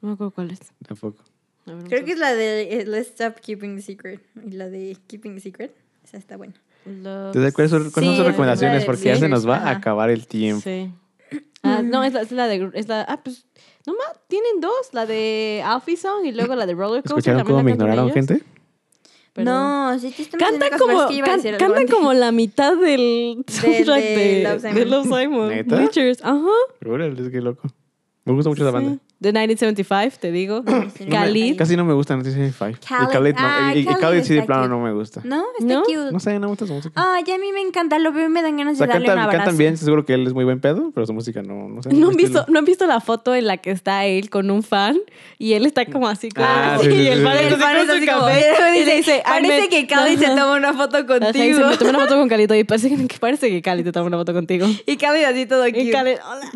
Speaker 2: No me acuerdo cuál es.
Speaker 3: Tampoco.
Speaker 2: A ver,
Speaker 1: Creo que es la de eh, Let's Stop Keeping the Secret. Y la de Keeping the Secret. Esa está buena.
Speaker 2: Love-
Speaker 3: Entonces, ¿cuáles son, cuáles son
Speaker 1: Sí,
Speaker 3: sus recomendaciones?
Speaker 1: la de
Speaker 3: Porque ya se nos va a
Speaker 1: Bleachers, ajá.
Speaker 3: acabar el tiempo.
Speaker 2: Sí. Ah, no, es la, es la de. Gru- Es la, ah, pues. No más, tienen dos: la de Alfie Song y luego la de Roller Coaster.
Speaker 3: ¿Escucharon
Speaker 2: también
Speaker 3: cómo
Speaker 2: la
Speaker 3: me
Speaker 2: cantan
Speaker 3: ignoraron,
Speaker 2: ellos.
Speaker 3: gente?
Speaker 2: Perdón.
Speaker 1: No, sí, sí, estamos
Speaker 2: Cantan
Speaker 1: haciendo cosas,
Speaker 2: como,
Speaker 1: pero es que iba a
Speaker 2: can-
Speaker 1: decir algo
Speaker 2: cantan
Speaker 1: antes.
Speaker 2: como la mitad del soundtrack de,
Speaker 1: de Love Simon.
Speaker 2: de Love Simon.
Speaker 3: ¿Neta?
Speaker 2: Bleachers, ajá.
Speaker 3: Órale, es que loco. Me gusta mucho esa
Speaker 2: Sí.
Speaker 3: banda. Ah,
Speaker 2: The 1975, te digo.
Speaker 1: sí, no.
Speaker 2: Khalid.
Speaker 3: Casi no me gusta 1975.
Speaker 1: Khaled.
Speaker 3: Y Khalid, no,
Speaker 1: Ah,
Speaker 3: y- y, y
Speaker 1: Khalid
Speaker 3: Khalid sí de
Speaker 1: está
Speaker 3: plano
Speaker 1: cute.
Speaker 3: no me gusta.
Speaker 1: No, está
Speaker 2: ¿No?
Speaker 1: cute.
Speaker 3: No sé, no me gusta su música.
Speaker 1: Ay, a mí me encanta, lo veo y me dan ganas de
Speaker 3: O sea,
Speaker 1: darle un
Speaker 3: cantan,
Speaker 1: abrazo.
Speaker 3: cantan bien, seguro que él es muy buen pedo, pero su música no, no sé.
Speaker 2: ¿No
Speaker 3: mi
Speaker 2: han,
Speaker 3: estilo.
Speaker 2: visto, ¿No han visto la foto en la que está él con un fan? Y él está como así, como,
Speaker 3: Ah, sí,
Speaker 2: y
Speaker 3: sí, sí,
Speaker 2: el fan
Speaker 3: sí.
Speaker 2: está
Speaker 1: El
Speaker 2: así
Speaker 1: fan
Speaker 2: con
Speaker 1: es
Speaker 2: su
Speaker 1: así como,
Speaker 2: café. y le dice,
Speaker 1: Parece que Cali se
Speaker 2: toma
Speaker 1: toma una foto contigo.
Speaker 2: Me tomé una foto con Calito y parece que, que parece que Cali te toma una foto contigo.
Speaker 1: Y Cali así todo cute.
Speaker 2: Y Cali, hola.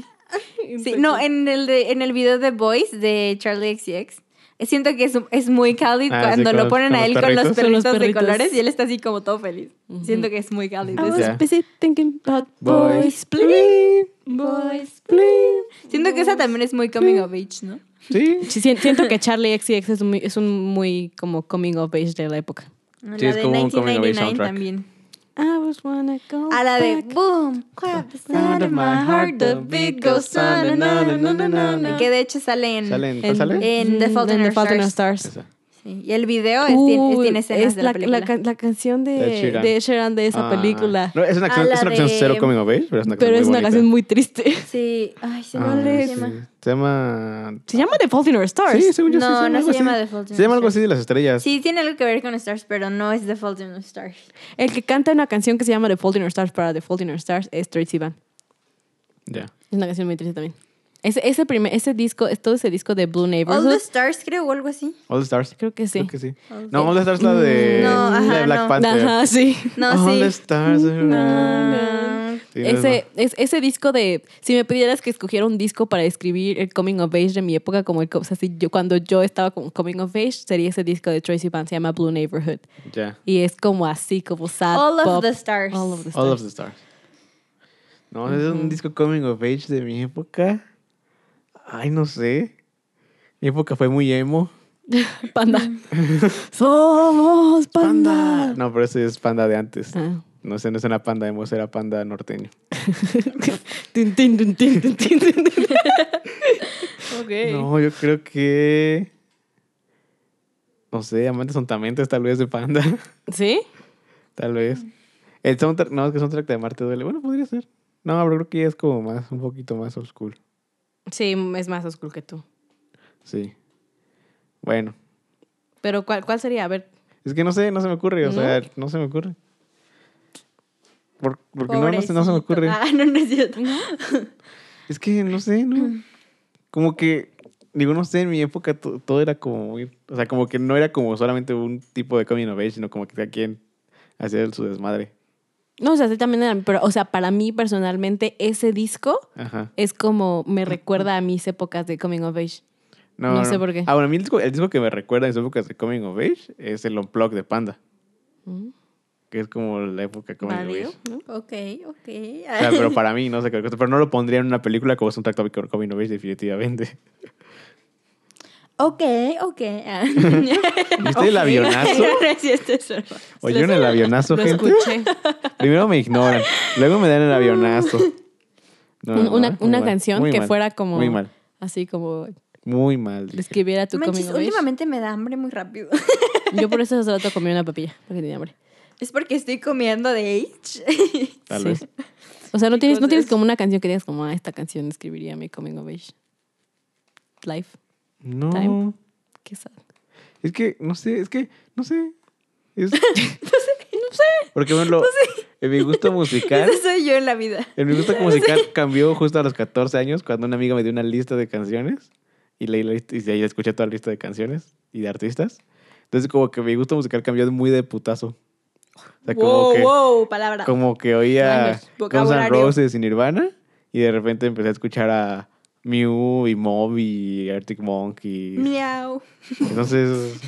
Speaker 1: Sí, no, en el, de, en el video de Boys de Charlie XCX. Siento que es, es muy Khalid
Speaker 3: Ah, sí,
Speaker 1: cuando
Speaker 3: con
Speaker 1: lo
Speaker 3: los-
Speaker 1: ponen
Speaker 3: con
Speaker 1: a
Speaker 3: los
Speaker 1: él con los
Speaker 3: perritos.
Speaker 2: Con los
Speaker 1: perritos, de
Speaker 2: perritos.
Speaker 1: colores y él está así como todo feliz. Siento que es muy Khalid.
Speaker 2: I
Speaker 3: Ah,
Speaker 1: eso.
Speaker 2: was
Speaker 3: Ya.
Speaker 2: busy thinking about boys,
Speaker 3: Boys,
Speaker 2: please.
Speaker 1: Boys,
Speaker 2: please.
Speaker 1: Siento que esa también es muy coming of age, ¿no?
Speaker 3: Sí.
Speaker 2: Sí, sien- Siento que Charlie XCX es, muy, es un muy como coming of age de la época.
Speaker 1: la
Speaker 3: es
Speaker 1: de
Speaker 3: como un coming of age
Speaker 1: 1999
Speaker 3: soundtrack.
Speaker 1: también.
Speaker 2: I was wanna go
Speaker 1: A la de
Speaker 2: back.
Speaker 1: Boom, clap the sound of my heart, the beat goes on and on and on and on. Que de hecho sale en...
Speaker 3: ¿Salen?
Speaker 2: en-
Speaker 3: ¿Cuál sale?
Speaker 2: Mm,
Speaker 1: Mm, en The Fault in Our
Speaker 2: Stars.
Speaker 3: Esa.
Speaker 1: Sí, Y el video es, tiene, es-
Speaker 2: Uy,
Speaker 1: tiene escenas
Speaker 2: es
Speaker 1: de la, película.
Speaker 2: can- la canción de,
Speaker 3: De Sheeran.
Speaker 2: de Sheeran de esa
Speaker 3: Ah.
Speaker 2: película.
Speaker 3: No, es una canción,
Speaker 1: A la
Speaker 3: es una canción
Speaker 1: de-
Speaker 3: cero coming of age, pero es una canción
Speaker 2: pero es una
Speaker 3: muy
Speaker 2: canción muy triste.
Speaker 1: Sí, ay, se me
Speaker 3: bonita.
Speaker 1: olvidó
Speaker 3: Ah,
Speaker 1: cómo se llama.
Speaker 3: sí. Se llama...
Speaker 2: Se llama The Fault in Our Stars.
Speaker 3: Sí, según yo sí,
Speaker 1: No, no
Speaker 3: algo
Speaker 1: se llama
Speaker 3: así.
Speaker 1: The Fault in
Speaker 3: Se llama
Speaker 1: Our
Speaker 3: algo así
Speaker 1: Stars.
Speaker 3: de las estrellas.
Speaker 1: Sí, tiene algo que ver con Stars, pero no es The Fault in Our Stars.
Speaker 2: El que canta una canción que se llama The Fault in Our Stars para The Fault in Our Stars es Tracy Van.
Speaker 3: Ya.
Speaker 2: Es una canción muy triste también. Ese, ese, primer, ese disco, es todo ese disco de Blue
Speaker 1: All the
Speaker 2: Neighborhood.
Speaker 1: Stars, creo, o algo así.
Speaker 3: All the Stars.
Speaker 2: Creo que sí.
Speaker 3: Creo que sí.
Speaker 1: All
Speaker 3: No,
Speaker 1: the-
Speaker 3: All the Stars la de,
Speaker 1: No,
Speaker 3: la de
Speaker 1: ajá,
Speaker 3: Black
Speaker 1: no.
Speaker 3: Panther.
Speaker 2: Ajá, sí.
Speaker 1: No,
Speaker 3: All
Speaker 1: sí. Ah,
Speaker 3: the Stars. Ah,
Speaker 1: No.
Speaker 3: Sí, no,
Speaker 2: Ese, es- ese disco de. Si me pidieras que escogiera un disco para escribir el Coming of Age de mi época, como el, co- o sea, si yo, cuando yo estaba con Coming of Age, sería ese disco de Tracy Van, se llama Blue Neighborhood.
Speaker 3: no. Ya.
Speaker 2: Y es como así, como sad.
Speaker 1: All of
Speaker 2: pop.
Speaker 1: the Stars.
Speaker 2: All of the
Speaker 3: All
Speaker 2: Stars.
Speaker 3: of the Stars. No, es un disco coming of age de mi época. Ay, no sé. Mi época fue muy emo.
Speaker 2: Panda. Somos panda.
Speaker 3: No, pero ese es panda de antes.
Speaker 2: Ah.
Speaker 3: No sé, no es una panda emo, era panda norteño.
Speaker 2: Tin, tin, tin, tin, tin, tin, tin. Ok.
Speaker 3: No, yo creo que. No sé, amantes sontamentes, tal vez de panda.
Speaker 2: ¿Sí?
Speaker 3: tal vez. El soundtrack, no, es que el soundtrack de Marte duele. Bueno, podría ser. No, pero creo que ya es como más, un poquito más old school.
Speaker 2: Sí, es más oscuro que tú.
Speaker 3: Sí. Bueno,
Speaker 2: Pero ¿cuál, cuál sería? A ver.
Speaker 3: es que no sé, no se me ocurre. O
Speaker 2: ¿No?
Speaker 3: sea, no se me ocurre. Por- porque no, no, se, no se me
Speaker 1: Pobrecito.
Speaker 3: ocurre.
Speaker 1: Ah, no, no es cierto.
Speaker 3: Es que no sé, ¿no?
Speaker 2: Mm.
Speaker 3: Como que, digo, no sé, en mi época to- todo era como muy. O sea, como que no era como solamente un tipo de coming of age, sino como que cada quien hacía su desmadre.
Speaker 2: No, o sea, sí también eran, pero, o sea, para mí personalmente, ese disco
Speaker 3: Ajá.
Speaker 2: es como me recuerda a mis épocas de coming of age.
Speaker 3: No,
Speaker 2: No sé por qué.
Speaker 3: Ah, bueno, a mí el disco, el disco que me recuerda en sus épocas de coming of age es el Unplugged de Panda,
Speaker 2: Mm.
Speaker 3: que es como la época coming
Speaker 2: Válido,
Speaker 3: of age.
Speaker 2: ¿no?
Speaker 1: Ok, ok.
Speaker 3: O sea, pero para mí, no sé qué cosa. Pero no lo pondría en una película como es un tracto coming of age, definitivamente.
Speaker 1: Ok, ok. Ah.
Speaker 3: ¿Viste el avionazo?
Speaker 1: No es cierto, es verdad.
Speaker 3: ¿Oyeron el avionazo,
Speaker 2: Lo
Speaker 3: gente?
Speaker 2: escuché.
Speaker 3: Primero me ignoran, luego me dan el avionazo. No,
Speaker 2: Un-
Speaker 3: no,
Speaker 2: una
Speaker 3: no, muy
Speaker 2: una
Speaker 3: mal,
Speaker 2: canción
Speaker 3: muy
Speaker 2: que
Speaker 3: mal,
Speaker 2: fuera como.
Speaker 3: Muy mal,
Speaker 2: Así como
Speaker 3: muy mal.
Speaker 2: describiera tu
Speaker 1: Manches,
Speaker 2: coming of age.
Speaker 1: últimamente me da hambre muy rápido.
Speaker 2: Yo por eso hace rato comí una papilla, porque tenía hambre.
Speaker 1: ¿Es porque estoy comiendo de age?
Speaker 3: Tal
Speaker 2: Sí.
Speaker 3: vez.
Speaker 2: O sea, no tienes, no
Speaker 1: Entonces-
Speaker 2: tienes como una canción que digas como, ah, esta canción escribiría mi coming of age. Life.
Speaker 3: No,
Speaker 2: Time. Qué sad.
Speaker 3: es que, no sé, es que, no sé. Es- no sé, no sé. Porque, bueno, lo- En mi gusto musical.
Speaker 1: Ese soy yo en la vida.
Speaker 3: En mi gusto musical cambió justo a los 14 años cuando una amiga me dio una lista de canciones y leí la lista y de ahí escuché toda la lista de canciones y de artistas. Entonces como que mi gusto musical cambió muy de putazo. O sea, como
Speaker 1: wow,
Speaker 3: que
Speaker 1: wow, palabra.
Speaker 3: como que oía
Speaker 1: Language,
Speaker 3: Guns N'
Speaker 1: vocabulario.
Speaker 3: Roses y Nirvana y de repente empecé a escuchar a Mew y Mob y Arctic Monkeys.
Speaker 1: Miau.
Speaker 3: Entonces,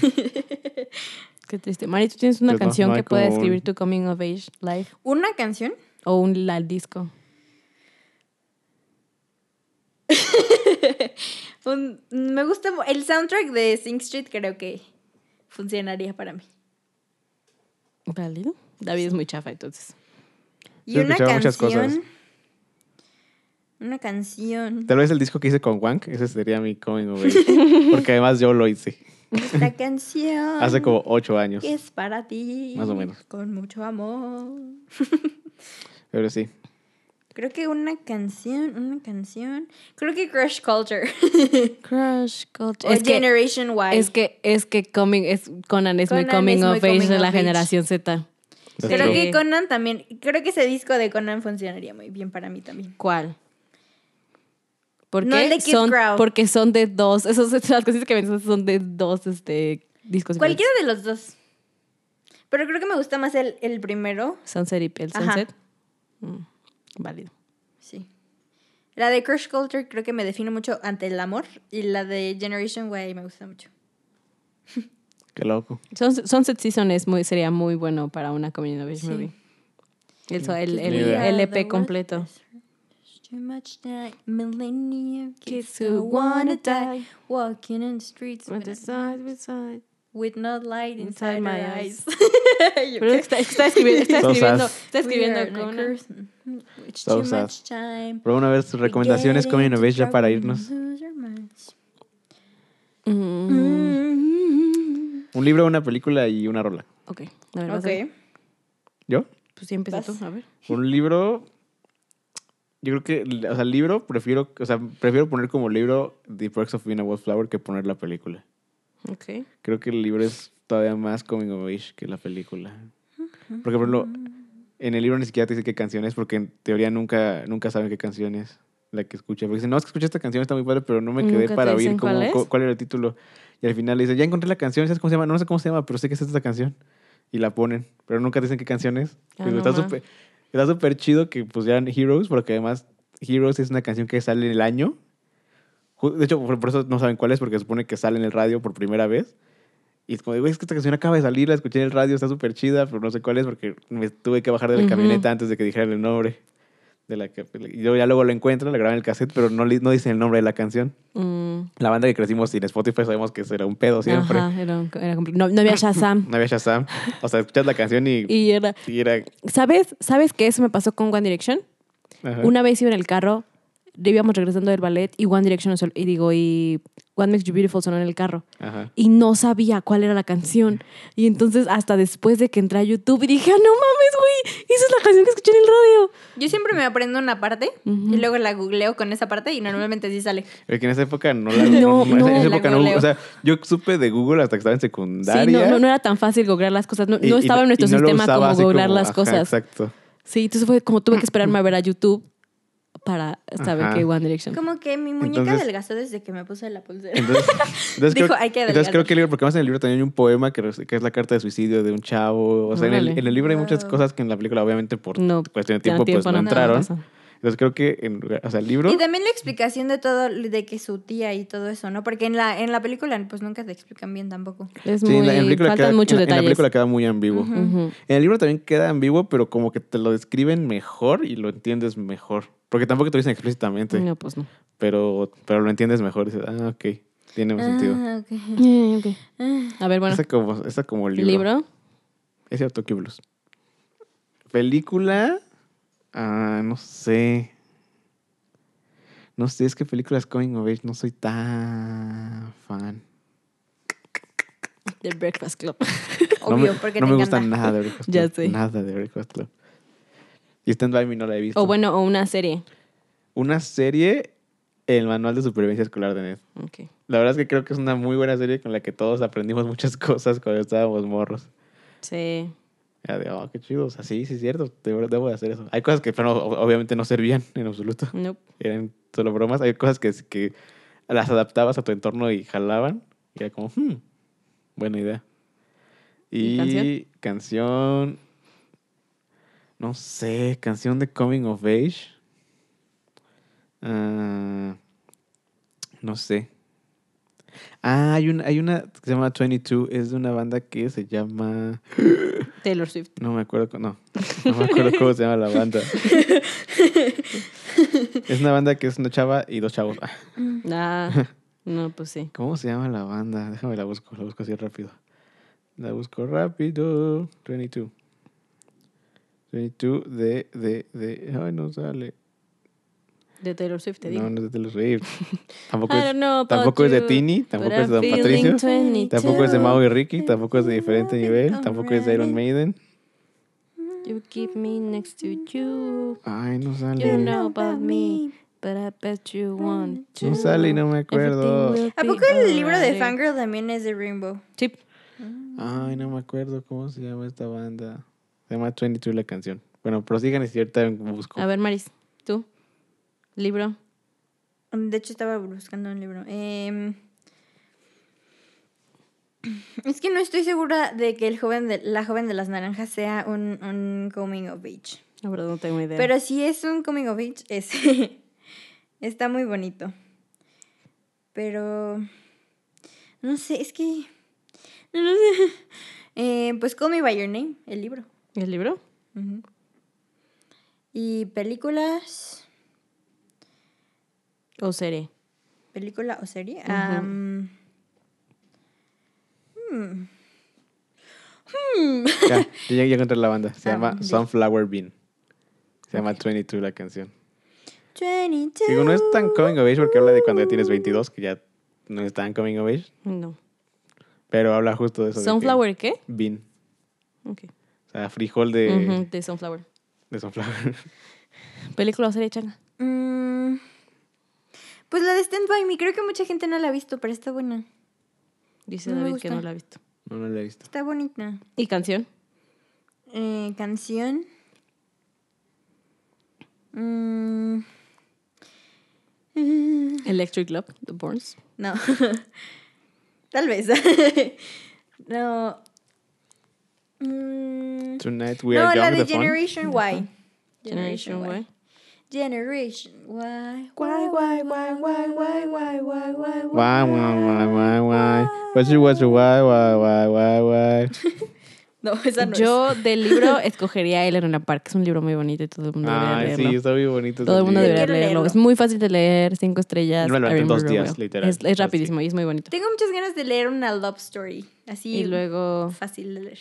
Speaker 2: Qué triste. Mari, ¿tú tienes una
Speaker 3: Pues no,
Speaker 2: canción
Speaker 3: no hay
Speaker 2: que pueda
Speaker 3: como un-
Speaker 2: describir tu coming of age life
Speaker 1: ¿Una canción?
Speaker 2: o un la- disco?
Speaker 1: Un- me gusta mu- el soundtrack de Sing Street, creo que funcionaría para mí.
Speaker 2: ¿Válido? David es muy chafa, entonces.
Speaker 1: Y
Speaker 3: Sí, he
Speaker 1: una
Speaker 3: escuchado
Speaker 1: canción.
Speaker 3: muchas cosas.
Speaker 1: Una canción.
Speaker 3: tal vez el disco que hice con Wank, ese sería mi coming of age. Porque además yo lo hice
Speaker 1: Esta canción.
Speaker 3: hace como 8 años.
Speaker 1: que es para ti.
Speaker 3: Más o menos.
Speaker 1: Con mucho amor.
Speaker 3: Pero sí.
Speaker 1: Creo que una canción, una canción. Creo que Crush Culture.
Speaker 2: Crush culture.
Speaker 1: o
Speaker 2: Es que,
Speaker 1: Generation Y.
Speaker 2: es que, es que coming, es, Conan es
Speaker 1: Conan
Speaker 2: muy coming
Speaker 1: es muy
Speaker 2: of age
Speaker 1: coming
Speaker 2: de la
Speaker 1: of age.
Speaker 2: generación Z.
Speaker 3: that's
Speaker 1: Creo
Speaker 3: true.
Speaker 1: que Conan también. Creo que ese disco de Conan funcionaría muy bien para mí también.
Speaker 2: ¿Cuál? Porque
Speaker 1: No el de Kid
Speaker 2: son,
Speaker 1: Crow.
Speaker 2: porque son de dos, esas las cosas que mencionas son de dos este, discos.
Speaker 1: Cualquiera de los dos. Pero creo que me gusta más el, el primero.
Speaker 2: diferentes. Sunset y el
Speaker 1: Ajá.
Speaker 2: Sunset. Mm, válido.
Speaker 1: Sí. La de Crush Culture creo que me define mucho ante el amor. Y la de Generation Y me gusta mucho.
Speaker 3: Qué loco.
Speaker 2: Sunset, Sunset Season es muy, sería muy bueno para una coming of age
Speaker 1: Sí.
Speaker 2: movie. El, so- el,
Speaker 3: Ni
Speaker 2: el-
Speaker 3: idea.
Speaker 2: el EP completo.
Speaker 1: Too much that millennium kids
Speaker 2: Kids
Speaker 1: who
Speaker 2: who
Speaker 1: wanna
Speaker 2: wanna
Speaker 1: die
Speaker 2: die.
Speaker 1: walking in the streets with, with no light inside my eyes. Yo
Speaker 2: Pero
Speaker 1: qué-
Speaker 2: está, está escribiendo, está
Speaker 3: So
Speaker 2: escribiendo,
Speaker 3: sad.
Speaker 2: está escribiendo
Speaker 1: We are
Speaker 2: con
Speaker 1: the curse. It's
Speaker 3: So
Speaker 1: too
Speaker 3: sad.
Speaker 1: much time.
Speaker 3: Pero una vez, recomendaciones
Speaker 1: Get
Speaker 3: coming of
Speaker 1: into
Speaker 3: age ya para
Speaker 1: trouble and
Speaker 3: irnos.
Speaker 1: lose our minds.
Speaker 2: Mm,
Speaker 1: Mm.
Speaker 3: Un libro, una película y una rola.
Speaker 2: Ok, a ver, vas a ver.
Speaker 1: Ok.
Speaker 3: ¿Yo?
Speaker 2: Pues sí, empieza
Speaker 1: Vas.
Speaker 2: tú, a ver.
Speaker 3: Un libro. Yo creo que, o sea, libro prefiero, o sea, prefiero poner como libro The Perks of Being a Wallflower que poner la película.
Speaker 2: Ok.
Speaker 3: Creo que el libro es todavía más coming of age que la película. Porque, por ejemplo, en el libro ni siquiera te dice qué canción es, porque en teoría nunca, nunca saben qué canción es la que escucha. Porque dicen, no, es que escuché esta canción, está muy padre, pero no me quedé
Speaker 2: Nunca te
Speaker 3: para oír
Speaker 2: dicen
Speaker 3: cómo- cu-
Speaker 2: cuál
Speaker 3: cuál,
Speaker 2: es.
Speaker 3: era el título. Y al final le dicen, ya encontré la canción, ¿sabes cómo se llama? No sé cómo se llama, pero sé que es esta canción. Y la ponen, pero nunca te dicen qué canción es.
Speaker 2: Ah,
Speaker 3: Pero
Speaker 2: no
Speaker 3: está
Speaker 2: ma.
Speaker 3: súper está súper chido que pusieran Heroes, porque además Heroes es una canción que sale en el año. Ju- De hecho, por por eso no saben cuál es, porque supone que sale en el radio por primera vez. Y es como, de, güey, es que esta canción acaba de salir, la escuché en el radio, está súper chida, pero no sé cuál es porque me tuve que bajar de la
Speaker 2: Ujú.
Speaker 3: camioneta antes de que dijeran el nombre. De la que, y yo ya luego la encuentro, la grabo en el cassette, pero no, li- no dicen el nombre de la canción.
Speaker 2: Mm,
Speaker 3: La banda que crecimos sin Spotify sabemos que será un pedo siempre.
Speaker 2: Ajá, era, un- era compli- no, no había Shazam.
Speaker 3: No había Shazam. O sea, escuchas la canción y,
Speaker 2: Y era...
Speaker 3: y era...
Speaker 2: ¿Sabes, ¿Sabes qué? Eso me pasó con One Direction.
Speaker 3: ajá.
Speaker 2: Una vez iba en el carro, íbamos regresando del ballet y One Direction, sol- y digo, y One Makes You Beautiful sonó en el carro.
Speaker 3: Ajá.
Speaker 2: Y no sabía cuál era la canción. Y entonces hasta después de que entré a YouTube y dije, ah, no mames, güey, esa es la canción que escuché en el radio.
Speaker 1: Yo siempre me aprendo una parte y luego la googleo con esa parte y normalmente sí sale.
Speaker 3: Porque en esa época no la...
Speaker 2: No,
Speaker 3: en esa
Speaker 2: no.
Speaker 3: época no
Speaker 1: La
Speaker 3: hubo-
Speaker 1: googleo.
Speaker 3: O sea, yo supe de Google hasta que estaba en secundaria.
Speaker 2: Sí, no, no, no era tan fácil googlear las cosas. No,
Speaker 3: y-
Speaker 2: no
Speaker 3: y
Speaker 2: estaba en nuestro
Speaker 3: y no lo
Speaker 2: sistema
Speaker 3: usaba
Speaker 2: como
Speaker 3: así
Speaker 2: googlear las
Speaker 3: ajá,
Speaker 2: cosas.
Speaker 3: Exacto.
Speaker 2: Sí, entonces fue como tuve que esperarme a ver a YouTube para saber
Speaker 3: Ajá.
Speaker 2: que One Direction.
Speaker 1: Como que mi muñeca
Speaker 3: Entonces-
Speaker 1: adelgazó desde que me puse la pulsera.
Speaker 3: Entonces, entonces
Speaker 1: Dijo,
Speaker 3: creo,
Speaker 1: "Hay que
Speaker 3: entonces creo
Speaker 1: adelgazar".
Speaker 3: que el libro, porque además en el libro también hay un poema que, res- que es la carta de suicidio de un chavo. O sea, en el,
Speaker 2: Órale.
Speaker 3: en el libro hay muchas
Speaker 1: Wow.
Speaker 3: cosas que en la película, obviamente, por
Speaker 2: No,
Speaker 3: cuestión de
Speaker 2: ya
Speaker 3: tiempo, pues no
Speaker 2: no
Speaker 3: entraron.
Speaker 2: pasa.
Speaker 3: Entonces creo que, en, lugar- o sea, el libro.
Speaker 1: Y también la explicación de todo, de que su tía y todo eso, ¿no? Porque en la, en la película pues nunca te explican bien tampoco.
Speaker 2: Es
Speaker 3: sí,
Speaker 2: muy,
Speaker 3: en la, en la película
Speaker 2: faltan
Speaker 3: queda,
Speaker 2: muchos
Speaker 3: en la- en la
Speaker 2: detalles.
Speaker 3: película queda muy ambiguo.
Speaker 1: Ujú.
Speaker 2: Ujú.
Speaker 3: En el libro también queda ambiguo, pero como que te lo describen mejor y lo entiendes mejor. Porque tampoco te lo dicen explícitamente,
Speaker 2: No, pues no.
Speaker 3: pero, pero lo entiendes mejor. Y dices, ah, ok, tiene más sentido.
Speaker 1: Ah, ok.
Speaker 2: Eh, ok. A ver, bueno.
Speaker 3: Esa como, esa como el
Speaker 2: ¿Libro?
Speaker 3: libro. Ese de Tokyo Blues. Película. Ah, no sé. No sé, es que películas Coming of Age no soy tan fan.
Speaker 2: The Breakfast Club.
Speaker 1: Obvio,
Speaker 3: no me,
Speaker 1: porque
Speaker 3: no
Speaker 1: te
Speaker 3: me gusta
Speaker 1: encanta.
Speaker 3: nada de Breakfast Club.
Speaker 2: Ya sé.
Speaker 3: Nada de Breakfast Club. Y Stand By Me no la he visto.
Speaker 2: o bueno, o una serie.
Speaker 3: Una serie, El Manual de Supervivencia Escolar de Ned.
Speaker 2: Ok.
Speaker 3: La verdad es que creo que es una muy buena serie con la que todos aprendimos muchas cosas cuando estábamos morros.
Speaker 2: Sí.
Speaker 3: Era de, oh, qué chido. O sea, sí, sí es cierto, debo, debo de hacer eso. Hay cosas que pero, o- obviamente no servían en absoluto.
Speaker 2: Nope.
Speaker 3: Eran solo bromas. Hay cosas que, que las adaptabas a tu entorno y jalaban. Y era como, hmm, buena idea.
Speaker 2: ¿Y
Speaker 3: Y canción? No sé, canción de Coming of Age. Ah, no sé. Ah, hay una, hay una que se llama 22. Es de una banda que se llama.
Speaker 2: Taylor Swift.
Speaker 3: No me acuerdo, co- no, no me acuerdo cómo se llama la banda. Es una banda que es una chava y dos chavos. Ah,
Speaker 1: Mm.
Speaker 2: Ah, no, pues sí.
Speaker 3: ¿Cómo se llama la banda? Déjame la busco, la busco así rápido. La busco rápido. 22. 22 de, de, de... Ay, no sale.
Speaker 2: De Taylor Swift, te digo.
Speaker 3: No,
Speaker 2: Ah,
Speaker 3: no es de Taylor Swift. Tampoco
Speaker 2: I
Speaker 3: es,
Speaker 2: don't know about
Speaker 3: tampoco es de
Speaker 2: you,
Speaker 3: Tini,
Speaker 2: but
Speaker 3: tampoco
Speaker 2: I'm
Speaker 3: es de Don
Speaker 2: feeling
Speaker 3: Patricio,
Speaker 2: 22.
Speaker 3: tampoco es de Mau y Ricky,
Speaker 1: If
Speaker 3: tampoco es de
Speaker 1: you
Speaker 3: diferente
Speaker 1: love it
Speaker 3: nivel, tampoco es de Iron
Speaker 1: already.
Speaker 3: Maiden.
Speaker 2: You keep me next to you,
Speaker 3: Ay, no
Speaker 2: You
Speaker 3: sale.
Speaker 2: know. about me. but I bet you want to.
Speaker 3: No sale y no me acuerdo.
Speaker 2: Everything will
Speaker 1: ¿A
Speaker 2: be
Speaker 1: poco el libro de
Speaker 2: alright.
Speaker 1: Fangirl también es de Rainbow?
Speaker 2: Sí.
Speaker 3: Ay, no me acuerdo cómo se llama esta banda. Se llama 22 la canción. Bueno, prosigan y si ahorita busco.
Speaker 2: A ver, Maris, tú. Libro.
Speaker 1: Mm, De hecho, estaba buscando un libro. Em, es que no estoy segura de que el joven de, la joven de las naranjas sea un, un coming of age.
Speaker 2: La verdad no tengo idea.
Speaker 1: Pero si es un coming of age, es. Está muy bonito. Pero. No sé, es que. No sé. Eh, pues Call Me By Your Name, el libro.
Speaker 2: ¿El libro?
Speaker 1: Ujú. Y películas.
Speaker 2: ¿O serie?
Speaker 1: ¿Película o serie?
Speaker 2: Ujú.
Speaker 1: Am, hmm.
Speaker 3: Ya, yo ya, ya encontré la banda. Se
Speaker 1: Ah,
Speaker 3: llama
Speaker 1: di.
Speaker 3: Sunflower Bean. Se llama 22 la canción.
Speaker 1: 22.
Speaker 3: Digo, no es tan coming of age porque habla de cuando ya tienes 22, que ya no es tan coming of age.
Speaker 2: No.
Speaker 3: Pero habla justo de eso. de que-
Speaker 2: ¿Sunflower qué?
Speaker 3: Bean.
Speaker 2: Ok.
Speaker 3: O sea, frijol de,
Speaker 2: Ujú, de Sunflower.
Speaker 3: de Sunflower.
Speaker 2: ¿Película o serie, Changa?
Speaker 1: Mm, pues la de Stand By Me, creo que mucha gente no la ha visto, pero está buena.
Speaker 2: Dice
Speaker 1: No me
Speaker 2: David que no
Speaker 1: gusta.
Speaker 2: la ha visto.
Speaker 3: No, no la he visto.
Speaker 1: Está bonita.
Speaker 2: ¿Y canción?
Speaker 1: Eh, canción. Mm. Mm,
Speaker 2: Electric Love, The Borns.
Speaker 1: No. Tal vez. no. Mm,
Speaker 3: Tonight we
Speaker 1: No,
Speaker 3: are
Speaker 1: la
Speaker 3: young,
Speaker 1: de
Speaker 3: the fun.
Speaker 1: Generation Y.
Speaker 2: Generation Y.
Speaker 1: Generation Y.
Speaker 2: Guay, guay, guay, guay, guay, guay, guay, guay,
Speaker 3: Why, why, why, why, why. What's your, what's your, why, why, why, why, why.
Speaker 1: No, esa no
Speaker 2: Yo del libro escogería El Luna Park. Es un libro muy bonito y todo el mundo
Speaker 3: Ay,
Speaker 2: debería leerlo.
Speaker 3: sí, está muy bonito.
Speaker 2: Todo el mundo
Speaker 1: Yo
Speaker 3: debería
Speaker 2: debería
Speaker 1: quiero
Speaker 2: leerlo.
Speaker 1: leerlo.
Speaker 2: Es muy fácil de leer, cinco estrellas.
Speaker 3: Yo me lo
Speaker 2: I
Speaker 3: levanté en dos
Speaker 2: remember
Speaker 3: días,
Speaker 2: well.
Speaker 3: literal.
Speaker 2: Es, es
Speaker 3: Así.
Speaker 2: rapidísimo y es muy bonito.
Speaker 1: Tengo muchas ganas de leer una love story. Así
Speaker 2: Y luego...
Speaker 1: fácil de leer.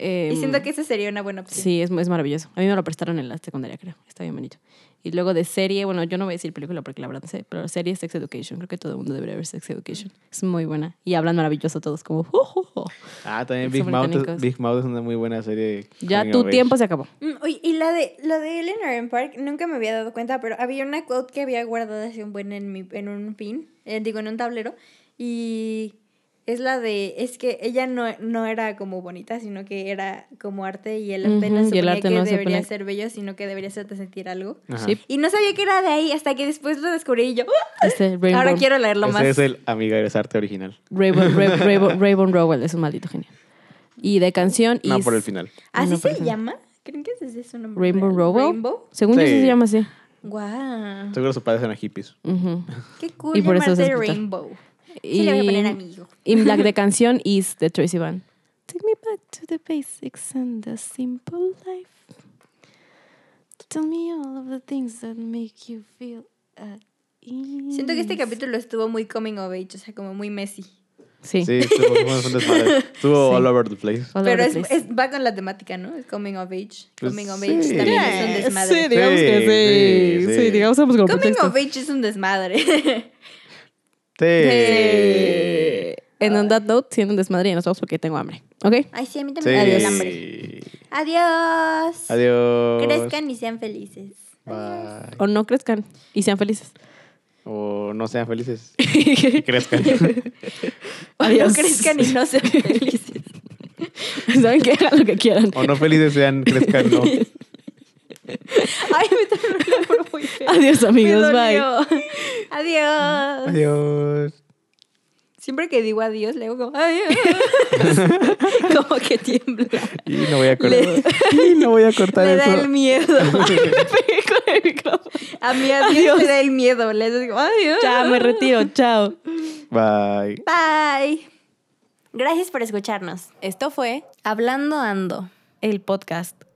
Speaker 2: Eh,
Speaker 1: y siento que esa sería una buena opción.
Speaker 2: Sí, es, es maravilloso. A mí me lo prestaron en la secundaria, creo. Está bien bonito. Y luego de serie, bueno, yo no voy a decir película porque la verdad no sé, pero la serie es Sex Education. Creo que todo el mundo debería ver Sex Education. Es muy buena. Y hablan maravilloso todos, como... "Oh, "Jo, jo, jo".
Speaker 3: Ah, también
Speaker 2: Son
Speaker 3: Big Mouth, es,
Speaker 2: británicos.
Speaker 3: Big Mouth es una muy buena serie.
Speaker 2: Ya
Speaker 3: coming
Speaker 2: tu
Speaker 3: of age.
Speaker 2: tiempo se acabó.
Speaker 1: Mm, oye, y la de, la de Eleanor en Park, nunca me había dado cuenta, pero había una quote que había guardado hace un buen en, mi, en un pin, eh, digo, en un tablero, y es la de, es que ella no, no era como bonita, sino que era como arte, y él
Speaker 2: Ujú,
Speaker 1: apenas
Speaker 2: y el
Speaker 1: suponía
Speaker 2: arte
Speaker 1: que
Speaker 2: no se
Speaker 1: debería
Speaker 2: pone-
Speaker 1: ser bello, sino que debería hacerte sentir algo.
Speaker 3: Ajá.
Speaker 2: Sí.
Speaker 1: Y no sabía que era de ahí, hasta que después lo descubrí y yo, ¡ah!
Speaker 2: Este, Rainbow-
Speaker 1: ahora quiero leerlo
Speaker 3: Ese
Speaker 1: más.
Speaker 3: es el Amiga eres arte original.
Speaker 2: Raven, Raven, Raven, Raven Rowell es un maldito genio. Y de canción
Speaker 3: No
Speaker 2: y
Speaker 3: por el final.
Speaker 1: ¿Así
Speaker 2: No,
Speaker 1: se
Speaker 2: perdón.
Speaker 1: llama? ¿Creen que ese es su nombre?
Speaker 2: Rainbow
Speaker 1: real?
Speaker 2: Rowell.
Speaker 1: Rainbow.
Speaker 2: Según yo sí
Speaker 3: Sí.
Speaker 2: se llama así.
Speaker 1: Guau.
Speaker 3: Seguro sus padres eran hippies.
Speaker 2: Ujú.
Speaker 1: Qué cool
Speaker 2: Y por eso es
Speaker 1: llamarte
Speaker 2: escritor.
Speaker 1: Rainbow.
Speaker 2: Y,
Speaker 1: Sí, le voy a poner amigo.
Speaker 2: y la de canción is de Tracy Van. Take me back to the basics and the simple life. Tell me all of the things that make you feel at ease.
Speaker 1: Siento que este capítulo estuvo muy coming of age, o sea, como muy messy.
Speaker 2: Sí.
Speaker 3: Sí, estuvo, fue un desmadre. Estuvo
Speaker 2: Sí.
Speaker 3: all over the place.
Speaker 2: All
Speaker 1: Pero
Speaker 2: over
Speaker 1: es,
Speaker 2: the place.
Speaker 1: es- va con la temática, ¿no? Es coming of age.
Speaker 3: Pues
Speaker 1: Coming of
Speaker 3: sí.
Speaker 1: age también es un
Speaker 3: Yeah,
Speaker 1: desmadre.
Speaker 2: Sí, digamos que sí.
Speaker 3: Sí,
Speaker 2: Sí,
Speaker 3: sí, sí.
Speaker 2: digamos vamos con el
Speaker 1: Coming
Speaker 2: contexto.
Speaker 1: of age es un desmadre.
Speaker 3: Sí.
Speaker 2: Eh, En on that note, siendo un desmadre, ya nos vamos porque tengo hambre. ¿Ok?
Speaker 1: Ay, sí, a mí también me da hambre.
Speaker 3: Sí.
Speaker 1: Adiós.
Speaker 3: Adiós.
Speaker 1: Crezcan y sean felices.
Speaker 3: Bye.
Speaker 2: O no crezcan y sean felices.
Speaker 3: O no sean felices. Y crezcan.
Speaker 1: O no crezcan y no sean felices.
Speaker 2: ¿Saben qué? Hagan lo que quieran.
Speaker 3: O no felices sean, crezcan, no.
Speaker 1: Ay, me terminó por muy feo.
Speaker 2: Adiós, amigos.
Speaker 1: Me
Speaker 2: Bye.
Speaker 1: dolió. Adiós.
Speaker 3: Adiós.
Speaker 1: Siempre que digo adiós, le hago como adiós. como que tiembla.
Speaker 3: Y no voy a cortar.
Speaker 1: Le-
Speaker 3: Y no voy a cortar
Speaker 1: Le da
Speaker 3: eso.
Speaker 1: el miedo.
Speaker 2: Me pegué con el micrófono.
Speaker 1: A mí adiós le da el miedo. Le digo adiós.
Speaker 2: Ya, me retiro. Chao.
Speaker 3: Bye.
Speaker 1: Bye. Gracias por escucharnos.
Speaker 2: Esto fue
Speaker 1: Hablando Ando.
Speaker 2: el podcast.